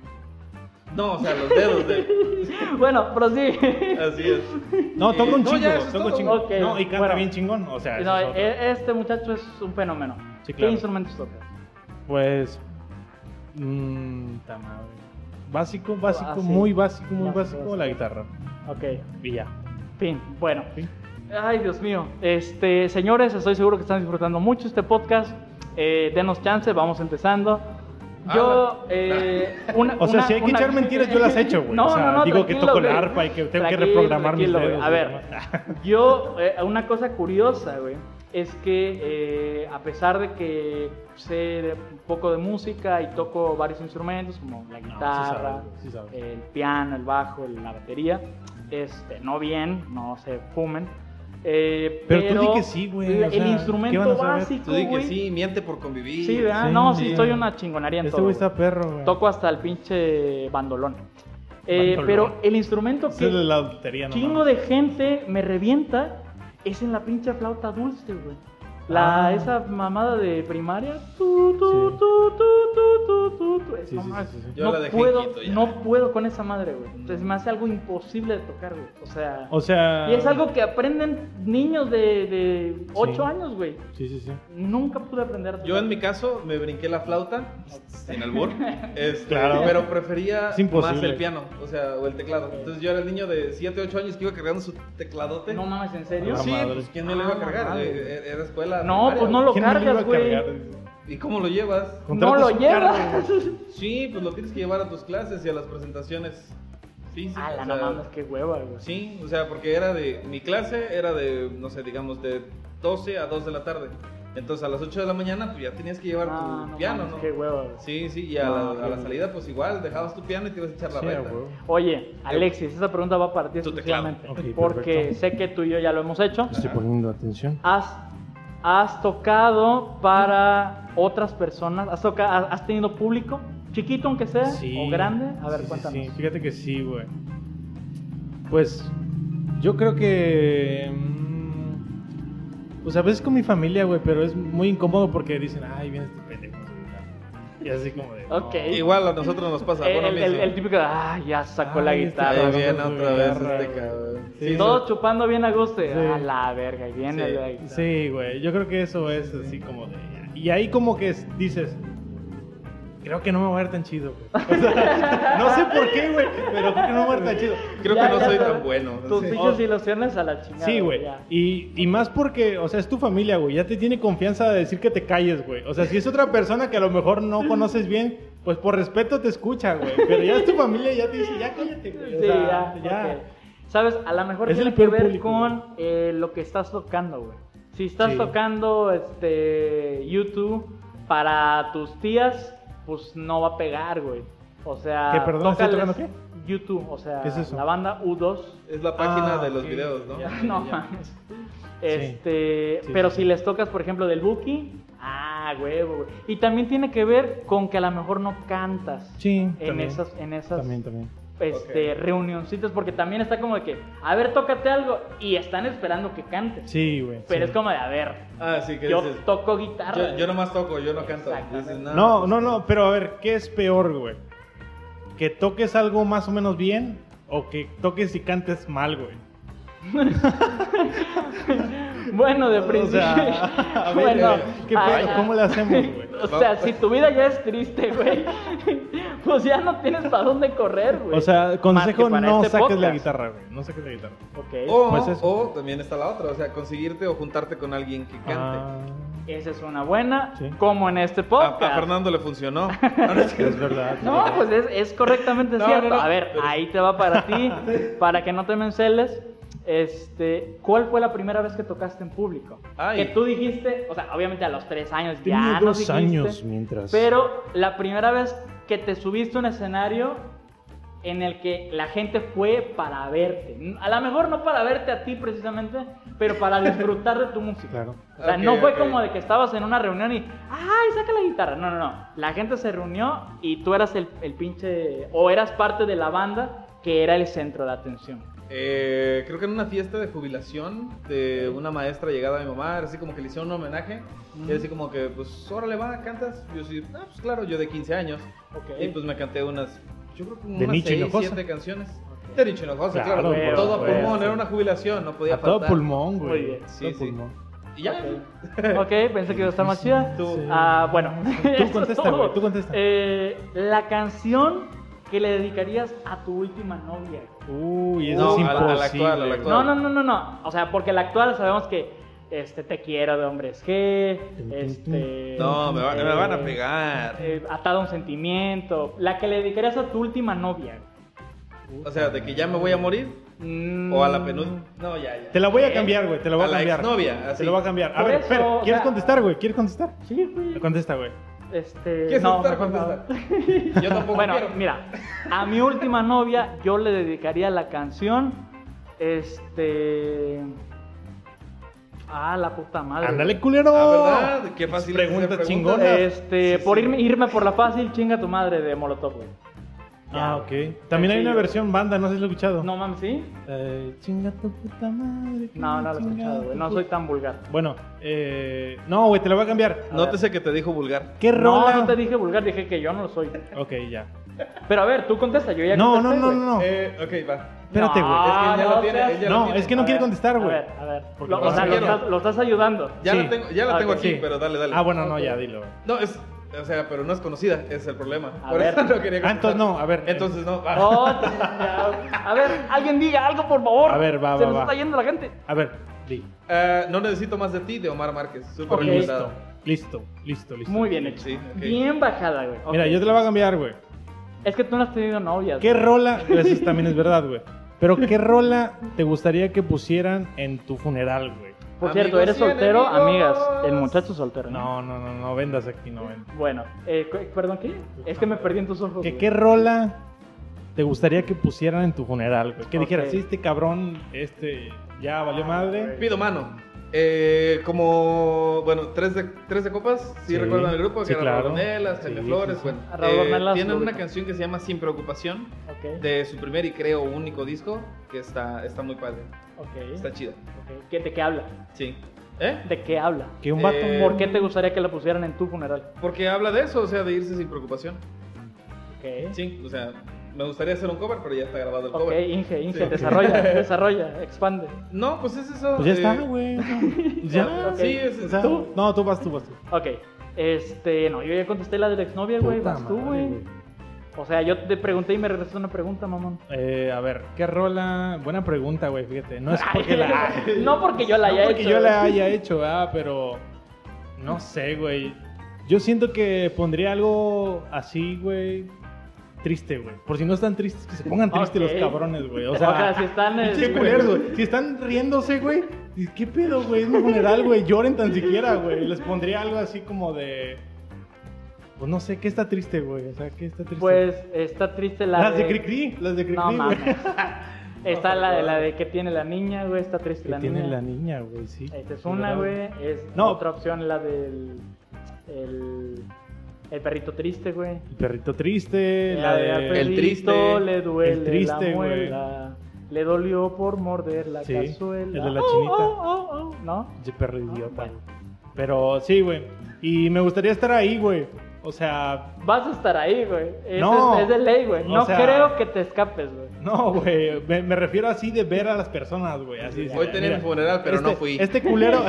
Speaker 3: No, o sea, los dedos de.
Speaker 1: Bueno, pero sí.
Speaker 3: Así es.
Speaker 2: No,
Speaker 3: Eh,
Speaker 2: toco un
Speaker 3: no,
Speaker 2: chingo,
Speaker 3: ya, eso es
Speaker 2: toco un
Speaker 3: todo.
Speaker 2: chingo.
Speaker 1: Ok,
Speaker 2: no, y canta
Speaker 1: bueno.
Speaker 2: bien chingón, o sea, eso
Speaker 1: No,
Speaker 2: es otro.
Speaker 1: e- este muchacho es un fenómeno.
Speaker 2: Sí,
Speaker 1: ¿Qué
Speaker 2: claro.
Speaker 1: instrumentos tocas?
Speaker 2: Pues. Mmm. Tamadre. Básico, básico,
Speaker 1: Básico.
Speaker 2: muy básico, muy
Speaker 1: Básico,
Speaker 2: básico,
Speaker 1: Ah, básico.
Speaker 2: la guitarra.
Speaker 1: Ok.
Speaker 2: Y ya.
Speaker 1: Fin, bueno.
Speaker 2: Fin.
Speaker 1: Ay, Dios mío. Este, señores, estoy seguro que están disfrutando mucho este podcast. Eh, denos chance, vamos empezando.
Speaker 3: Ah.
Speaker 1: Yo, eh, una,
Speaker 2: O sea,
Speaker 1: una-
Speaker 2: si hay que
Speaker 1: una-
Speaker 2: echar mentiras, yo las echo, güey.
Speaker 1: No,
Speaker 2: o sea,
Speaker 1: no, no,
Speaker 2: digo que
Speaker 1: tranquilo,
Speaker 2: toco el
Speaker 1: güey.
Speaker 2: arpa y que tengo que
Speaker 1: Tranquilo,
Speaker 2: reprogramar mis
Speaker 1: tranquilo, güey.
Speaker 2: dedos. Ah,
Speaker 1: A
Speaker 2: güey.
Speaker 1: ver, yo, eh, una cosa curiosa, güey, es que eh, a pesar de que sé un poco de música y toco varios instrumentos, como la
Speaker 2: No, sí
Speaker 1: guitarra,
Speaker 2: sabes, güey, sí sabes.
Speaker 1: el piano, el bajo, el- la batería, este, no bien, no se fumen. eh,
Speaker 2: Pero tú di que sí, güey,
Speaker 1: El,
Speaker 2: o sea,
Speaker 1: el
Speaker 2: ¿qué van
Speaker 1: instrumento
Speaker 2: a saber?
Speaker 1: básico,
Speaker 3: Tú di que
Speaker 1: Oh, güey.
Speaker 3: sí, miente por convivir.
Speaker 1: Sí, ¿verdad?
Speaker 2: Sí,
Speaker 1: no, sí,
Speaker 2: sí.
Speaker 1: soy una chingonería en
Speaker 2: Este
Speaker 1: todo,
Speaker 2: güey
Speaker 1: güey.
Speaker 2: está perro, güey.
Speaker 1: Toco hasta el pinche bandolón. Eh,
Speaker 2: Bandolón.
Speaker 1: Pero el instrumento
Speaker 2: Esa es
Speaker 1: que
Speaker 2: la lotería, ¿no?
Speaker 1: chingo de gente me revienta es en la pinche flauta dulce, güey. La,
Speaker 2: Ah.
Speaker 1: Esa mamada de primaria. Tu, tu,
Speaker 2: Sí.
Speaker 1: tu, tu, tu, tu, tu, tu. Es
Speaker 2: Sí,
Speaker 1: no
Speaker 2: sí, sí,
Speaker 1: mames,
Speaker 2: sí, sí.
Speaker 3: Yo
Speaker 1: no
Speaker 3: la dejé
Speaker 1: puedo,
Speaker 3: quieto ya.
Speaker 1: no puedo con esa madre, güey. Entonces me hace algo imposible de tocar, güey. O sea,
Speaker 2: O sea...
Speaker 1: y es algo que aprenden niños de, de 8
Speaker 2: Sí.
Speaker 1: años, güey.
Speaker 2: Sí, sí, sí.
Speaker 1: Nunca pude aprender a tocar.
Speaker 3: Yo en mi caso me brinqué la flauta, sin albur, este,
Speaker 2: Claro.
Speaker 3: pero prefería
Speaker 2: Es imposible.
Speaker 3: más el piano, o sea, o el teclado. Entonces yo era el niño de 7, 8 años que iba cargando su tecladote.
Speaker 1: No mames, ¿en serio?
Speaker 2: No
Speaker 3: sí,
Speaker 2: madre.
Speaker 3: pues ¿quién no le iba a cargar?
Speaker 1: Ah,
Speaker 3: güey?
Speaker 1: madre.
Speaker 3: Era escuela.
Speaker 1: No,
Speaker 3: primaria,
Speaker 1: pues no lo
Speaker 2: ¿Quién me lo iba
Speaker 1: cargas,
Speaker 2: a
Speaker 1: güey.
Speaker 2: cargar?
Speaker 3: ¿Y cómo lo llevas?
Speaker 1: No
Speaker 2: Contratas
Speaker 1: lo
Speaker 2: un
Speaker 1: llevas.
Speaker 3: Sí, pues lo tienes que llevar a tus clases y a las presentaciones. Sí, sí.
Speaker 1: Ah,
Speaker 3: o
Speaker 1: la no
Speaker 3: sea,
Speaker 1: mames, qué hueva, güey.
Speaker 3: Sí, o sea, porque era de. Mi clase era de, no sé, digamos, de 12 a 2 de la tarde. Entonces a las 8 de la mañana, pues ya tenías que llevar
Speaker 1: Ah,
Speaker 3: tu
Speaker 1: no
Speaker 3: piano,
Speaker 1: mames,
Speaker 3: ¿no?
Speaker 1: Qué hueva, güey.
Speaker 3: Sí, sí, y a,
Speaker 1: No,
Speaker 3: la,
Speaker 1: qué
Speaker 3: a la
Speaker 1: hueva.
Speaker 3: salida, pues igual, dejabas tu piano y te ibas a echar la
Speaker 2: Sí,
Speaker 3: reta.
Speaker 2: a huevo.
Speaker 1: Oye, Alexis, esa pregunta va para ti
Speaker 3: Tu teclado.
Speaker 1: exclusivamente.
Speaker 2: Ok,
Speaker 1: porque
Speaker 2: perfecto.
Speaker 1: sé que tú y yo ya lo hemos hecho.
Speaker 2: Estoy poniendo atención.
Speaker 1: Has, has tocado para otras personas. Has, toca- has- has tenido público, chiquito aunque sea, o grande. A ver,
Speaker 2: Sí, sí,
Speaker 1: cuéntanos.
Speaker 2: sí. Fíjate que sí, güey. Pues yo creo que... mm, Pues a veces con mi familia, güey, pero es muy incómodo porque dicen, ay, viene este pendejo. güey". Y así como de... "No".
Speaker 1: Ok.
Speaker 3: Igual a nosotros nos pasa.
Speaker 1: El,
Speaker 3: bueno, a mí
Speaker 1: el-
Speaker 3: sí.
Speaker 1: el típico, ah, ya sacó la
Speaker 2: Ay, este
Speaker 1: guitarra.
Speaker 3: Ahí
Speaker 2: cabrón,
Speaker 3: viene
Speaker 2: güey,
Speaker 3: otra vez
Speaker 2: agarra,
Speaker 3: este
Speaker 2: güey.
Speaker 3: cabrón.
Speaker 2: Sí,
Speaker 3: Sí,
Speaker 1: Todos
Speaker 3: sí.
Speaker 1: chupando bien a gusto. y,
Speaker 2: Sí.
Speaker 1: A la verga, y viene
Speaker 3: Sí.
Speaker 1: la guitarra.
Speaker 2: Sí, güey, yo creo que eso es así como de... Y ahí como que es- dices, creo que no me va a ver tan chido, güey. O sea, no sé por qué, güey, pero creo que no me va a ver tan chido.
Speaker 3: Creo
Speaker 1: Ya,
Speaker 3: que no
Speaker 1: ya
Speaker 3: soy
Speaker 1: sabes,
Speaker 3: tan bueno.
Speaker 1: Tus
Speaker 3: Sí.
Speaker 1: pinches ilusiones a la chingada.
Speaker 2: Oh. Sí, güey.
Speaker 1: ya.
Speaker 2: Y, y más porque, o sea, es tu familia, güey. Ya te tiene confianza de decir que te calles, güey. O sea, si es otra persona que a lo mejor no conoces bien, pues por respeto te escucha, güey. Pero ya es tu familia y ya te dice, ya cállate, güey. O
Speaker 1: Sí,
Speaker 2: sea,
Speaker 1: ya, ok. Sabes, a lo mejor
Speaker 2: Es
Speaker 1: tiene
Speaker 2: el
Speaker 1: que
Speaker 2: peor
Speaker 1: ver
Speaker 2: público,
Speaker 1: con eh, lo que estás tocando, güey. Si estás
Speaker 2: Sí.
Speaker 1: tocando este YouTube para tus tías, pues no va a pegar, güey. O sea,
Speaker 2: ¿Qué, perdón? ¿Estoy
Speaker 1: tócales
Speaker 2: tocando
Speaker 1: YouTube, o sea,
Speaker 2: ¿Qué es eso?
Speaker 1: la banda U2.
Speaker 3: Es la página
Speaker 2: Ah,
Speaker 3: de los
Speaker 2: ok.
Speaker 3: videos, ¿no?
Speaker 1: Ya, no mames. Este,
Speaker 2: Sí,
Speaker 1: pero
Speaker 2: sí,
Speaker 1: si
Speaker 2: sí.
Speaker 1: les tocas, por ejemplo, del Buki, ah, huevo, güey. Y también tiene que ver con que a lo mejor no cantas
Speaker 2: Sí,
Speaker 1: en
Speaker 2: también.
Speaker 1: esas en esas
Speaker 2: También, también.
Speaker 1: este
Speaker 3: Ok.
Speaker 1: reunioncitas porque también está como de que, a ver, tócate algo y están esperando que cantes.
Speaker 2: Sí, güey.
Speaker 1: pero
Speaker 2: sí.
Speaker 1: es como de, a ver,
Speaker 3: Ah, sí, que
Speaker 1: yo
Speaker 3: dices.
Speaker 1: toco guitarra.
Speaker 3: Yo, yo nomás toco, yo no canto.
Speaker 1: Exactamente.
Speaker 3: Dices,
Speaker 2: No, no, no, pero a ver, ¿qué es peor, güey? ¿Que toques algo más o menos bien o que toques y cantes mal, güey?
Speaker 1: Bueno, de
Speaker 2: O
Speaker 1: principio.
Speaker 2: sea, a ver,
Speaker 1: bueno,
Speaker 2: ¿qué
Speaker 1: ah,
Speaker 2: pedo?
Speaker 1: ah.
Speaker 2: ¿Cómo le hacemos, güey?
Speaker 1: O sea, si tu vida ya es triste, güey, pues ya no tienes para dónde correr, güey.
Speaker 2: O sea,
Speaker 1: Más que
Speaker 2: consejo,
Speaker 1: para
Speaker 2: no
Speaker 1: este
Speaker 2: saques la
Speaker 1: podcast.
Speaker 2: guitarra, güey. No saques la guitarra.
Speaker 1: Ok.
Speaker 3: O,
Speaker 2: Pues es-
Speaker 3: o también está la otra, o sea, conseguirte o juntarte con alguien que cante.
Speaker 2: Ah.
Speaker 1: Esa es una buena,
Speaker 2: Sí.
Speaker 1: como en este
Speaker 3: A-
Speaker 1: podcast.
Speaker 3: a, Fernando le funcionó. No, no es
Speaker 2: Ah, es
Speaker 3: cierto.
Speaker 2: verdad.
Speaker 1: No, pues es, es correctamente
Speaker 3: No,
Speaker 1: cierto.
Speaker 3: no, no,
Speaker 1: a ver,
Speaker 3: pero-
Speaker 1: ahí te va para ti, para que no te menceles. Este, ¿cuál fue la primera vez que tocaste en público?
Speaker 3: Ay.
Speaker 1: Que tú dijiste, o sea, obviamente a los tres años
Speaker 2: Tenía
Speaker 1: ya
Speaker 2: dos
Speaker 1: nos dijiste,
Speaker 2: años mientras.
Speaker 1: Pero la primera vez que te subiste a un escenario en el que la gente fue para verte. A lo mejor no para verte a ti precisamente, pero para disfrutar de tu música.
Speaker 2: Claro.
Speaker 1: O sea,
Speaker 3: Ok,
Speaker 1: no fue
Speaker 3: ok.
Speaker 1: como de que estabas en una reunión y, ay, saca la guitarra. No, no, no. La gente se reunió y tú eras el, el pinche, o eras parte de la banda que era el centro de atención.
Speaker 3: Eh, creo que en una fiesta de jubilación de una maestra llegada a mi mamá, así como que le hicieron un homenaje. Y así como que, pues, órale, va, cantas. Yo sí, ah, pues claro, yo de 15 años.
Speaker 1: Ok.
Speaker 3: Y pues me canté unas, yo creo que
Speaker 2: De
Speaker 3: unas
Speaker 2: Nicho
Speaker 3: 6,
Speaker 2: Hinojosa.
Speaker 3: 7 canciones. De Nicho Hinojosa,
Speaker 2: Claro,
Speaker 3: claro.
Speaker 1: güey,
Speaker 3: todo a
Speaker 1: güey,
Speaker 3: pulmón,
Speaker 2: sí.
Speaker 3: era una jubilación, no podía
Speaker 2: a todo
Speaker 3: faltar.
Speaker 2: pulmón,
Speaker 1: Muy
Speaker 2: güey.
Speaker 1: bien.
Speaker 2: A
Speaker 3: Sí,
Speaker 2: todo
Speaker 3: sí.
Speaker 2: pulmón.
Speaker 3: Y ya.
Speaker 1: Ok, pensé que iba a estar más chida.
Speaker 3: Tú-
Speaker 1: Ah, bueno. eso es
Speaker 2: contesta,
Speaker 1: todo.
Speaker 2: güey, tú contesta.
Speaker 1: Eh, la canción que le dedicarías a tu última novia.
Speaker 2: Uy, eso
Speaker 3: No,
Speaker 2: es
Speaker 3: a la- a la
Speaker 2: imposible.
Speaker 3: actual, a la
Speaker 2: güey.
Speaker 3: actual.
Speaker 1: No, no, no, no, no. O sea, porque la actual sabemos que este, Te quiero de Hombres G, este...
Speaker 3: No, me, va- me van a
Speaker 1: eh,
Speaker 3: pegar.
Speaker 1: eh, Atado a un sentimiento, la que le dedicarías a tu última novia.
Speaker 3: O sea, de que ya me voy a morir
Speaker 1: Mm,
Speaker 3: o a la penúltima. No, ya, ya.
Speaker 2: Te la voy a cambiar, güey. Te la voy
Speaker 3: eh,
Speaker 2: a,
Speaker 3: A la
Speaker 2: cambiar.
Speaker 3: exnovia, así.
Speaker 2: Te la voy a cambiar. A
Speaker 1: Por
Speaker 2: ver,
Speaker 1: eso,
Speaker 2: Fer,
Speaker 1: o
Speaker 2: ¿quieres
Speaker 1: sea-
Speaker 2: contestar, güey? ¿Quieres contestar?
Speaker 1: Sí, güey.
Speaker 2: Contesta, güey.
Speaker 1: Este,
Speaker 3: ¿Quieres
Speaker 1: no,
Speaker 3: contestar?
Speaker 1: mejor no.
Speaker 3: Contesta. Yo tampoco
Speaker 1: bueno,
Speaker 3: quiero.
Speaker 1: mira, a mi última novia yo le dedicaría la canción, este... Ah, la puta madre.
Speaker 2: Ándale, culero.
Speaker 3: Ah, ¿verdad? Qué fácil es hacer
Speaker 2: Pregunta
Speaker 3: preguntas.
Speaker 2: chingona.
Speaker 1: Este,
Speaker 3: Sí,
Speaker 1: por
Speaker 3: sí.
Speaker 1: Irme, irme por la fácil, chinga tu madre de Molotov, güey.
Speaker 2: Ah, ok. También hay
Speaker 1: Sí,
Speaker 2: una
Speaker 1: güey.
Speaker 2: versión banda, no sé si lo he escuchado.
Speaker 1: No mames, ¿sí?
Speaker 2: Eh, chinga tu puta madre.
Speaker 1: No, no lo he
Speaker 2: chinga
Speaker 1: escuchado,
Speaker 2: tu
Speaker 1: güey. No
Speaker 2: pu-
Speaker 1: soy tan vulgar.
Speaker 2: Bueno, eh, no, güey, te la voy a cambiar.
Speaker 3: Nótese que te dijo vulgar.
Speaker 2: ¿Qué
Speaker 1: No,
Speaker 2: rola?
Speaker 1: no te dije vulgar, dije que yo no lo soy.
Speaker 2: Ok, ya.
Speaker 1: Pero a ver, tú contesta, yo ya
Speaker 2: No, no,
Speaker 1: contesté,
Speaker 2: no,
Speaker 1: güey.
Speaker 2: no, no.
Speaker 3: Eh, ok, va.
Speaker 2: Espérate, güey.
Speaker 3: Es que ya
Speaker 1: no
Speaker 3: lo tiene,
Speaker 1: seas-
Speaker 3: ella- ya lo
Speaker 2: no,
Speaker 3: tiene.
Speaker 2: es que no
Speaker 1: A
Speaker 2: quiere
Speaker 1: ver,
Speaker 2: contestar, güey.
Speaker 1: A ver, a ver.
Speaker 2: Porque
Speaker 1: Lo-
Speaker 2: lo
Speaker 1: o sea, lo
Speaker 3: quiero.
Speaker 1: estás, lo estás ayudando.
Speaker 3: Ya
Speaker 2: Sí.
Speaker 3: la tengo, ya la
Speaker 1: Ah,
Speaker 3: tengo
Speaker 1: ok,
Speaker 3: aquí,
Speaker 2: sí.
Speaker 3: pero dale, dale.
Speaker 2: Ah, bueno, no,
Speaker 1: Ok.
Speaker 2: ya, dilo. güey.
Speaker 3: No, es. O sea, pero no es conocida, es el problema.
Speaker 1: A
Speaker 3: Por
Speaker 1: ver.
Speaker 3: eso no quería
Speaker 2: Ah, entonces
Speaker 3: contestar.
Speaker 2: no, a ver.
Speaker 3: Entonces no, va.
Speaker 1: Oh, ya. a ver, alguien diga algo, por favor.
Speaker 2: A ver, va,
Speaker 1: Se
Speaker 2: va,
Speaker 1: nos
Speaker 2: va.
Speaker 1: está yendo la gente.
Speaker 2: A ver, di.
Speaker 3: Eh, no necesito más de ti, de Omar Márquez. Súper
Speaker 1: Ok.
Speaker 2: Listo,
Speaker 3: recomendado.
Speaker 2: listo, listo, listo.
Speaker 1: Muy bien hecho.
Speaker 3: Sí, ok.
Speaker 1: Bien bajada, güey.
Speaker 2: Mira,
Speaker 1: Ok.
Speaker 2: yo te la voy a cambiar, güey.
Speaker 1: Es que tú no has tenido novias.
Speaker 2: ¿Qué rola? Eso también es verdad, güey. Pero ¿qué rola te gustaría que pusieran en tu funeral, güey?
Speaker 1: Por cierto, eres
Speaker 3: Amigos y
Speaker 1: soltero,
Speaker 3: enemigos.
Speaker 1: amigas. El muchacho es soltero. ¿no?
Speaker 2: No, no, no, no vendas aquí, no vendas.
Speaker 1: Bueno, eh, cu- perdón, ¿qué? Es que me perdí en tus ojos.
Speaker 2: ¿Qué,
Speaker 1: güey.
Speaker 2: qué rola te gustaría que pusieran en tu funeral, güey? Que dijeras,
Speaker 1: Ok.
Speaker 2: sí, este cabrón, este, ya valió madre.
Speaker 3: Pido mano. Eh, como, bueno, tres de, tres de copas, si
Speaker 2: Sí,
Speaker 3: recuerdan el grupo, que
Speaker 2: sí,
Speaker 3: eran
Speaker 2: claro.
Speaker 3: Rabonelas,
Speaker 2: Sí,
Speaker 3: Flores,
Speaker 2: sí, sí.
Speaker 3: bueno.
Speaker 1: Raúl
Speaker 3: eh,
Speaker 1: Ornelas,
Speaker 3: tienen
Speaker 1: lo
Speaker 3: una
Speaker 1: ubico.
Speaker 3: canción que se llama Sin Preocupación,
Speaker 1: Ok,
Speaker 3: de su primer y creo único disco, que está, está muy padre,
Speaker 1: ok,
Speaker 3: está chida.
Speaker 1: ok. ¿Qué- ¿De qué habla?
Speaker 3: Sí. ¿Eh?
Speaker 1: ¿De qué habla?
Speaker 2: Que un vato...
Speaker 3: Eh,
Speaker 1: ¿Por qué te gustaría que la pusieran en tu funeral?
Speaker 3: Porque habla de eso, o sea, de irse sin preocupación.
Speaker 1: Ok.
Speaker 3: Sí, o sea, me gustaría hacer un cover, pero ya está grabado el
Speaker 1: Ok,
Speaker 3: cover.
Speaker 1: Inge, Inge,
Speaker 3: Sí, ok.
Speaker 1: desarrolla, desarrolla, expande.
Speaker 3: No, pues es eso.
Speaker 2: Pues ya está,
Speaker 3: eh, ah,
Speaker 2: güey. Pues ya.
Speaker 1: ok.
Speaker 3: Sí, es,
Speaker 2: O sea,
Speaker 3: tú.
Speaker 2: No, tú vas, tú vas. Tú.
Speaker 1: Ok, este, no, yo ya contesté la de la exnovia, güey,
Speaker 2: Puta
Speaker 1: vas tú,
Speaker 2: madre,
Speaker 1: güey.
Speaker 2: güey.
Speaker 1: O sea, yo te pregunté y me regresaste una pregunta, mamón.
Speaker 2: Eh, a ver, ¿qué rola? Buena pregunta, güey, fíjate. No es porque la...
Speaker 1: no porque yo la haya
Speaker 2: no porque
Speaker 1: hecho.
Speaker 2: yo la
Speaker 1: güey.
Speaker 2: haya hecho, ah, pero... No sé, güey. Yo siento que pondría algo así, güey. Triste, güey. Por si no están tristes, que se pongan tristes
Speaker 1: Ok.
Speaker 2: los cabrones, güey.
Speaker 1: O
Speaker 2: O
Speaker 1: sea,
Speaker 2: sea,
Speaker 1: si están... eh,
Speaker 2: Pinches culeros, güey. Si están riéndose, güey. ¿Qué pedo, güey? Es mi funeral, güey. Lloren tan siquiera, güey. Les pondría algo así como de. Pues no sé, ¿qué está triste, güey? O sea, ¿qué está triste?
Speaker 1: Pues está triste la
Speaker 2: las de Cricri, las de Cricri,
Speaker 1: No
Speaker 2: güey.
Speaker 1: mames. Está la de la de que tiene la niña, güey, está triste
Speaker 2: Que
Speaker 1: la
Speaker 2: tiene
Speaker 1: niña. Eh.
Speaker 2: la niña, güey, sí.
Speaker 1: Esta es una, güey. Es
Speaker 2: No.
Speaker 1: otra opción la del el, el perrito triste, güey.
Speaker 2: El perrito triste, la
Speaker 1: de al
Speaker 2: de.
Speaker 3: El
Speaker 1: perrito
Speaker 3: triste.
Speaker 1: le duele
Speaker 2: El triste,
Speaker 1: la
Speaker 2: güey.
Speaker 1: muela. Le dolió por morder la
Speaker 2: Sí,
Speaker 1: cazuela.
Speaker 2: el de la
Speaker 1: Oh,
Speaker 2: chinita.
Speaker 1: oh, oh, oh, ¿No?
Speaker 2: de perro idiota,
Speaker 1: bueno.
Speaker 2: güey. Pero sí, güey. Y me gustaría estar ahí, güey. O sea,
Speaker 1: Vas a estar ahí, güey. Eso
Speaker 2: No.
Speaker 1: Es, es de ley, güey.
Speaker 2: O
Speaker 1: No
Speaker 2: sea-
Speaker 1: creo que te escapes, güey.
Speaker 2: No, güey, me, me refiero así de ver a las personas, güey. Así de,
Speaker 3: Hoy tenía
Speaker 2: mira,
Speaker 3: mi funeral, pero
Speaker 2: este-
Speaker 3: no fui.
Speaker 2: Este culero.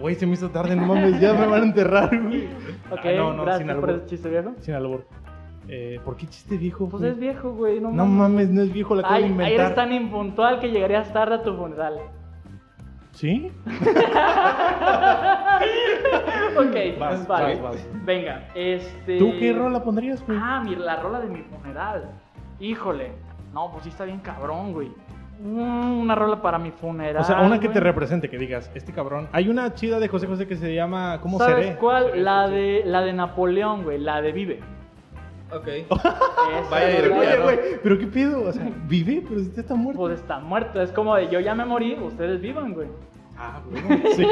Speaker 2: Güey, se me hizo tarde, no mames, ya me van a enterrar, güey.
Speaker 1: Ok,
Speaker 2: Ah, no, no, sin
Speaker 1: gracias por ese
Speaker 2: albur.
Speaker 1: chiste viejo.
Speaker 2: Sin albur. Eh, ¿Por qué chiste viejo?
Speaker 1: Pues
Speaker 2: güey?
Speaker 1: es viejo, güey. No,
Speaker 2: No mames, no es viejo, la acabo de
Speaker 1: Ay, ay, eres
Speaker 2: inventar.
Speaker 1: tan impuntual que llegarías tarde a tu funeral.
Speaker 2: ¿Sí?
Speaker 1: Ok, pues
Speaker 2: Vas,
Speaker 1: vale.
Speaker 2: vas, vas.
Speaker 1: Venga, este.
Speaker 2: ¿Tú qué rola pondrías, güey?
Speaker 1: Ah, mira, la rola de mi funeral. Híjole. No, pues sí está bien cabrón, güey. Mm, Una rola para mi funeral.
Speaker 2: o sea, una que
Speaker 1: güey.
Speaker 2: te represente, que digas, este cabrón. Hay una chida de José José que se llama. ¿Cómo
Speaker 1: ¿Sabes
Speaker 2: seré?
Speaker 1: cuál?
Speaker 2: Seré,
Speaker 1: la,
Speaker 2: sí.
Speaker 1: de, la de Napoleón, güey. La de Vive.
Speaker 3: Ok.
Speaker 1: Esa
Speaker 3: Vaya,
Speaker 1: rola,
Speaker 3: güey.
Speaker 2: Oye, güey, pero qué pedo. O sea, vive, pero usted está muerto.
Speaker 1: Pues está muerta. Es como de yo ya me morí, ustedes vivan, güey.
Speaker 2: Ah, bueno. Sí.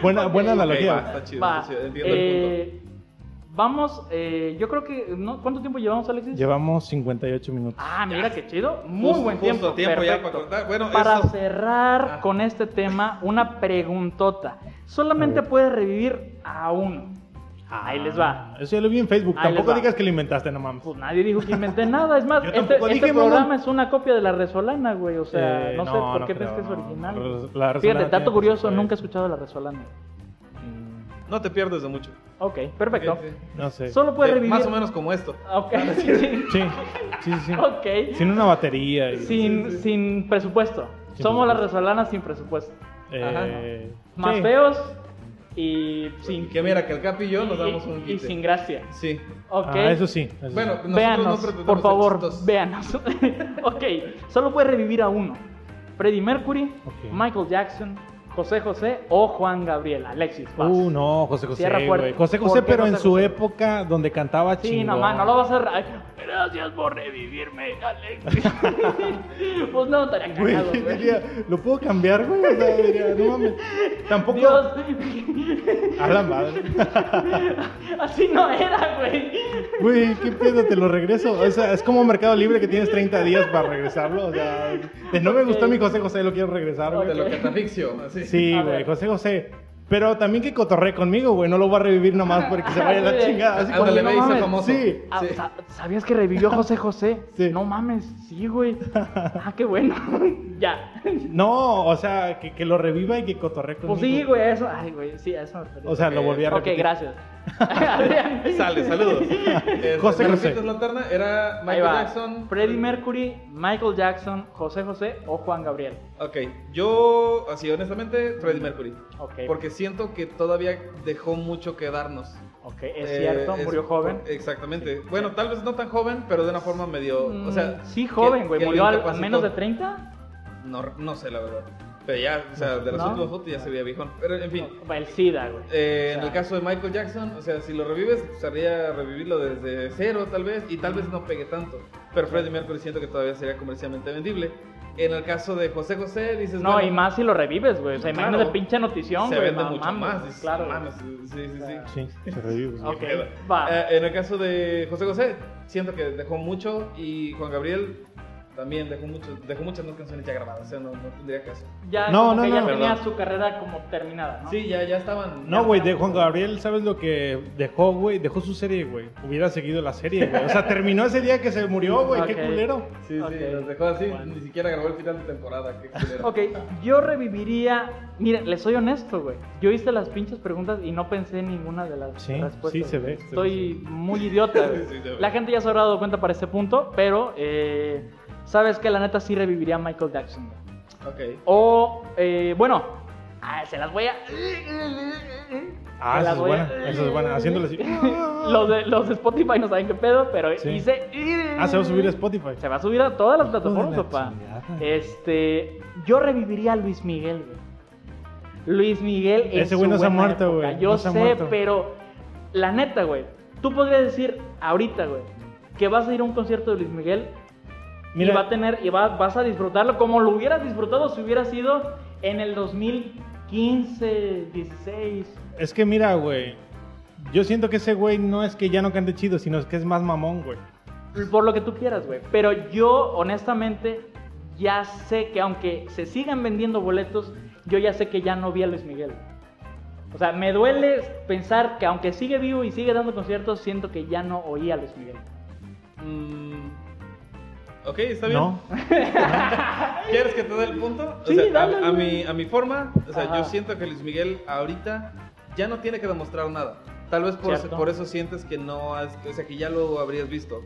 Speaker 2: buena, buena analogía.
Speaker 3: Ok, va, está chido,
Speaker 1: Va,
Speaker 3: está chido, Entiendo el
Speaker 1: eh, Vamos, eh, yo creo que. ¿no? ¿Cuánto tiempo llevamos, Alexis?
Speaker 2: Llevamos 58 minutos.
Speaker 1: Ah, mira qué chido. Muy
Speaker 3: Justo-
Speaker 1: buen
Speaker 3: justo
Speaker 1: tiempo.
Speaker 3: tiempo ya
Speaker 1: perfecto.
Speaker 3: para cortar. Bueno,
Speaker 1: Para
Speaker 3: eso-
Speaker 1: cerrar
Speaker 3: Ah.
Speaker 1: con este tema, una preguntota. Solamente
Speaker 2: A ver.
Speaker 1: puedes revivir a uno. Ahí les va.
Speaker 2: Ah, Eso ya lo vi en Facebook.
Speaker 1: Ahí les
Speaker 2: Tampoco
Speaker 1: va.
Speaker 2: digas que lo inventaste, no mames.
Speaker 1: Pues nadie dijo que inventé nada. Es más,
Speaker 2: Yo
Speaker 1: este,
Speaker 2: tampoco
Speaker 1: este
Speaker 2: dije, mamón.
Speaker 1: programa es una copia de la Resolana, güey. O sea,
Speaker 2: Eh,
Speaker 1: no sé
Speaker 2: no,
Speaker 1: por
Speaker 2: no
Speaker 1: qué crees
Speaker 2: creo,
Speaker 1: que es
Speaker 2: no.
Speaker 1: original.
Speaker 2: La Res- la
Speaker 1: Fíjate,
Speaker 2: Resolana
Speaker 1: dato
Speaker 2: tiene
Speaker 1: curioso,
Speaker 2: muchas
Speaker 1: nunca he
Speaker 2: cosas.
Speaker 1: escuchado la Resolana.
Speaker 2: Mm,
Speaker 3: punto. No te pierdes de mucho.
Speaker 1: Ok, perfecto.
Speaker 3: Ok, sí.
Speaker 2: No sé.
Speaker 1: Solo puedes
Speaker 3: Eh,
Speaker 1: revivir.
Speaker 3: Más o menos como esto.
Speaker 1: Ok, sí, sí.
Speaker 2: Sí, sí, sí. sí.
Speaker 1: Ok.
Speaker 2: Sin una batería. y-
Speaker 1: Sin, sin presupuesto.
Speaker 2: Sin
Speaker 1: Somos
Speaker 2: presupuesto.
Speaker 1: la Resolana sin presupuesto.
Speaker 2: eh,
Speaker 1: Más
Speaker 2: sí.
Speaker 1: feos y sin,
Speaker 3: Que mira, que el Capi y yo nos
Speaker 1: y-
Speaker 3: damos un
Speaker 1: y
Speaker 3: quite.
Speaker 1: sin gracia.
Speaker 3: Sí.
Speaker 1: Ok.
Speaker 2: Ah, eso sí. eso sí.
Speaker 3: Bueno, nosotros no
Speaker 1: Véanos,
Speaker 3: pretendemos
Speaker 1: por
Speaker 3: ser
Speaker 1: favor,
Speaker 3: chistosos.
Speaker 1: véanos. ok, solo puede revivir a uno. Freddie Mercury,
Speaker 2: Ok.
Speaker 1: Michael Jackson, José José o Juan Gabriel. Alexis, vas.
Speaker 2: Uh, no, José José,
Speaker 1: Cierra fuerte.
Speaker 2: güey. José
Speaker 1: ¿Por
Speaker 2: José,
Speaker 1: qué
Speaker 2: pero en
Speaker 1: José
Speaker 2: su
Speaker 1: José?
Speaker 2: época donde cantaba
Speaker 1: Sí,
Speaker 2: chingón.
Speaker 1: nomás, no lo vas a... Ay, Gracias por revivirme, Alexis. pues no, estaría
Speaker 2: Güey,
Speaker 1: cagado, güey.
Speaker 2: diría, ¿lo puedo cambiar, güey? O sea, diría, no mames. Tampoco...
Speaker 1: Dios,
Speaker 2: A la madre.
Speaker 1: así no era, güey.
Speaker 2: Güey, ¿qué pedo? Te lo regreso. O sea, es como Mercado Libre que tienes 30 días para regresarlo. O sea, de no me
Speaker 1: Ok.
Speaker 2: gustó mi José José, lo quiero regresar, güey.
Speaker 3: De lo
Speaker 1: Ok.
Speaker 3: catafixio. Así.
Speaker 2: Sí,
Speaker 1: A
Speaker 2: güey,
Speaker 1: ver.
Speaker 2: José José. Pero también que cotorree conmigo, güey. No lo voy a revivir nomás porque se vaya a
Speaker 1: Sí,
Speaker 2: la
Speaker 1: de-
Speaker 2: chingada. Así como
Speaker 3: Ándale,
Speaker 2: no
Speaker 3: ve y sé
Speaker 2: mames.
Speaker 3: famoso.
Speaker 2: Sí.
Speaker 1: Ah,
Speaker 3: Sí.
Speaker 1: sa- ¿Sabías que revivió José José?
Speaker 2: Sí.
Speaker 1: No mames, sí, güey. Ah, qué bueno. ya.
Speaker 2: No, o sea, que, que lo reviva y que cotorree conmigo.
Speaker 1: Pues sí, güey, eso. Ay, güey, sí, a eso me refería.
Speaker 2: O sea, lo volví a
Speaker 1: ok,
Speaker 2: repetir.
Speaker 1: gracias. Adrián.
Speaker 3: Sale, saludos. Este,
Speaker 2: José,
Speaker 3: ¿me
Speaker 2: José.
Speaker 3: repites la alterna? Era
Speaker 1: Ahí
Speaker 3: Michael
Speaker 1: va.
Speaker 3: Jackson. eh,
Speaker 1: Freddie Mercury, Michael Jackson, José José o Juan Gabriel.
Speaker 3: Ok, yo, así honestamente, Freddie Mercury.
Speaker 1: Ok,
Speaker 3: Porque siento que todavía dejó mucho que darnos.
Speaker 1: ok, es
Speaker 3: Eh,
Speaker 1: cierto,
Speaker 3: es- eh,
Speaker 1: murió joven.
Speaker 3: Exactamente. Bueno, tal vez no tan joven, pero de una forma medio. O sea,
Speaker 1: Mm, sí,
Speaker 3: que-
Speaker 1: joven, güey.
Speaker 3: que lo
Speaker 1: ¿Murió al- al
Speaker 3: incapacitó.
Speaker 1: menos de 30?
Speaker 3: No, no sé, la verdad. Pero ya, o sea, de las
Speaker 1: ¿No?
Speaker 3: últimas fotos ya se veía viejón. Pero en fin.
Speaker 1: No, El SIDA, güey.
Speaker 3: Eh, en
Speaker 1: O sea,
Speaker 3: el caso de Michael Jackson, o sea, si lo revives, sería revivirlo desde cero tal vez, y tal vez no pegue tanto. Pero Freddie Mercury siento que todavía sería comercialmente vendible. En el caso de José José, dices...
Speaker 1: No,
Speaker 3: bueno,
Speaker 1: y más si lo revives, güey. O sea,
Speaker 3: Claro.
Speaker 1: imagínate pinche notición,
Speaker 3: Se
Speaker 1: güey.
Speaker 3: vende
Speaker 1: no
Speaker 3: mucho
Speaker 1: mames,
Speaker 3: más, dices,
Speaker 1: Claro.
Speaker 3: mames, sí, sí, sí.
Speaker 2: Sí, se revive. güey.
Speaker 1: Ok,
Speaker 3: Qué pedo.
Speaker 1: va.
Speaker 3: Eh, en el caso de José José, siento que dejó mucho, y Juan Gabriel también dejó mucho, dejó muchas más canciones ya grabadas, o sea, no, no tendría caso.
Speaker 1: Ya,
Speaker 2: No,
Speaker 1: como
Speaker 2: no,
Speaker 1: que ya
Speaker 2: no.
Speaker 1: tenía
Speaker 3: Perdón.
Speaker 1: su carrera como terminada, ¿no?
Speaker 3: Sí, ya, ya estaban...
Speaker 2: No, güey, de Juan Gabriel, ¿sabes lo que dejó, güey? Dejó su serie, güey. Hubiera seguido la serie, güey. O sea, terminó ese día que se murió, güey.
Speaker 1: Ok.
Speaker 2: Qué culero.
Speaker 3: Sí, sí,
Speaker 1: Ok.
Speaker 3: los dejó así,
Speaker 1: Bueno.
Speaker 3: ni siquiera grabó el final de temporada, qué culero.
Speaker 1: Ok, yo reviviría. Miren, les soy honesto, güey. Yo hice las pinches preguntas y no pensé en ninguna de las
Speaker 2: Sí,
Speaker 1: respuestas.
Speaker 2: sí se
Speaker 1: güey.
Speaker 2: ve, se
Speaker 1: Estoy muy idiota, güey.
Speaker 3: Sí, se ve.
Speaker 1: La gente ya se habrá dado cuenta para este punto, pero eh, sabes que la neta sí reviviría a Michael Jackson. güey.
Speaker 3: Ok.
Speaker 1: O, eh, bueno, ah, se las voy a.
Speaker 2: Ah,
Speaker 1: Se
Speaker 2: esa
Speaker 1: las
Speaker 2: es
Speaker 1: voy a-
Speaker 2: buena. Esa es buena. Haciéndole así.
Speaker 1: Los de, los de Spotify no saben qué pedo, pero
Speaker 2: Sí.
Speaker 1: hice.
Speaker 2: Ah, se va a subir a Spotify.
Speaker 1: Se va a subir a todas las plataformas,
Speaker 2: Hijo de la
Speaker 1: papá.
Speaker 2: chingada.
Speaker 1: Este, yo reviviría a Luis Miguel, güey. Luis Miguel en
Speaker 2: Ese güey
Speaker 1: su
Speaker 2: no se ha
Speaker 1: buena
Speaker 2: muerto,
Speaker 1: época.
Speaker 2: güey.
Speaker 1: Yo
Speaker 2: No se
Speaker 1: sé,
Speaker 2: ha muerto.
Speaker 1: pero la neta, güey. Tú podrías decir ahorita, güey, que vas a ir a un concierto de Luis Miguel y va a tener y va- vas a disfrutarlo como lo hubieras disfrutado si hubiera sido en el 2015, 16.
Speaker 2: Es que mira, güey. Yo siento que ese güey no es que ya no cante chido, sino es que es más mamón, güey.
Speaker 1: por lo que tú quieras, güey. Pero yo, honestamente, ya sé que aunque se sigan vendiendo boletos, yo ya sé que ya no vi a Luis Miguel. O sea, me duele pensar que aunque sigue vivo y sigue dando conciertos, siento que ya no oí a Luis Miguel.
Speaker 3: Mm, ok, está bien.
Speaker 2: No.
Speaker 3: ¿Quieres que te dé el punto?
Speaker 1: Sí,
Speaker 3: o sea, a-
Speaker 1: dale,
Speaker 3: a,
Speaker 1: dale.
Speaker 3: mi, a mi forma, o sea,
Speaker 1: Ajá.
Speaker 3: yo siento que Luis Miguel ahorita ya no tiene que demostrar nada. Tal vez por,
Speaker 1: Cierto.
Speaker 3: por eso sientes que no has- o sea, que ya lo habrías visto.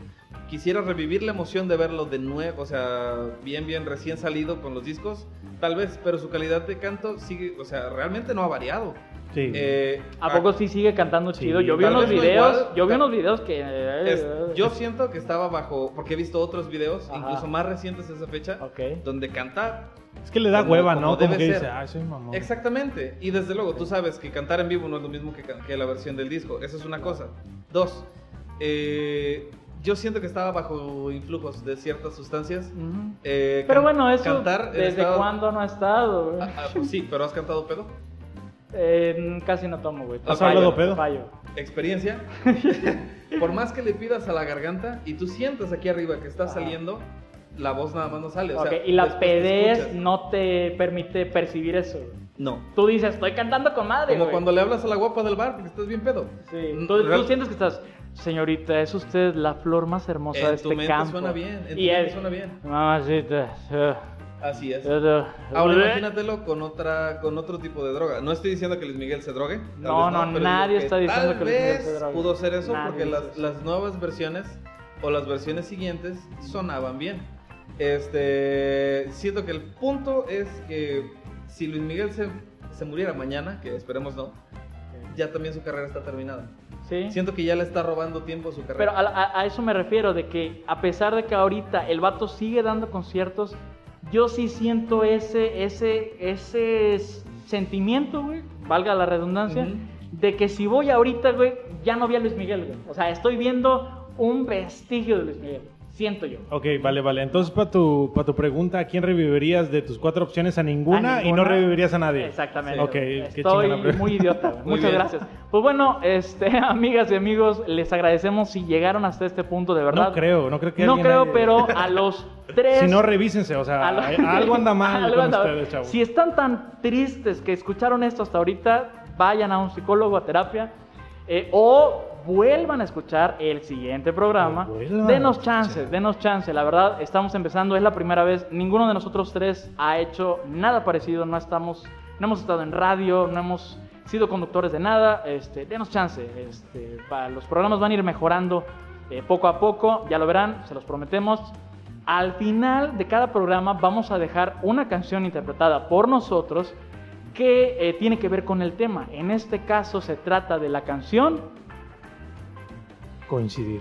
Speaker 3: Quisiera revivir la emoción de verlo de nuevo, o sea, bien, bien recién salido con los discos, tal vez, pero su calidad de canto sigue, o sea, realmente no ha variado.
Speaker 2: Sí.
Speaker 3: Eh,
Speaker 1: ¿A poco sí sigue cantando
Speaker 2: Sí,
Speaker 1: chido? Yo vi
Speaker 3: tal
Speaker 1: unos
Speaker 3: vez no
Speaker 1: videos,
Speaker 3: igual,
Speaker 1: yo vi
Speaker 3: tal-
Speaker 1: unos videos que...
Speaker 3: es- yo siento que estaba bajo, porque he visto otros videos,
Speaker 1: Ajá.
Speaker 3: incluso más recientes de esa fecha,
Speaker 1: Ok.
Speaker 3: donde canta
Speaker 2: es que le da
Speaker 3: como-
Speaker 2: hueva,
Speaker 3: como
Speaker 2: ¿no? Como
Speaker 3: debe
Speaker 2: que
Speaker 3: ser.
Speaker 2: dice, ah, soy mamón.
Speaker 3: Exactamente. Y desde luego, tú sabes que cantar en vivo no es lo mismo que, can- que la versión del disco. Esa es una cosa. Dos, eh, yo siento que estaba bajo influjos de ciertas sustancias.
Speaker 1: Ujú.
Speaker 3: Eh,
Speaker 1: Pero
Speaker 3: can-
Speaker 1: bueno, eso
Speaker 3: cantar en
Speaker 1: desde
Speaker 3: estado-
Speaker 1: cuándo no ha estado, güey?
Speaker 3: Ah, ah, pues sí, pero has cantado pedo.
Speaker 1: Eh, casi no tomo, güey.
Speaker 3: ¿Has
Speaker 1: Fallo,
Speaker 2: hablado pedo?
Speaker 1: Fallo.
Speaker 3: Experiencia. Por más que le pidas a la garganta y tú sientas aquí arriba que está
Speaker 1: Ajá.
Speaker 3: saliendo, la voz nada más no sale. o
Speaker 1: Ok,
Speaker 3: sea,
Speaker 1: y la
Speaker 3: después te
Speaker 1: pedez
Speaker 3: escuchas.
Speaker 1: no te permite percibir eso. güey.
Speaker 3: No.
Speaker 1: Tú dices, estoy cantando con madre.
Speaker 3: Como
Speaker 1: güey".
Speaker 3: cuando le hablas a la guapa del bar porque estás bien pedo.
Speaker 1: Sí,
Speaker 3: Mm,
Speaker 1: Tú, tú
Speaker 3: real-
Speaker 1: sientes que estás, señorita, es usted la flor más hermosa de
Speaker 3: En
Speaker 1: este
Speaker 3: tu mente
Speaker 1: campo.
Speaker 3: suena bien. En tu
Speaker 1: y
Speaker 3: mente
Speaker 1: él,
Speaker 3: suena bien.
Speaker 1: mamacita. eh,
Speaker 3: Así es.
Speaker 1: yo te-
Speaker 3: Ahora imagínatelo con otra, con otro tipo de droga. No estoy diciendo que Luis Miguel se drogue. tal
Speaker 1: No,
Speaker 3: vez
Speaker 1: no,
Speaker 3: pero
Speaker 1: nadie
Speaker 3: digo
Speaker 1: está diciendo
Speaker 3: tal
Speaker 1: que Luis Miguel se
Speaker 3: vez
Speaker 1: drogue.
Speaker 3: pudo ser eso
Speaker 1: Nadie
Speaker 3: porque
Speaker 1: dice
Speaker 3: las,
Speaker 1: eso.
Speaker 3: las nuevas versiones o las versiones siguientes sonaban bien. Este, siento que el punto es que si Luis Miguel se, se muriera mañana, que esperemos no, ya también su carrera está terminada.
Speaker 1: ¿Eh? Sí.
Speaker 3: Siento que ya le está robando tiempo su
Speaker 1: Pero
Speaker 3: carrera.
Speaker 1: a, a- a eso me refiero, de que a pesar de que ahorita el vato sigue dando conciertos, yo sí siento ese, ese, ese s- sentimiento, güey, valga la redundancia,
Speaker 3: Ujú.
Speaker 1: de que si voy ahorita, güey, ya no vi a Luis Miguel, güey. O sea, estoy viendo un vestigio de Luis Miguel, siento yo.
Speaker 2: Ok, vale, vale. Entonces, para tu, pa' tu pregunta, ¿a quién revivirías de tus cuatro opciones? A ninguna,
Speaker 1: A
Speaker 2: y no
Speaker 1: ninguna.
Speaker 2: revivirías a nadie.
Speaker 1: Exactamente.
Speaker 2: Ok, qué
Speaker 1: Estoy
Speaker 2: chingona pregunta.
Speaker 1: muy idiota. güey.
Speaker 3: Muy
Speaker 1: Muchas
Speaker 3: bien.
Speaker 1: gracias. Pues bueno, este, amigas y amigos, les agradecemos si llegaron hasta este punto, de verdad.
Speaker 2: No creo, no creo que
Speaker 1: No
Speaker 2: alguien
Speaker 1: creo,
Speaker 2: haya-
Speaker 1: pero a los tres.
Speaker 2: Si no, revísense, o sea, eh,
Speaker 1: a lo-
Speaker 2: algo anda mal
Speaker 1: algo
Speaker 2: con
Speaker 1: anda mal.
Speaker 2: ustedes, chavos.
Speaker 1: Si están tan tristes que escucharon esto hasta ahorita, vayan a un psicólogo a terapia eh, o vuelvan a escuchar el siguiente programa.
Speaker 2: O vuelvan a
Speaker 1: Denos
Speaker 2: escuchar.
Speaker 1: chances, denos chance. La verdad, estamos empezando, es la primera vez. Ninguno de nosotros tres ha hecho nada parecido. No estamos, no hemos estado en radio, no hemos sido conductores de nada. Este, denos chance. Este, pa- los programas van a ir mejorando eh, poco a poco. Ya lo verán, se los prometemos. Al final de cada programa vamos a dejar una canción interpretada por nosotros que eh, tiene que ver con el tema. En este caso se trata de la canción.
Speaker 2: Coincidir.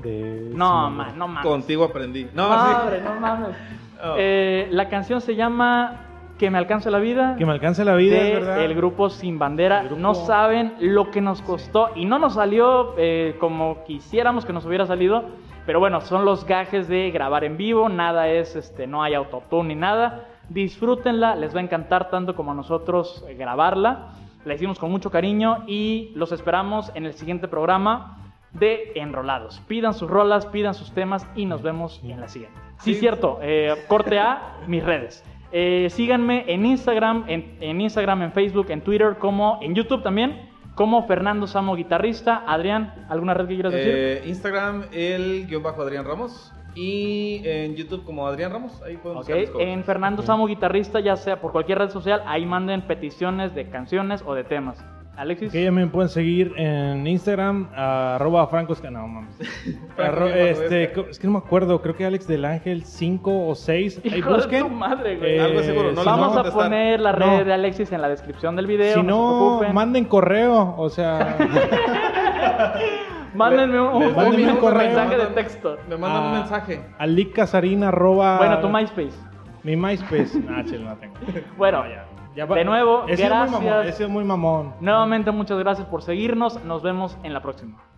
Speaker 2: De...
Speaker 1: No,
Speaker 2: sí,
Speaker 1: ma- no mames.
Speaker 3: Contigo aprendí. No,
Speaker 1: Madre,
Speaker 3: sí.
Speaker 1: no mames.
Speaker 3: Oh.
Speaker 1: Eh, la canción se llama Que me alcance la vida.
Speaker 2: Que me alcance la vida,
Speaker 1: de
Speaker 2: es verdad.
Speaker 1: el grupo Sin Bandera.
Speaker 2: El grupo-
Speaker 1: No saben lo que nos costó y no nos salió eh, como quisiéramos que nos hubiera salido. Pero bueno, son los gajes de grabar en vivo. Nada es, este, no hay autotune ni nada. Disfrútenla, les va a encantar tanto como a nosotros eh, grabarla. La hicimos con mucho cariño y los esperamos en el siguiente programa de Enrolados. Pidan sus rolas, pidan sus temas y nos vemos en la siguiente. Sí,
Speaker 3: Sí.
Speaker 1: cierto. eh, corte A, mis redes. Eh, síganme en Instagram, en, en Instagram, en Facebook, en Twitter, como en YouTube también, como Fernando Samo Guitarrista. Adrián, ¿alguna red que quieras decir?
Speaker 3: Eh, Instagram, el guión bajo Adrián Ramos. Y en YouTube como Adrián Ramos. Ahí pueden
Speaker 1: Ok,
Speaker 3: buscar mis covers.
Speaker 1: En Fernando
Speaker 2: Ok.
Speaker 1: Samo Guitarrista, ya sea por cualquier red social, ahí manden peticiones de canciones o de temas. Alexis.
Speaker 2: Que ya me pueden seguir en Instagram, arroba francos... No, mames.
Speaker 3: Franco
Speaker 2: Arro-
Speaker 3: Guión bajo
Speaker 2: este,
Speaker 3: Esca.
Speaker 2: co- es que no me acuerdo, creo que Alex del Ángel 5 o 6. Ahí
Speaker 1: Hijo de
Speaker 2: busquen. Eh,
Speaker 1: tu madre, güey. Ah,
Speaker 3: Algo seguro, no
Speaker 2: si
Speaker 3: la
Speaker 1: Vamos
Speaker 3: no,
Speaker 1: a
Speaker 3: contestar.
Speaker 1: poner la red
Speaker 2: No.
Speaker 1: de Alexis en la descripción del video.
Speaker 2: Si
Speaker 1: no se
Speaker 2: no,
Speaker 1: preocupen.
Speaker 2: manden correo, o sea,
Speaker 1: mándenme un,
Speaker 3: Les
Speaker 1: un-
Speaker 2: mándenme
Speaker 1: un
Speaker 2: un correo.
Speaker 1: mensaje de
Speaker 3: Mandan-
Speaker 1: texto. Ah.
Speaker 3: Me mandan un
Speaker 2: a-
Speaker 3: mensaje.
Speaker 2: a lickcasarin arroba-
Speaker 1: Bueno, tu MySpace.
Speaker 2: Mi MySpace. Ah, chel, no la tengo.
Speaker 1: Bueno,
Speaker 2: No, ya. Ya va-
Speaker 1: de nuevo,
Speaker 2: he sido muy mamón,
Speaker 1: gracias.
Speaker 2: he sido muy mamón.
Speaker 1: Nuevamente, muchas gracias por seguirnos. Nos vemos en la próxima.